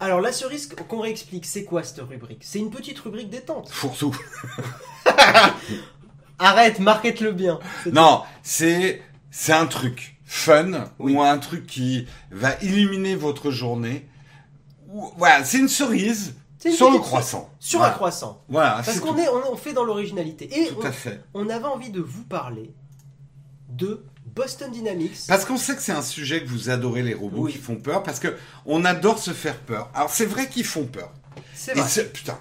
S1: Alors la cerise qu'on réexplique, c'est quoi cette rubrique C'est une petite rubrique détente.
S2: Fourre-tout.
S1: Arrête, markete-le bien. C'est-
S2: Non, c'est c'est un truc fun ou un truc qui va illuminer votre journée. Ou- Voilà, c'est une cerise
S1: C'est une
S2: sur le
S1: petite-
S2: croissant.
S1: Sur
S2: voilà.
S1: un croissant.
S2: Voilà,
S1: Parce
S2: Ah. c'est
S1: qu'on
S2: tout.
S1: est, on, on fait dans l'originalité. Et
S2: Tout
S1: on,
S2: à fait.
S1: on avait envie de vous parler de Boston Dynamics.
S2: Parce qu'on sait que c'est un sujet que vous adorez les robots
S1: Oui.
S2: qui font peur parce que on adore se faire peur. Alors c'est vrai qu'ils font peur.
S1: C'est
S2: Et
S1: vrai.
S2: c'est- putain.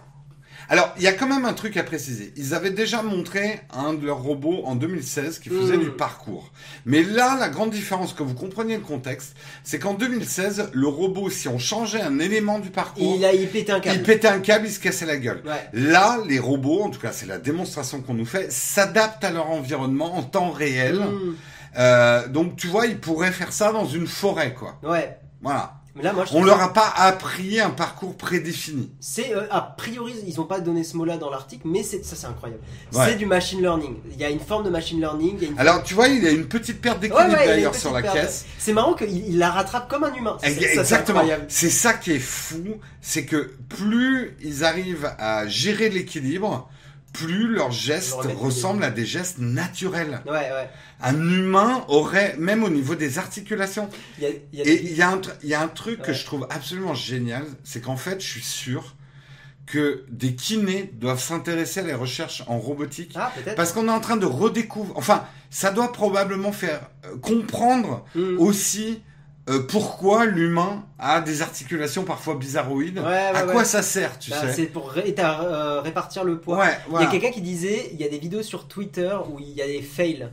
S2: Alors, il y a quand même un truc à préciser. Ils avaient déjà montré un de leurs robots en 2016 qui faisait
S1: Mmh.
S2: du parcours. Mais là, la grande différence, que vous compreniez le contexte, c'est qu'en 2016, le robot, si on changeait un élément du parcours,
S1: Il a il pète un
S2: il
S1: câble.
S2: pétait un câble, il se cassait la gueule.
S1: Ouais.
S2: Là, les robots, en tout cas, c'est la démonstration qu'on nous fait, s'adaptent à leur environnement en temps réel.
S1: Mmh.
S2: Euh, donc, tu vois, ils pourraient faire ça dans une forêt, quoi.
S1: Ouais.
S2: Voilà.
S1: Mais là, moi, je
S2: On
S1: trouve
S2: leur
S1: ça-
S2: a pas appris un parcours prédéfini.
S1: C'est euh, a priori, ils ont pas donné ce mot-là dans l'article, mais c'est ça, c'est incroyable.
S2: Ouais.
S1: C'est du machine learning. Il y a une forme de machine learning. il y a une-
S2: Alors tu vois, il y a une petite perte
S1: Ouais, ouais,
S2: d'équilibre
S1: il y a une
S2: d'ailleurs
S1: petite
S2: sur la
S1: perte.
S2: caisse.
S1: C'est marrant qu'il il la rattrape comme un humain. C'est- ça, C'est
S2: Exactement.
S1: incroyable.
S2: C'est ça qui est fou, c'est que plus ils arrivent à gérer l'équilibre, plus leurs gestes
S1: Leur mettre
S2: ressemblent à des gestes naturels.
S1: Ouais, ouais.
S2: Un humain aurait, même au niveau des articulations.
S1: Il y a, il y a-
S2: Et il y a un, tr- il y a un truc que
S1: Ouais.
S2: je trouve absolument génial, c'est qu'en fait, je suis sûr que des kinés doivent s'intéresser à les recherches en robotique
S1: Ah, peut-être.
S2: Parce qu'on est en train de redécouvrir. Enfin, ça doit probablement faire euh, comprendre
S1: Mmh.
S2: aussi euh, pourquoi l'humain a des articulations parfois bizarroïdes.
S1: Ouais, ouais,
S2: à
S1: ouais.
S2: quoi ça sert, tu
S1: Bah,
S2: sais
S1: c'est pour ré- t'as, euh, répartir le poids.
S2: Ouais,
S1: Il y a
S2: voilà.
S1: quelqu'un qui disait, il y a des vidéos sur Twitter où il y a des fails.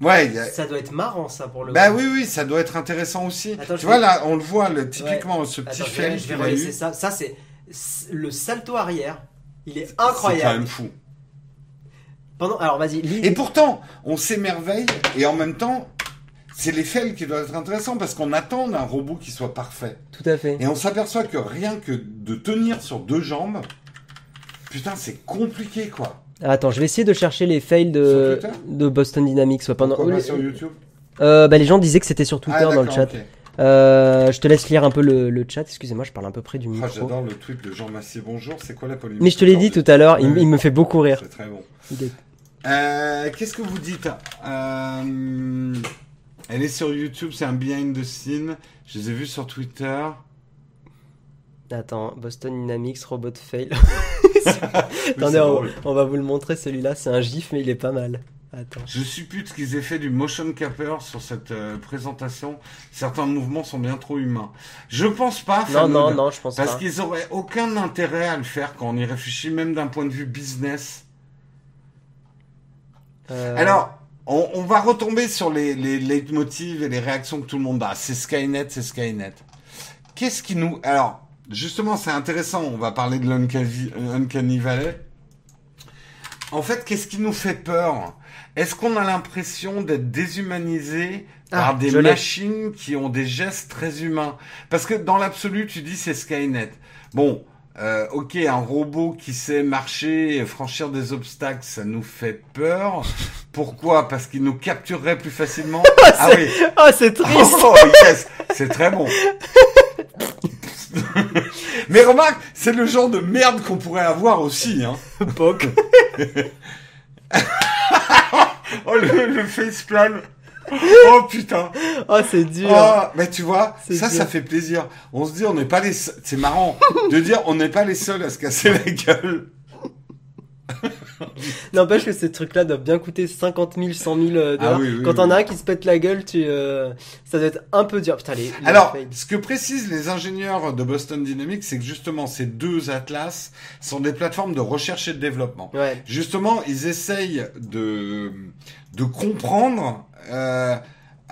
S2: Ouais, il y a-
S1: Ça doit être marrant ça pour le.
S2: Bah oui, oui, ça doit être intéressant aussi.
S1: Attends,
S2: tu
S1: je
S2: vois,
S1: vais-
S2: là, on le voit, le, typiquement, ce petit
S1: Attends, je vais,
S2: fail
S1: je
S2: qu'il
S1: vais
S2: a
S1: relancer
S2: eu.
S1: ça. Ça c'est c'est- le salto arrière. Il est
S2: C'est quand
S1: incroyable.
S2: même fou.
S1: Pendant alors vas-y. lis-
S2: Et pourtant, on s'émerveille et en même temps, c'est les fails qui doivent être intéressants parce qu'on attend d'un robot qui soit parfait.
S1: Tout à fait.
S2: Et on s'aperçoit que rien que de tenir sur deux jambes, putain, c'est compliqué quoi.
S1: Attends, je vais essayer de chercher les fails de,
S2: Sur Twitter
S1: de Boston Dynamics. ouais, pendant...
S2: Quoi,
S1: oui,
S2: bah,
S1: les-
S2: sur YouTube.
S1: Euh, bah, les gens disaient que c'était sur Twitter
S2: Ah,
S1: dans le
S2: d'accord,
S1: chat.
S2: ok.
S1: Euh, je te laisse lire un peu le, le chat. Excusez-moi, je parle un peu près du
S2: Ah,
S1: micro.
S2: J'adore le tweet de Jean Massier. Bonjour, c'est quoi la polémique
S1: Mais je te l'ai dit tout à l'heure, il,
S2: Oui.
S1: il me fait beaucoup rire.
S2: C'est très bon.
S1: Il est-
S2: Euh, Qu'est-ce que vous dites Euh, Elle est sur YouTube, c'est un behind the scene. Je les ai vus sur Twitter.
S1: Attends, Boston Dynamics, Robot Fail.
S2: Oui, c'est
S1: Attendez, on,
S2: drôle.
S1: on va vous le montrer celui-là. C'est un gif, mais il est pas mal. Attends.
S2: Je suppute qu'ils aient fait du motion capture sur cette euh, présentation. Certains mouvements sont bien trop humains. Je pense pas.
S1: Non,
S2: Fanon,
S1: non, non, je pense
S2: Ah, Parce
S1: pas.
S2: qu'ils auraient aucun intérêt à le faire quand on y réfléchit, même d'un point de vue business.
S1: Euh,
S2: Alors, on, on va retomber sur les, les leitmotivs et les réactions que tout le monde a. C'est Skynet, c'est Skynet. Qu'est-ce qui nous... Alors, justement, c'est intéressant. On va parler de l'Uncanny Uncanny Valley. En fait, qu'est-ce qui nous fait peur Est-ce qu'on a l'impression d'être déshumanisé
S1: Ah,
S2: par des
S1: je l'ai.
S2: machines qui ont des gestes très humains Parce que dans l'absolu, tu dis c'est Skynet. Bon, euh, ok, un robot qui sait marcher et franchir des obstacles, ça nous fait peur. Pourquoi Parce qu'il nous capturerait plus facilement. ah oui.
S1: Ah, c'est triste.
S2: Oh yes, c'est très bon. Mais remarque, c'est le genre de merde qu'on pourrait avoir aussi. Hein.
S1: Poc.
S2: Oh le, le facepalm. Oh putain.
S1: Ah, c'est dur.
S2: Ah, mais tu vois,
S1: C'est
S2: ça,
S1: dur.
S2: ça fait plaisir. On se dit, on n'est pas les seuls. C'est marrant de dire, on n'est pas les seuls à se casser la gueule.
S1: N'empêche que ces trucs-là doivent bien coûter 50 000, 100 000 euh, dollars.
S2: Ah oui, oui,
S1: Quand
S2: oui.
S1: t'en as un qui se pète la gueule, tu, euh, ça doit être un peu dur. Putain, les, les
S2: Alors,
S1: fails.
S2: ce que précisent les ingénieurs de Boston Dynamics, c'est que justement, ces deux atlas sont des plateformes de recherche et de développement.
S1: Ouais.
S2: Justement, ils essayent de, de comprendre euh,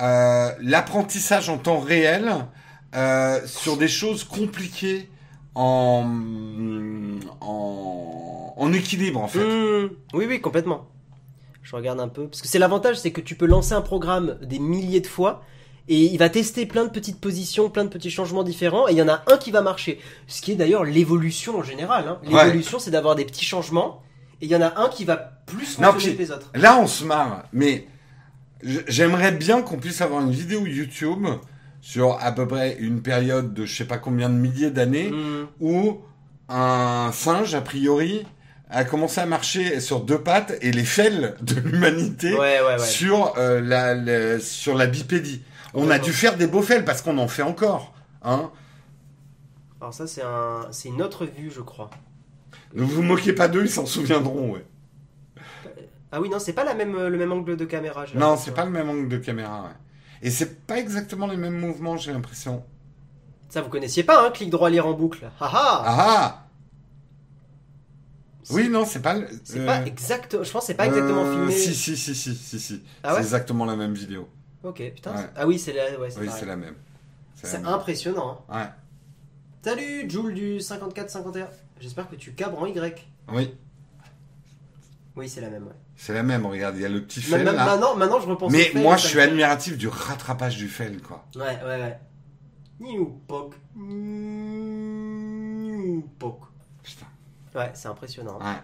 S2: euh, l'apprentissage en temps réel euh, sur des choses compliquées en, en, en équilibre, en fait.
S1: Mmh. Oui, oui, complètement. Je regarde un peu. Parce que c'est l'avantage, c'est que tu peux lancer un programme des milliers de fois. Et il va tester plein de petites positions, plein de petits changements différents, et il y en a un qui va marcher. Ce qui est d'ailleurs l'évolution en général. hein.
S2: Ouais.
S1: L'évolution, c'est d'avoir des petits changements, et il y en a un qui va plus
S2: Non,
S1: fonctionner
S2: puis-
S1: que les autres.
S2: Là, on se marre, mais je- j'aimerais bien qu'on puisse avoir une vidéo YouTube sur à peu près une période de je sais pas combien de milliers d'années
S1: Mmh.
S2: où un singe, a priori, a commencé à marcher sur deux pattes et les fails de l'humanité
S1: Ouais, ouais, ouais.
S2: sur, euh, la, le- sur la bipédie. On a
S1: Ouais.
S2: dû faire des beaux fails parce qu'on en fait encore. Hein.
S1: Alors ça, c'est un, c'est une autre vue, je crois.
S2: Ne vous moquez pas d'eux, ils s'en souviendront. Ouais.
S1: Ah oui, non, c'est pas la même, le même angle de caméra. j'ai
S2: Non,
S1: l'impression.
S2: c'est pas le même angle de caméra. ouais. Et c'est pas exactement les mêmes mouvements, j'ai l'impression.
S1: Ça, vous connaissiez pas, hein, clic droit, lire en boucle. Ah ah
S2: Ah
S1: C'est-
S2: Oui, non, c'est pas... le-
S1: C'est
S2: euh,
S1: pas exact. Je pense que c'est pas exactement
S2: euh,
S1: filmé.
S2: Si, si, si, si, si, si.
S1: Ah ouais
S2: c'est exactement la même vidéo.
S1: Ok, putain.
S2: Ouais.
S1: c'est- Ah oui, c'est la. Ouais, c'est
S2: Oui,
S1: pareil.
S2: c'est la même. la
S1: C'est
S2: même.
S1: impressionnant. hein.
S2: Ouais.
S1: Salut, Joule du 54-51. J'espère que tu cabres en Y.
S2: Oui,
S1: Oui, c'est la même. ouais.
S2: c'est la même. Regarde, il y a le petit
S1: Ma-
S2: fail
S1: ma-
S2: là.
S1: Maintenant, maintenant, je repense. au
S2: Mais
S1: fail, ça
S2: moi, je
S1: me
S2: suis
S1: fait-
S2: admiratif du rattrapage du fail, quoi.
S1: Ouais, ouais, ouais. New poc. New poc.
S2: Putain.
S1: Ouais, c'est impressionnant.
S2: Ouais.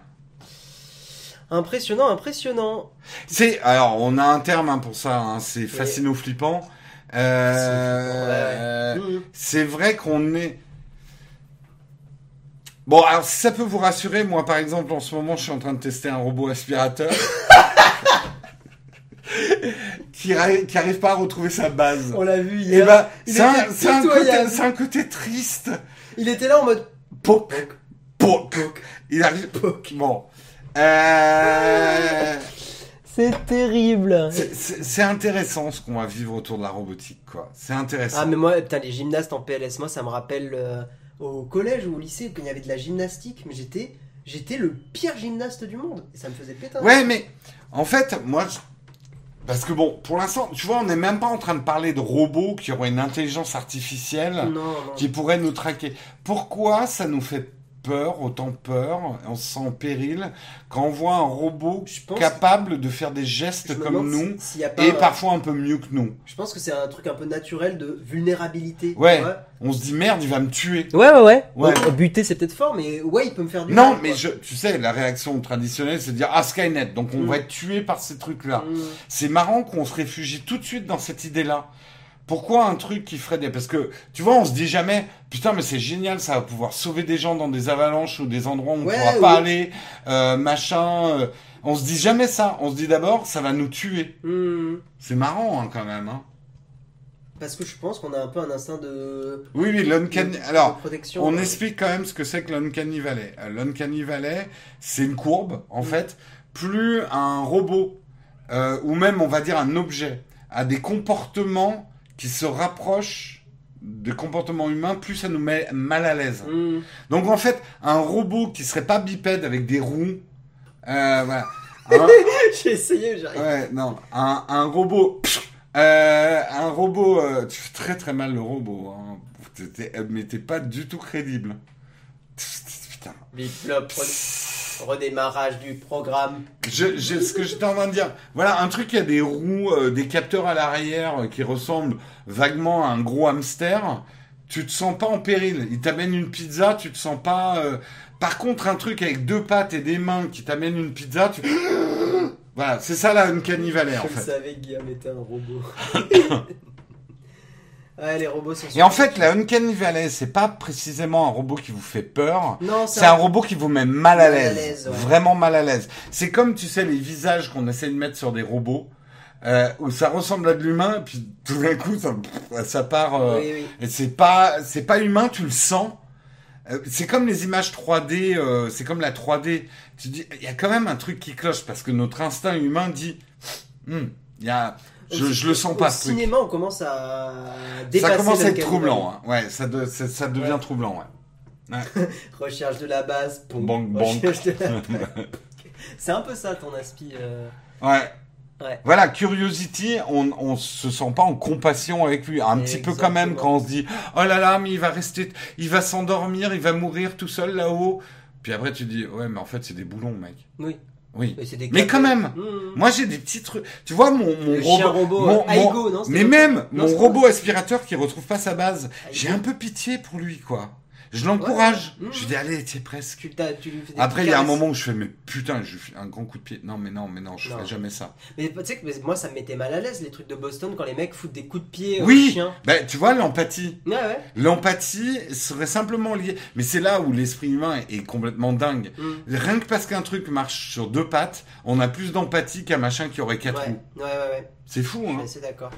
S1: Impressionnant, impressionnant.
S2: C'est alors on a un terme hein, pour ça. hein, c'est fascino flippant. Euh,
S1: Mmh.
S2: C'est vrai qu'on est. Bon, alors si ça peut vous rassurer, moi par exemple en ce moment je suis en train de tester un robot aspirateur qui, arri- qui arrive pas à retrouver sa base.
S1: On l'a vu
S2: Et
S1: hier.
S2: bah,
S1: il
S2: c'est un,
S1: était
S2: c'est un côté,
S1: pitoyable.
S2: c'est un côté triste.
S1: Il était là en mode
S2: Poc,
S1: poc,
S2: poc.
S1: poc.
S2: Il arrive. Bon. Euh,
S1: C'est terrible.
S2: c'est- c'est c'est intéressant ce qu'on va vivre autour de la robotique, quoi. C'est intéressant.
S1: Ah mais moi, putain, les gymnastes en PLS, moi ça me rappelle euh, au collège ou au lycée quand il y avait de la gymnastique, mais j'étais j'étais le pire gymnaste du monde et ça me faisait péter. un-
S2: Ouais, mais en fait, moi, je- parce que bon, pour l'instant, tu vois, on n'est même pas en train de parler de robots
S1: Mm.
S2: qui auraient une intelligence artificielle
S1: Non, non.
S2: qui pourrait nous traquer. Pourquoi ça nous fait peur, autant peur, on se sent en péril quand on voit un robot
S1: Je pense
S2: capable de faire des gestes
S1: Je me
S2: comme
S1: demande
S2: nous
S1: s'il y a pas
S2: et
S1: un-
S2: parfois un peu mieux que nous.
S1: Je pense que c'est un truc un peu naturel de vulnérabilité. tu
S2: Ouais.
S1: vois.
S2: On se dit merde, il va me tuer.
S1: Ouais, ouais, ouais.
S2: Ouais.
S1: Donc, buter, c'est peut-être fort, mais ouais, il peut me faire du
S2: Non,
S1: mal,
S2: mais
S1: quoi.
S2: je, tu sais, la réaction traditionnelle, c'est de dire ah Skynet, donc on
S1: Mm.
S2: va être tué par ces trucs-là.
S1: Mm.
S2: C'est marrant qu'on se réfugie tout de suite dans cette idée-là. Pourquoi un truc qui ferait des... Parce que, tu vois, on se dit jamais, putain, mais c'est génial, ça va pouvoir sauver des gens dans des avalanches ou des endroits où on
S1: Ouais,
S2: pourra pas
S1: oui.
S2: aller, euh, machin. euh. On se dit jamais ça. On se dit d'abord, ça va nous tuer.
S1: Mm.
S2: C'est marrant, hein, quand même. Hein.
S1: Parce que je pense qu'on a un peu un instinct de,
S2: Oui, oui, l'uncanny...
S1: de-
S2: Alors,
S1: de protection.
S2: on
S1: Ouais.
S2: explique quand même ce que c'est que l'uncanny valley. Euh, L'uncanny valley, c'est une courbe, en
S1: Mm.
S2: fait. Plus un robot, euh, ou même, on va dire, un objet, a des comportements qui se rapprochent des comportements humains, plus ça nous met mal à l'aise.
S1: Mm.
S2: Donc, en fait, un robot qui serait pas bipède avec des roues, euh, voilà. Un-
S1: J'ai essayé, j'arrive.
S2: Ouais, non. Un, un robot. Euh, un robot. euh, tu fais très très mal le robot. Hein. T'es- t'es- euh, mais t'es pas du tout crédible. Putain.
S1: Bip, flop, re- redémarrage du programme.
S2: Je, je- ce que j'étais en train de dire. Voilà, un truc qui a des roues, euh, des capteurs à l'arrière euh, qui ressemblent vaguement à un gros hamster. Tu te sens pas en péril. Il t'amène une pizza, tu te sens pas. euh, Par contre, un truc avec deux pattes et des mains qui t'amène une pizza, tu. Voilà, c'est ça là, une cannibalaire en
S1: je le
S2: fait.
S1: savais que Guillaume était un robot. ouais, les robots sont.
S2: Et en fait, la Uncanny Valley, c'est pas précisément un robot qui vous fait peur.
S1: Non,
S2: C'est un robot qui vous met mal à
S1: Mal à
S2: l'aise.
S1: l'aise, ouais.
S2: Vraiment mal à l'aise. C'est comme, tu sais, les visages qu'on essaie de mettre sur des robots, euh, où ça ressemble à de l'humain, et puis tout d'un coup, ça, ça part, euh,
S1: Oui, oui.
S2: et c'est pas, c'est pas humain, tu le sens. Euh, C'est comme les images 3D, euh, c'est comme la 3D. Tu dis, il y a quand même un truc qui cloche parce que notre instinct humain dit, Hmm, il y a, je, je le sens pas.
S1: Au
S2: ce truc.
S1: cinéma, on commence à dépasser
S2: Ça commence à
S1: le
S2: être
S1: cadre.
S2: troublant. hein. Ouais, ça, de- ça, ça devient
S1: Ouais.
S2: troublant. Ouais. hein.
S1: Recherche de la base. Bon,
S2: Banque, banque.
S1: C'est un peu ça ton aspi. euh.
S2: Ouais.
S1: Ouais.
S2: Voilà, Curiosity, on, on se sent pas en compassion avec lui. Un petit peu quand même
S1: Exactement.
S2: quand on se dit, oh là là, mais il va rester, il va s'endormir, il va mourir tout seul là-haut. Puis après, tu dis, ouais, mais en fait, c'est des boulons, mec.
S1: Oui.
S2: Oui.
S1: Mais, c'est des
S2: Mais
S1: câbles.
S2: quand même,
S1: Mmh.
S2: moi j'ai des petits trucs. Tu vois, mon, mon
S1: Le chien robot,
S2: mon-
S1: euh, Aigo, non, c'était
S2: mais
S1: l'autre.
S2: même
S1: Non,
S2: mon
S1: c'est
S2: robot
S1: pas-
S2: aspirateur qui retrouve pas sa base.
S1: Aigo.
S2: J'ai un peu pitié pour lui, quoi. Je l'encourage.
S1: Ouais. Mmh.
S2: Je dis, allez, t'es presque.
S1: Tu, t'as- tu lui fais des
S2: Après, il
S1: petites
S2: y a un
S1: caresses.
S2: moment où je fais, mais putain, je lui fais un grand coup de pied. Non, mais non, mais non, je
S1: Non.
S2: ferai jamais ça.
S1: Mais tu sais que mais moi, ça me mettait mal à l'aise les trucs de Boston quand les mecs foutent des coups de pied aux
S2: Oui.
S1: chiens.
S2: Ben, tu vois, l'empathie.
S1: Ouais, ouais.
S2: L'empathie serait simplement liée. Mais c'est là où l'esprit humain est est complètement dingue.
S1: Mmh.
S2: Rien que parce qu'un truc marche sur deux pattes, on a plus d'empathie qu'un machin qui aurait quatre
S1: ouais.
S2: roues.
S1: ouais, ouais, ouais.
S2: C'est fou,
S1: Je suis
S2: hein.
S1: assez d'accord.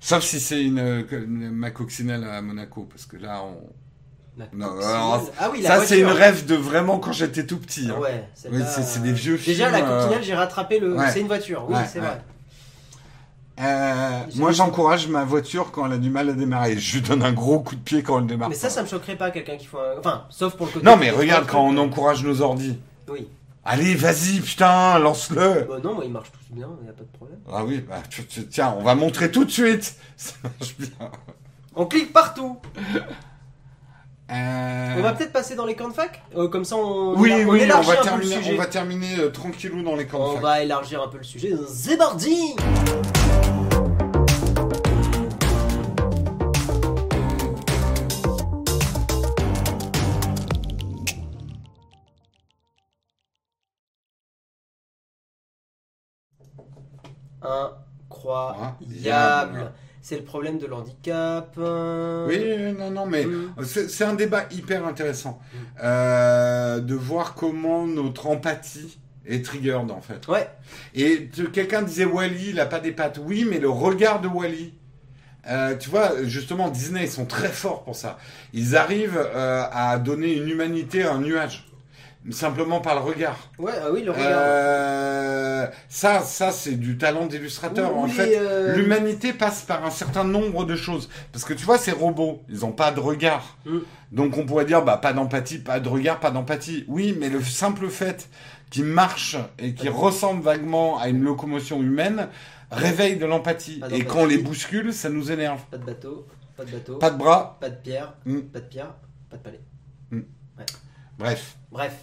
S2: Sauf si c'est une, euh, une- ma coccinelle à Monaco, parce que là, on...
S1: La
S2: Non,
S1: coccinelle.
S2: alors,
S1: ah oui, la
S2: ça, c'est une
S1: voiture.
S2: rêve de vraiment quand j'étais tout petit. hein.
S1: Ouais, celle-là,
S2: Oui, c'est- c'est des
S1: euh,
S2: vieux
S1: Déjà,
S2: films,
S1: la
S2: euh,
S1: coccinelle, j'ai rattrapé le.
S2: ouais.
S1: C'est une voiture, oui,
S2: Ouais,
S1: c'est
S2: ouais.
S1: vrai.
S2: Euh,
S1: J'ai-
S2: moi, j'encourage ma voiture quand elle a du mal à démarrer. Je lui donne un gros coup de pied quand elle démarre.
S1: Mais ça,
S2: pas.
S1: ça me choquerait pas, quelqu'un qui fait un. Enfin, sauf pour le côté.
S2: Non, mais regarde quand on encourage nos ordis.
S1: Oui.
S2: Allez, vas-y, putain, lance-le.
S1: Bah non, moi, ils marchent tous bien, il a pas de problème.
S2: Ah oui, bah, tu- tu- tiens, on va montrer tout de suite. Ça marche bien.
S1: On clique partout
S2: Euh,
S1: On va peut-être passer dans les camps de fac Euh, Comme ça, on,
S2: Oui,
S1: on
S2: oui, on
S1: élargit
S2: va,
S1: un peu le
S2: terminer,
S1: sujet. Oh, bah,
S2: on va terminer euh, tranquillou dans les camps.
S1: On
S2: de fac.
S1: va élargir un peu le sujet. Zébardi Incroyable. C'est le problème de l'handicap. euh,
S2: Oui, euh, non, non, mais
S1: Mm.
S2: c'est c'est un débat hyper intéressant
S1: Mm.
S2: Euh, de voir comment notre empathie est triggered en fait.
S1: Ouais.
S2: Et tu- quelqu'un disait Wally, il a pas des pattes. Oui, mais le regard de Wally. Euh, tu vois, justement, Disney, ils sont très forts pour ça. Ils arrivent euh, à donner une humanité à un nuage, simplement par le regard.
S1: Ouais, ah oui, le regard.
S2: Euh, ça, ça, c'est du talent d'illustrateur.
S1: Ou- ou
S2: En
S1: les,
S2: fait,
S1: euh,
S2: l'humanité passe par un certain nombre de choses. Parce que tu vois, ces robots, ils n'ont pas de regard.
S1: Mm.
S2: Donc on pourrait dire, bah, pas d'empathie, pas de regard, pas d'empathie. Oui, mais le simple fait qu'ils marchent et qu'ils
S1: Pas
S2: ressemblent vaguement à une locomotion humaine réveille de l'empathie.
S1: Pas
S2: Et
S1: d'empathie.
S2: quand on les bouscule, ça nous énerve.
S1: Pas de bateau, pas de bateau,
S2: Pas de bras.
S1: pas de pierre,
S2: Mm.
S1: pas de pierre, pas de palais.
S2: Bref.
S1: Bref.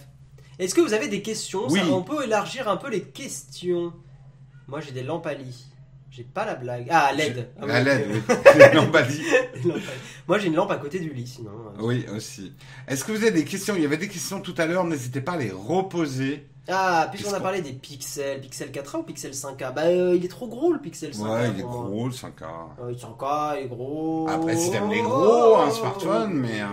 S1: Est-ce que vous avez des questions
S2: Oui.
S1: Ça, On peut élargir un peu les questions. Moi, j'ai des lampalies. J'ai pas la blague. Ah, LED. Ah,
S2: La E
S1: oui,
S2: LED,
S1: euh,
S2: oui. Les lampadies.
S1: des lampalies. Moi, j'ai une lampe à côté du lit, sinon. euh.
S2: Oui, aussi. Est-ce que vous avez des questions Il y avait des questions tout à l'heure, n'hésitez pas à les reposer.
S1: Ah, puisqu'on a
S2: Puisqu'on-
S1: parlé des pixels. Pixel 4A ou Pixel 5A Bah, euh, il est trop gros, le Pixel 5A.
S2: Ouais, il est
S1: pour moi.
S2: gros, le 5K.
S1: Euh, il est 5K, il est gros. Oh.
S2: Après, si t'aimes les gros, un smartphone, mais, euh,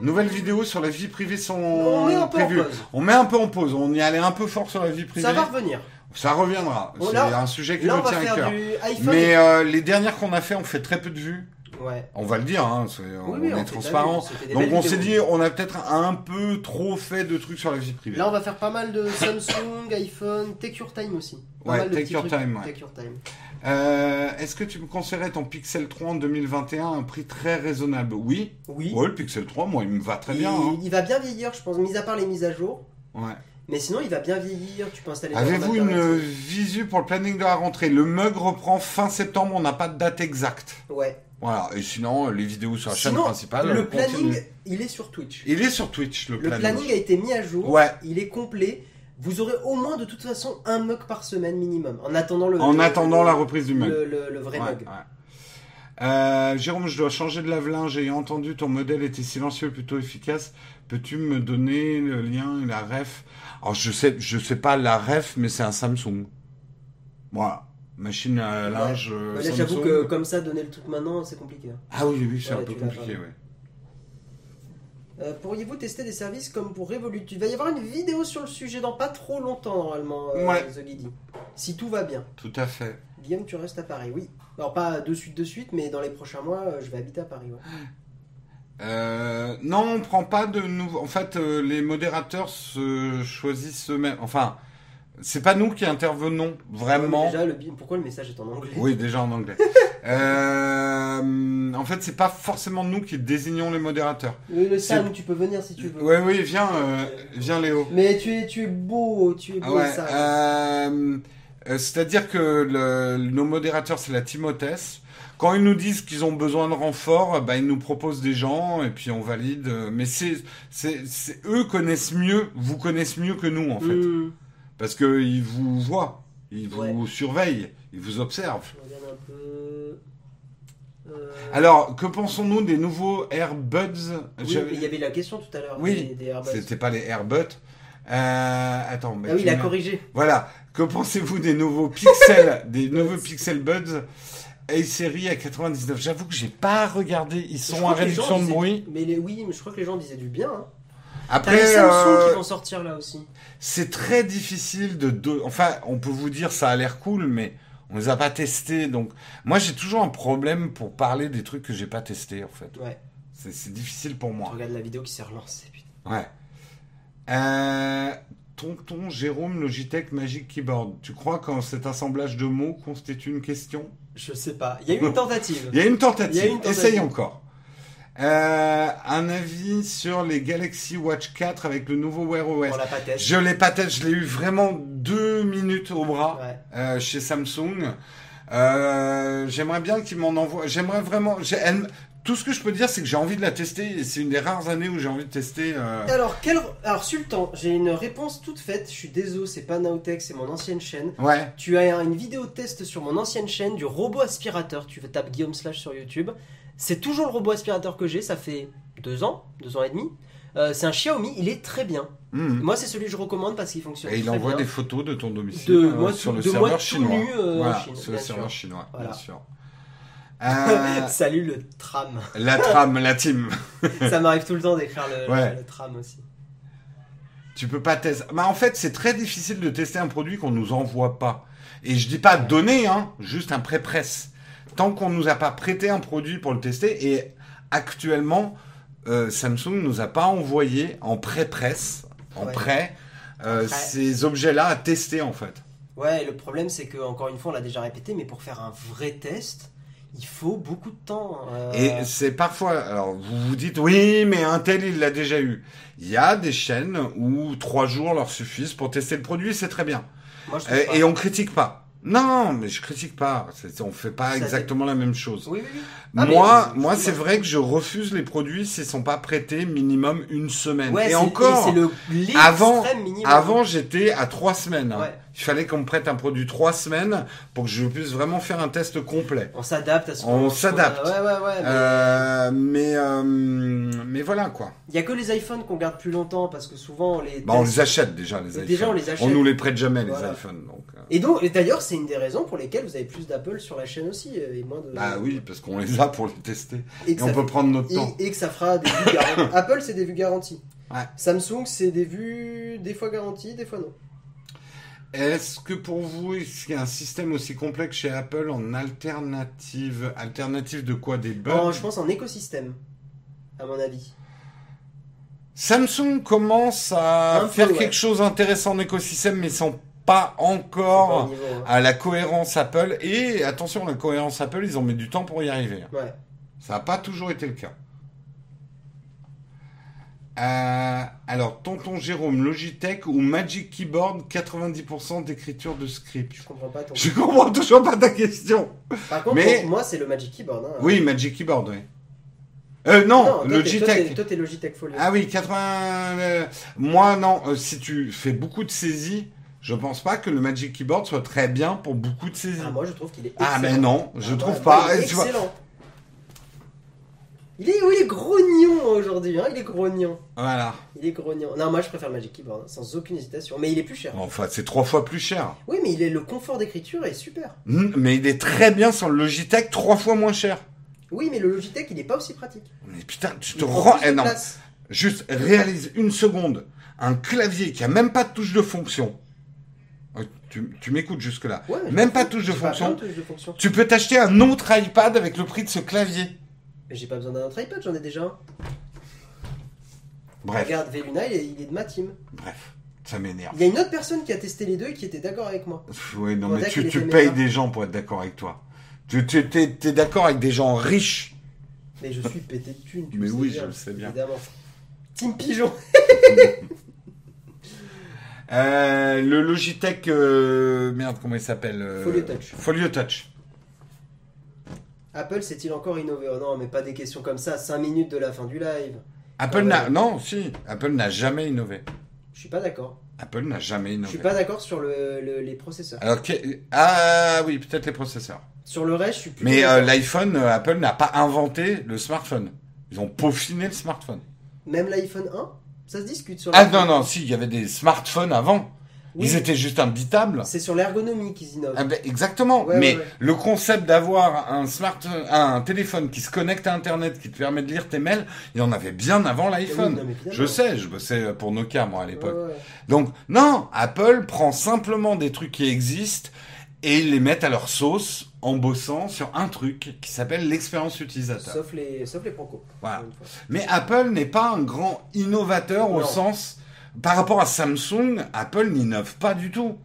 S2: Nouvelle vidéo sur la vie privée sont
S1: On met un peu en
S2: prévues.
S1: pause.
S2: On met un peu en pause, on y allait un peu fort sur la vie privée.
S1: Ça va revenir.
S2: Ça reviendra.
S1: Bon,
S2: C'est
S1: là-
S2: un sujet qui
S1: Là, on
S2: nous
S1: va
S2: tient à
S1: faire
S2: cœur.
S1: du iPhone.
S2: Mais euh, les dernières qu'on a fait, on fait très peu de vues.
S1: Ouais.
S2: On va le dire, hein, c'est- on,
S1: Oui, oui,
S2: est
S1: on fait
S2: transparent.
S1: pas mieux, c'était des
S2: Donc
S1: belles
S2: on s'est dit,
S1: vidéos.
S2: on a peut-être un peu trop fait de trucs sur la vie privée.
S1: Là, on va faire pas mal de Samsung, iPhone, Take Your Time aussi. Pas
S2: Ouais,
S1: mal de
S2: Take
S1: petits
S2: Your
S1: trucs.
S2: Time, ouais.
S1: Take Your Time.
S2: Euh, Est-ce que tu me conseillerais ton Pixel 3 en 2021 à un prix très raisonnable Oui.
S1: Oui.
S2: Ouais, le Pixel 3, moi, il me va très
S1: il,
S2: bien. hein.
S1: il va bien vieillir, je pense, mis à part les mises à jour.
S2: Ouais.
S1: Mais sinon, il va bien vieillir. Tu peux installer.
S2: Avez-vous
S1: ton
S2: une
S1: ordinateur.
S2: visu pour le planning de la rentrée Le mug reprend fin septembre, on n'a pas de date exacte.
S1: Ouais.
S2: Voilà, et sinon, les vidéos sur la chaîne
S1: Sinon,
S2: principale.
S1: le
S2: on
S1: planning,
S2: continue.
S1: il est sur Twitch.
S2: Il est sur Twitch, le,
S1: Le planning. a été mis à jour.
S2: Ouais,
S1: Il est complet. Vous aurez au moins de toute façon un mug par semaine minimum. En attendant le.
S2: en
S1: le-
S2: attendant
S1: le-
S2: la reprise du mug.
S1: euh, Le, le- le vrai
S2: Ouais, Ah,
S1: mug.
S2: ouais. Euh, Jérôme, je dois changer de lave-linge. J'ai entendu ton modèle était silencieux, plutôt efficace. Peux-tu me donner le lien et la ref Alors, je sais, je sais pas la ref, mais c'est un Samsung. Voilà. Machine à linge. euh,
S1: Ouais, là, j'avoue
S2: Samsung.
S1: que comme ça, donner le truc maintenant, c'est compliqué. hein.
S2: Ah oui, oui, c'est
S1: Ouais,
S2: un peu
S1: tu l'as
S2: compliqué,
S1: pas.
S2: ouais.
S1: Euh, Pourriez-vous tester des services comme pour Revolut Il va y avoir une vidéo sur le sujet dans pas trop longtemps, normalement, euh,
S2: Ouais.
S1: The Guidi. Si tout va bien.
S2: Tout à fait.
S1: Guillaume, tu restes à Paris, oui. Alors, pas de suite, de suite, mais dans les prochains mois, euh, je vais habiter à Paris. ouais.
S2: Euh, non, on prend pas de nouveaux. En fait, euh, les modérateurs se choisissent eux-mêmes. Enfin, c'est pas nous qui intervenons vraiment.
S1: Ah, Déjà, le bi- pourquoi le message est en anglais
S2: Oui, déjà en anglais. Euh, en fait, c'est pas forcément nous qui désignons les modérateurs.
S1: Euh, Le, le
S2: C'est-
S1: Sam, tu peux venir si tu veux.
S2: Oui, oui, viens, euh, viens, Léo.
S1: Mais tu es, tu es beau, tu es
S2: Ah
S1: beau,
S2: ouais.
S1: Sam.
S2: euh, euh, C'est-à-dire que le- nos modérateurs, c'est la Timothée. Quand ils nous disent qu'ils ont besoin de renfort, euh, bah, ils nous proposent des gens et puis on valide. euh, Mais c'est, c'est, c'est- eux connaissent mieux, vous connaissent mieux que nous en fait,
S1: Hmm.
S2: parce que ils vous voient, ils vous
S1: Ouais.
S2: surveillent, ils vous observent.
S1: Je regarde un peu. Euh,
S2: Alors, que pensons-nous des nouveaux Airbuds
S1: oui,
S2: J'avais-
S1: mais il y avait la question tout à l'heure
S2: Oui,
S1: des, des Airbuds.
S2: C'était pas les Airbuds. Euh, attends, mais
S1: Ah oui,
S2: tu
S1: il a
S2: m'as-
S1: corrigé.
S2: Voilà. Que pensez-vous des nouveaux pixels, des nouveaux pixel buds et série à 99 J'avoue que j'ai pas regardé. Ils
S1: Je
S2: sont
S1: crois
S2: à
S1: que les gens
S2: réduction de
S1: disaient-
S2: bruit.
S1: Mais les- oui, mais je crois que les gens disaient du bien. hein. T'as les
S2: Après,
S1: Samsung
S2: euh,
S1: qui vont sortir là aussi.
S2: c'est très difficile de, de. Enfin, on peut vous dire ça a l'air cool, mais on les a pas testés. Donc, moi, j'ai toujours un problème pour parler des trucs que j'ai pas testés en fait.
S1: Ouais.
S2: C'est c'est difficile pour moi.
S1: Regarde la vidéo qui s'est relancée. putain.
S2: Ouais. Euh, tonton Jérôme Logitech Magic Keyboard, tu crois qu'en cet assemblage de mots constitue une question
S1: Je sais pas. Il y a eu une tentative.
S2: Il y a une tentative,
S1: Il y a une tentative.
S2: essaye encore. Euh, un avis sur les Galaxy Watch 4 avec le nouveau Wear OS.
S1: On l'a pas testé.
S2: Je l'ai pas testé, je l'ai eu vraiment deux minutes au bras
S1: Ouais.
S2: euh, chez Samsung. Euh, j'aimerais bien qu'ils m'en envoient. J'aimerais vraiment. j'ai- elle- tout ce que je peux dire, c'est que j'ai envie de la tester. et C'est une des rares années où j'ai envie de tester. euh,
S1: Alors, quel... Alors, Sultan, j'ai une réponse toute faite. Je suis désolé, c'est pas Naotech, c'est mon ancienne chaîne.
S2: Ouais.
S1: Tu as une vidéo test sur mon ancienne chaîne du robot aspirateur. Tu tapes Guillaume Slash sur YouTube. C'est toujours le robot aspirateur que j'ai. Ça fait deux ans, deux ans et demi. Euh, c'est un Xiaomi. Il est très bien.
S2: Mhm.
S1: Moi, c'est celui que je recommande parce qu'il fonctionne
S2: Et il
S1: très
S2: envoie
S1: bien.
S2: des photos de ton domicile
S1: De
S2: euh,
S1: moi
S2: sur
S1: tout-
S2: le
S1: de
S2: serveur
S1: moi tout
S2: chinois.
S1: nu, euh, en
S2: Voilà,
S1: Chine,
S2: sur le
S1: bien
S2: serveur
S1: sûr.
S2: chinois,
S1: Voilà.
S2: bien sûr. Euh,
S1: Salut le tram.
S2: la trame, la team.
S1: Ça m'arrive tout le temps d'écrire le,
S2: Ouais.
S1: le tram aussi.
S2: Tu peux pas tester. Bah, en fait, c'est très difficile de tester un produit qu'on nous envoie pas. Et je dis pas donner, hein, juste un pré-presse. Tant qu'on nous a pas prêté un produit pour le tester, et actuellement, euh, Samsung nous a pas envoyé en pré-presse, en
S1: Ouais.
S2: prêt, euh,
S1: En prêt.
S2: ces objets-là à tester en fait.
S1: Ouais, et le problème c'est que encore une fois on l'a déjà répété, mais pour faire un vrai test, il faut beaucoup de temps. euh,
S2: Et c'est parfois, alors vous vous dites, oui, mais un tel, il l'a déjà eu. Il y a des chaînes où trois jours leur suffisent pour tester le produit, c'est très bien.
S1: moi, je trouve
S2: euh, Et,
S1: pas.
S2: et on critique pas. Non, mais je critique pas. C'est- On fait pas
S1: Ça dé-
S2: exactement la même chose.
S1: Oui, oui, oui. Ah, mais-
S2: moi, moi, c'est
S1: Ouais.
S2: vrai que je refuse les produits s'ils sont pas prêtés minimum une semaine.
S1: Ouais,
S2: et
S1: c'est-
S2: encore,
S1: c'est le l'extrême
S2: avant-
S1: minimum.
S2: avant, j'étais à trois semaines. hein.
S1: Ouais.
S2: Il fallait qu'on me prête un produit trois semaines pour que je puisse vraiment faire un test complet.
S1: on s'adapte à ce
S2: On
S1: qu'on-
S2: s'adapte.
S1: Ouais, ouais, ouais. mais- Ah,
S2: Euh, mais, euh, mais voilà quoi.
S1: Il y a que les iPhones qu'on garde plus longtemps parce que souvent on les.
S2: Bah, on les achète déjà les
S1: Déjà,
S2: iPhones.
S1: on les achète.
S2: On nous les prête jamais
S1: Voilà.
S2: les iPhones. Donc, euh,
S1: Et donc, et d'ailleurs, c'est une des raisons pour lesquelles vous avez plus d'Apple sur la chaîne aussi euh, et moins de.
S2: bah oui, parce qu'on les a pour les tester.
S1: Et
S2: Et
S1: que,
S2: on
S1: ça,
S2: peut prendre notre temps.
S1: et, et que ça fera des vues garanties. Apple, c'est des vues garanties.
S2: Ouais.
S1: Samsung, c'est des vues des fois garanties, des fois non.
S2: Est-ce que pour vous, est-ce qu'il y a un système aussi complexe chez Apple en alternative Alternative de quoi Des bugs
S1: En- je pense en écosystème, à mon avis.
S2: Samsung commence
S1: Un
S2: à
S1: peu,
S2: faire
S1: ouais.
S2: quelque chose d'intéressant en écosystème, mais sans pas
S1: Pas au
S2: encore
S1: niveau, hein.
S2: à la cohérence Apple. Et attention, la cohérence Apple, ils ont mis du temps pour y arriver. hein.
S1: Ouais.
S2: Ça n'a pas toujours été le cas. Euh, alors, tonton Jérôme, Logitech ou Magic Keyboard, 90% d'écriture de
S1: Je
S2: script.
S1: comprends pas ton.
S2: Je comprends toujours pas ta question.
S1: Par contre,
S2: Mais-
S1: pour moi, c'est le Magic Keyboard. hein.
S2: Oui, Magic Keyboard, oui. Euh, non,
S1: toi, t'es- toi, t'es-
S2: Logitech.
S1: Toi, t'es Logitech Folio.
S2: Ah oui, 80. euh, moi, non. euh, si tu fais beaucoup de saisies, je pense pas que le Magic Keyboard soit très bien pour beaucoup de saisies.
S1: Ah, moi, je trouve qu'il est.
S2: Ah, mais
S1: excellent.
S2: non, je
S1: Ah,
S2: trouve
S1: bah,
S2: pas.
S1: il est
S2: Eh, tu vois,
S1: excellent. Il est, oui, il est grognon aujourd'hui. hein, il est grognon.
S2: Voilà.
S1: Il est grognon. Non, moi je préfère le Magic Keyboard, hein, sans aucune hésitation. Mais il est plus cher.
S2: Enfin, c'est trois fois plus cher.
S1: Oui, mais il est, le confort d'écriture est super.
S2: Mm, Mais il est très bien sur le Logitech, trois fois moins cher.
S1: Oui, mais le Logitech, il n'est pas aussi pratique.
S2: Mais putain, tu
S1: Il
S2: te
S1: prend
S2: rends.
S1: plus de
S2: Eh non,
S1: place.
S2: juste réalise une seconde. Un clavier qui a même pas de touche de fonction. Euh, Tu, tu m'écoutes jusque-là.
S1: Ouais, mais
S2: Même
S1: je-
S2: pas de touche de
S1: j'ai pas
S2: fonction.
S1: besoin de touche de fonction.
S2: Tu peux t'acheter un autre iPad avec le prix de ce clavier.
S1: Mais J'ai pas besoin d'un autre iPad, j'en ai déjà un.
S2: Bref,
S1: Regarde, Veluna, il est, il est de ma team.
S2: bref, ça m'énerve.
S1: Il y a une autre personne qui a testé les deux et qui était d'accord avec moi.
S2: Pff, Ouais, non,
S1: Bon,
S2: mais
S1: d'accord,
S2: tu,
S1: il
S2: tu
S1: était
S2: payes
S1: méta.
S2: des gens pour être d'accord avec toi. Tu tu- t'es t'es d'accord avec des gens riches.
S1: Mais je suis pété de thunes. tu
S2: Mais
S1: le sais
S2: oui,
S1: bien,
S2: je le sais bien.
S1: Évidemment. Team Pigeon.
S2: Euh, le Logitech, euh, merde, comment il s'appelle euh,
S1: Folio Touch.
S2: Folio Touch.
S1: Apple s'est-il encore innové Oh non, mais pas des questions comme ça, 5 minutes de la fin du live.
S2: Apple
S1: Ah,
S2: n'a,
S1: ouais.
S2: non, si, Apple n'a jamais innové.
S1: Je suis pas d'accord.
S2: Apple n'a jamais
S1: Je suis
S2: innové.
S1: pas d'accord sur le- le- les processeurs.
S2: Alors, que- ah oui, peut-être les processeurs.
S1: Sur le reste, je suis plus.
S2: Mais euh, l'iPhone, euh, Apple n'a pas inventé le smartphone. Ils ont peaufiné le smartphone.
S1: Même l'iPhone 1 Ça se discute sur
S2: Ah non,
S1: l'iPhone.
S2: non, si, il y avait des smartphones avant.
S1: Oui,
S2: Ils étaient juste imbitables.
S1: C'est sur l'ergonomie qu'ils innovent.
S2: Ah ben, exactement.
S1: Ouais,
S2: Mais
S1: ouais, ouais.
S2: le concept d'avoir un smart, un téléphone qui se connecte à Internet, qui te permet de lire tes mails, il y en avait bien avant
S1: Oui, non,
S2: l'iPhone.
S1: mais évidemment.
S2: Je sais, je bossais pour Nokia moi à
S1: Ouais,
S2: l'époque.
S1: ouais.
S2: Donc non, Apple prend simplement des trucs qui existent et ils les mettent à leur sauce en bossant sur un truc qui s'appelle l'expérience utilisateur.
S1: Sauf les, sauf les procos.
S2: Voilà.
S1: encore une fois.
S2: Mais Apple n'est pas un grand innovateur au
S1: Non.
S2: sens par rapport à Samsung, Apple n'innove pas du tout.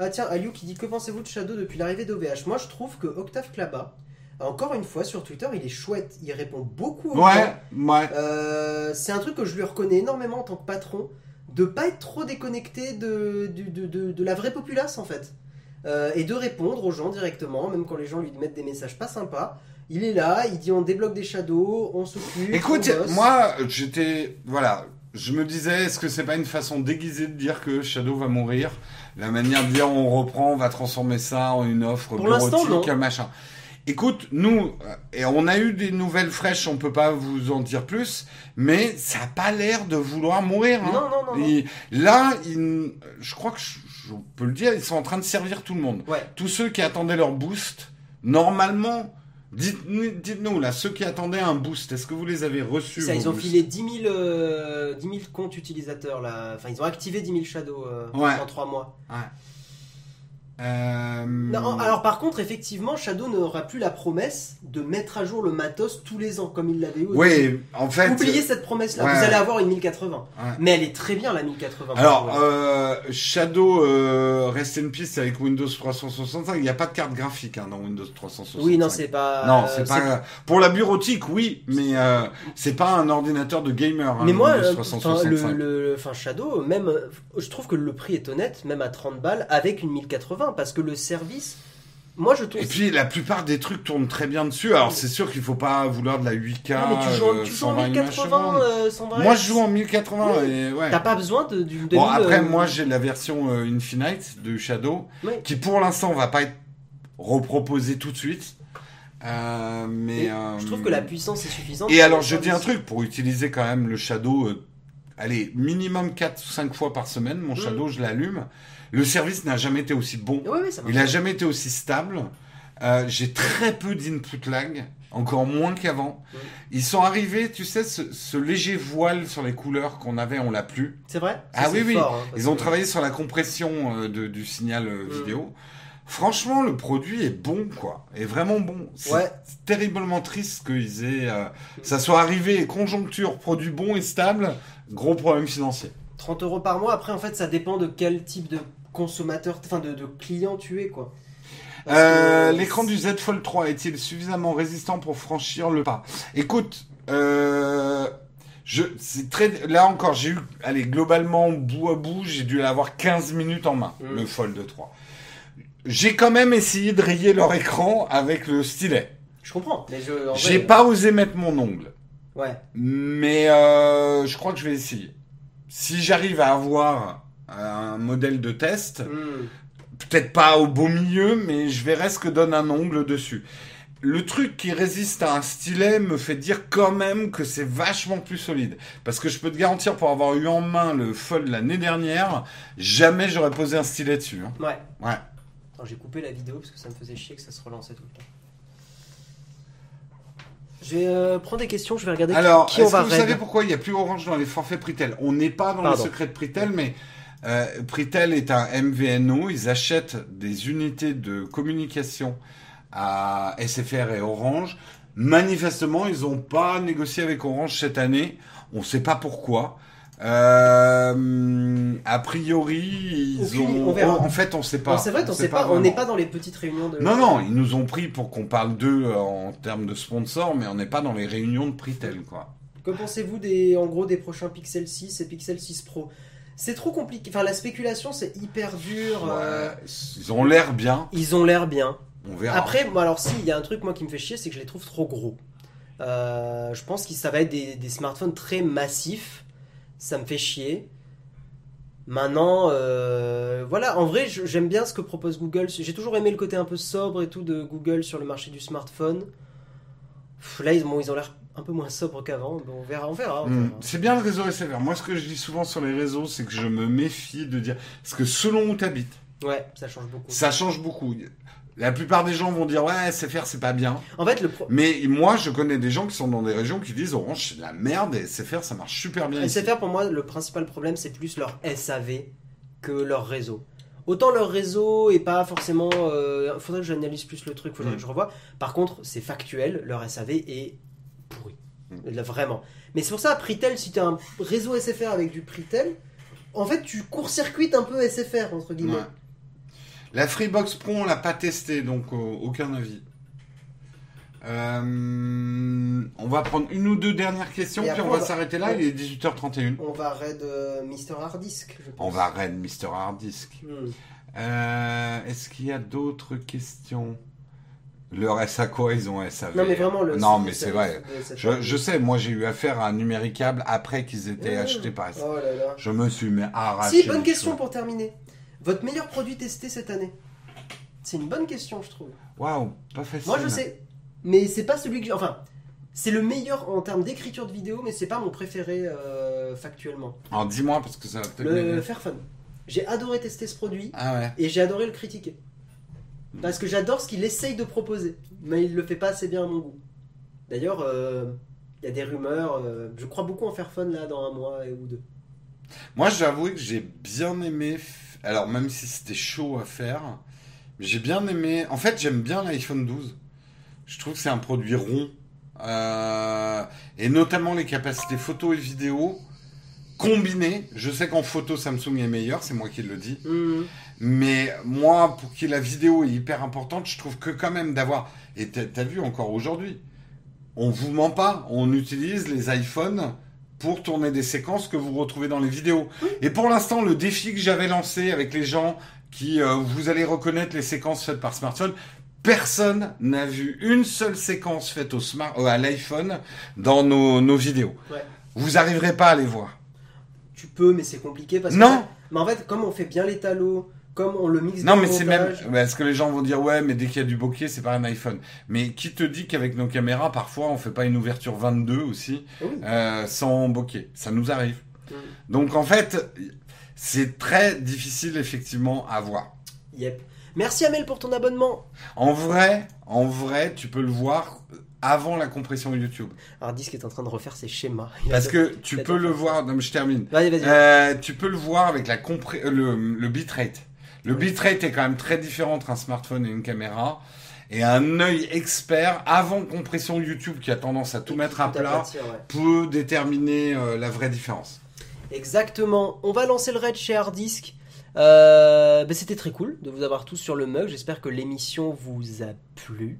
S1: Ah tiens, Aliou qui dit que pensez-vous de Shadow depuis l'arrivée d'OVH Moi, je trouve que Octave Klaba, encore une fois sur Twitter, il est chouette. Il répond beaucoup. aux
S2: Ouais,
S1: gens.
S2: ouais.
S1: Euh, c'est un truc que je lui reconnais énormément en tant que patron, de pas être trop déconnecté de, du- de, de- de la vraie populace en fait. Euh, et de répondre aux gens directement, même quand les gens lui mettent des messages pas sympas. Il est là, il dit on débloque des shadows, on s'occupe.
S2: Écoute,
S1: on bosse.
S2: moi, j'étais, voilà, je me disais, est-ce que c'est pas une façon déguisée de dire que Shadow va mourir La manière de dire, on reprend, on va transformer ça en une offre
S1: Pour l'instant,
S2: bureautique, machin. Écoute, nous, euh, et on a eu des nouvelles fraîches, on peut pas vous en dire plus, mais ça a pas l'air de vouloir mourir. hein.
S1: Non, non, non, non.
S2: Il- là, il- je crois que je, je peux le dire, ils sont en train de servir tout le monde.
S1: Ouais.
S2: Tous ceux qui attendaient leur boost, normalement, dites- dites-nous là, ceux qui attendaient un boost, est-ce que vous les avez reçus
S1: Ça,
S2: vos
S1: ils ont
S2: boosts
S1: filé 10 000, euh, 10 000 comptes utilisateurs là. Enfin, ils ont activé 10 000 shadows euh,
S2: Ouais.
S1: en 3 mois.
S2: Euh,
S1: Non, alors, par contre, effectivement, Shadow n'aura plus la promesse de mettre à jour le matos tous les ans, comme il l'avait eu. au début.
S2: Oui, en fait. euh,
S1: Oubliez cette promesse là.
S2: Ouais.
S1: Vous allez avoir une 1080.
S2: Ouais.
S1: Mais elle est très bien la 1080.
S2: Alors,
S1: Ouais.
S2: euh, Shadow euh, Rest in Peace avec Windows 365, il n'y a pas de carte graphique hein, dans Windows 365.
S1: oui, non, c'est pas.
S2: Non,
S1: euh,
S2: c'est pas pour la bureautique, oui, mais euh, c'est pas un ordinateur de gamer. hein,
S1: Mais moi,
S2: Windows
S1: euh, enfin,
S2: 365.
S1: le, le- enfin, Shadow, même, euh, je trouve que le prix est honnête, même à 30 balles, avec une 1080. 80 parce que le service, moi je trouve.
S2: Et puis la plupart des trucs tournent très bien dessus. Alors c'est sûr qu'il faut pas vouloir de la 8K.
S1: Non, Ah, mais tu joues, en-
S2: euh,
S1: tu joues en
S2: 120 images
S1: 1080,
S2: secondes.
S1: euh, 120
S2: Moi je joue en 1080. et ouais.
S1: T'as pas besoin de- d'une
S2: Bon
S1: 2000,
S2: après
S1: euh,
S2: moi j'ai la version euh, Infinite de Shadow
S1: ouais.
S2: qui pour l'instant va pas être reproposée tout de suite. Euh, mais
S1: Et
S2: euh,
S1: Je trouve que la puissance est suffisante.
S2: Et
S1: pour
S2: alors
S1: le
S2: je dis un
S1: service.
S2: truc pour utiliser quand même le Shadow. euh, allez minimum 4 ou 5 fois par semaine mon
S1: Mm.
S2: Shadow je l'allume. Le service n'a jamais été aussi bon.
S1: Ouais, ouais, ça marche.
S2: Il a jamais été aussi stable. Euh, J'ai très peu d'input lag, encore moins qu'avant.
S1: Oui.
S2: Ils sont arrivés, tu sais, ce, ce léger voile sur les couleurs qu'on avait, on l'a plus.
S1: C'est vrai Ça,
S2: Ah oui,
S1: c'est
S2: oui.
S1: fort, hein, parce
S2: Ils ont
S1: que- Mm.
S2: travaillé sur la compression euh, de- du signal euh,
S1: Oui.
S2: vidéo. Franchement, le produit est bon, quoi. Est vraiment bon. C'est
S1: Ouais.
S2: terriblement triste qu'ils aient. euh, ça soit arrivé, conjoncture, produit bon et stable, gros problème financier.
S1: 30 euros par mois. Après, en fait, ça dépend de quel type de consommateur, enfin de, de client tu es, quoi. Parce
S2: Euh,
S1: que-
S2: L'écran du Z Fold 3 est-il suffisamment résistant pour franchir le pas Écoute, euh, je, c'est très, là encore, j'ai eu, allez, globalement, bout à bout, j'ai dû l'avoir 15 minutes en main,
S1: Mm.
S2: le Fold 3. J'ai quand même essayé de rayer leur écran avec le stylet.
S1: Je comprends, mais je. en
S2: J'ai
S1: vrai,
S2: pas osé mettre mon ongle,
S1: Ouais.
S2: mais euh, je crois que je vais essayer. Si j'arrive à avoir un modèle de test,
S1: Hmm.
S2: peut-être pas au beau milieu, mais je verrai ce que donne un ongle dessus. Le truc qui résiste à un stylet me fait dire quand même que c'est vachement plus solide. Parce que je peux te garantir, pour avoir eu en main le Fold l'année dernière, jamais j'aurais posé un stylet dessus. hein.
S1: Ouais.
S2: Ouais.
S1: Attends, j'ai coupé la vidéo parce que ça me faisait chier que ça se relançait tout le temps. Je vais euh, prendre des questions, je vais regarder qui-
S2: Alors,
S1: qui on
S2: est-ce que
S1: va
S2: vous
S1: raid.
S2: savez pourquoi il n'y a plus Orange dans les forfaits Pritel On n'est pas dans
S1: Pardon.
S2: les secrets de Pritel, mais euh, Pritel est un MVNO. Ils achètent des unités de communication à SFR et Orange. Manifestement, ils n'ont pas négocié avec Orange cette année. On ne sait pas pourquoi. Euh, a priori, ils
S1: Aucune-
S2: ont.
S1: on verra.
S2: En fait, on ne sait pas.
S1: Non, c'est vrai, on sait pas, on
S2: vraiment.
S1: n'est pas dans les petites réunions de.
S2: Non, non, ils nous ont pris pour qu'on parle d'eux euh, en termes de sponsors, mais on n'est pas dans les réunions de Pritel, quoi.
S1: Que pensez-vous des, en gros, des prochains Pixel 6 et Pixel 6 Pro C'est trop compliqué. Enfin, la spéculation, c'est hyper dur. euh,
S2: Ouais, Ils ont l'air bien,
S1: Ils ont l'air bien.
S2: on verra.
S1: Après, moi, alors si, il y a un truc moi qui me fait chier, c'est que je les trouve trop gros. Euh, je pense que ça va être des, des smartphones très massifs. Ça me fait chier. Maintenant, euh, voilà, en vrai, je- j'aime bien ce que propose Google. J'ai toujours aimé le côté un peu sobre et tout de Google sur le marché du smartphone. Pff, Là, ils, bon, ils ont l'air un peu moins sobres qu'avant. Bon, on verra, on verra. on
S2: Hmm.
S1: verra.
S2: C'est bien le réseau SFR. Moi, ce que je dis souvent sur les réseaux, c'est que je me méfie de dire. Parce que selon où t'habites,
S1: Ouais, ça change beaucoup.
S2: ça change beaucoup. La plupart des gens vont dire ouais, SFR, c'est pas bien.
S1: En fait, le pro-
S2: Mais moi, je connais des gens qui sont dans des régions qui disent Orange, c'est de la merde et SFR, ça marche super bien. ici.
S1: SFR, pour moi, le principal problème, c'est plus leur SAV que leur réseau. Autant leur réseau est pas forcément. euh, faudrait que j'analyse plus le truc, faudrait
S2: Mm.
S1: que je revoie. Par contre, c'est factuel, leur SAV est pourri.
S2: Mm.
S1: Là, Vraiment. Mais c'est pour ça, Pritel, si tu as un réseau SFR avec du Pritel, en fait, tu court-circuites un peu SFR, entre guillemets.
S2: Ouais. La Freebox Pro, on l'a pas testé, donc euh, aucun avis. Euh, on va prendre une ou deux dernières questions,
S1: Et
S2: puis
S1: après,
S2: on
S1: on
S2: va
S1: va-
S2: s'arrêter là. Il est 18h31.
S1: On va raid euh, Mister Hardisk, je
S2: On
S1: pense.
S2: va Rennes, Mister Hardisk.
S1: Hmm.
S2: Euh, Est-ce qu'il y a d'autres questions Leur SA quoi Ils ont SAV.
S1: Non, mais vraiment, le.
S2: Non,
S1: le-
S2: mais c'est
S1: le-
S2: vrai.
S1: le- cette-
S2: Je, je sais, moi j'ai eu affaire à un numéricable après qu'ils étaient
S1: Ouais.
S2: achetés par SA.
S1: Oh là là.
S2: Je me suis mais arraché.
S1: Si, bonne
S2: les
S1: question
S2: cheveux.
S1: pour terminer. Votre meilleur produit testé cette année C'est une bonne question, je trouve.
S2: Waouh, pas facile.
S1: Moi, je sais. Mais c'est pas celui que j'ai. Enfin, c'est le meilleur en termes d'écriture de vidéo, mais c'est pas mon préféré euh, factuellement.
S2: Alors dis-moi parce que ça va peut-être
S1: Le
S2: m'aider.
S1: Fairphone. J'ai adoré tester ce produit
S2: Ah ouais.
S1: et j'ai adoré le critiquer. Parce que j'adore ce qu'il essaye de proposer, mais il le fait pas assez bien à mon goût. D'ailleurs, euh, il y a des rumeurs. euh, je crois beaucoup en Fairphone là dans un mois et- ou deux.
S2: Moi, je dois avouer que j'ai bien aimé. f- Alors, même si c'était chaud à faire, j'ai bien aimé. En fait, j'aime bien l'iPhone 12. Je trouve que c'est un produit rond. Euh, Et notamment les capacités photo et vidéo combinées. Je sais qu'en photo, Samsung est meilleur, c'est moi qui le dis.
S1: Hmm.
S2: Mais moi, pour qui la vidéo est hyper importante, je trouve que quand même d'avoir. Et t'as t'as vu encore aujourd'hui, on vous ment pas, on utilise les iPhones pour tourner des séquences que vous retrouvez dans les vidéos. Et pour l'instant, le défi que j'avais lancé avec les gens qui euh, vous allez reconnaître les séquences faites par smartphone. Personne n'a vu une seule séquence faite au smart, euh, à l'iPhone dans nos, nos vidéos.
S1: Ouais.
S2: Vous arriverez pas à les voir.
S1: Tu peux, mais c'est compliqué parce que.
S2: Non.
S1: Mais en fait, comme on fait bien les talos, comme on le mixe.
S2: Non,
S1: dans
S2: mais
S1: le
S2: c'est même.
S1: montage,
S2: Parce que les gens vont dire ouais, mais dès qu'il y a du bokeh, c'est pas un iPhone. Mais qui te dit qu'avec nos caméras, parfois, on fait pas une ouverture 22 aussi
S1: oh Oui.
S2: euh, sans bokeh Ça nous arrive.
S1: Mm.
S2: Donc en fait, c'est très difficile effectivement à voir.
S1: Yep. Merci Amel pour ton abonnement.
S2: En vrai, en vrai, tu peux le voir avant la compression YouTube.
S1: Hardisk est en train de refaire ses schémas. Il
S2: Parce
S1: adore.
S2: que tu peux le voir. Non, mais je termine.
S1: Vas-y, vas-y.
S2: Euh, tu peux le voir avec la compré- euh, le, le bitrate. Le bitrate est quand même très différent entre un smartphone et une caméra. Et un œil expert avant compression YouTube qui a tendance à tout mettre à plat
S1: aplatir, ouais.
S2: peut déterminer euh, la vraie différence.
S1: Exactement. On va lancer le raid chez Hardisk. Euh, ben, C'était très cool de vous avoir tous sur le mug. J'espère que l'émission vous a plu.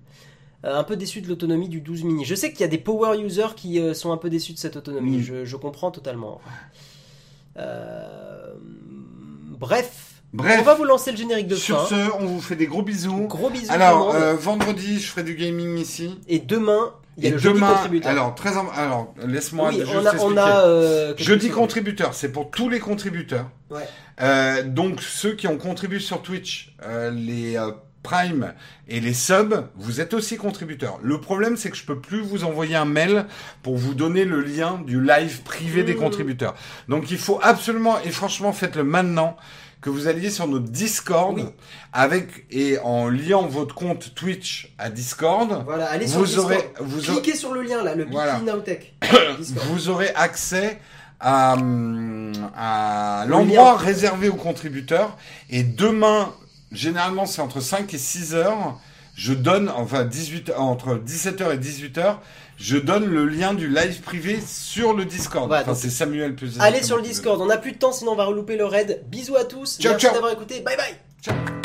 S1: Euh, un peu déçu de l'autonomie du 12 mini. Je sais qu'il y a des power users qui euh, sont un peu déçus de cette autonomie.
S2: Mm.
S1: Je, je comprends totalement. Euh, Bref. On
S2: Bref,
S1: va vous lancer le générique de
S2: sur
S1: fin.
S2: ce, on vous fait des gros bisous.
S1: Gros bisous. tout
S2: Alors,
S1: le monde.
S2: euh, vendredi, je ferai du gaming ici.
S1: Et demain, il y a
S2: Et
S1: le jeudi
S2: demain,
S1: contributeur.
S2: alors, très im- alors laisse-moi
S1: oui,
S2: juste
S1: on a, on
S2: expliquer.
S1: a euh, quelque
S2: Jeudi
S1: chose.
S2: contributeur, c'est pour tous les contributeurs.
S1: Ouais.
S2: Euh, donc ceux qui ont contribué sur Twitch, euh, les euh, Prime et les subs, vous êtes aussi contributeurs. Le problème, c'est que je peux plus vous envoyer un mail pour vous donner le lien du live privé des
S1: Mmh.
S2: contributeurs. Donc il faut absolument et franchement faites-le maintenant que vous alliez sur notre Discord
S1: Oui.
S2: avec et en liant votre compte Twitch à Discord,
S1: Voilà, allez sur
S2: vous
S1: Discord.
S2: aurez vous aurez-
S1: Cliquez sur le lien là, le
S2: Voilà.
S1: Bitly Nowtech. Discord.
S2: vous aurez accès à, hum, à l'endroit réservé aux contributeurs. Et demain, généralement, c'est entre 5 et 6 heures. Je donne, enfin, 18, heures- entre 17h et 18h, je donne le lien du live privé sur le Discord.
S1: Voilà,
S2: enfin,
S1: donc,
S2: c'est Samuel plus
S1: Allez sur le Discord, on n'a plus de temps sinon on va relouper le raid. Bisous à tous,
S2: Ciao,
S1: merci
S2: ciao.
S1: d'avoir écouté, bye bye
S2: Ciao.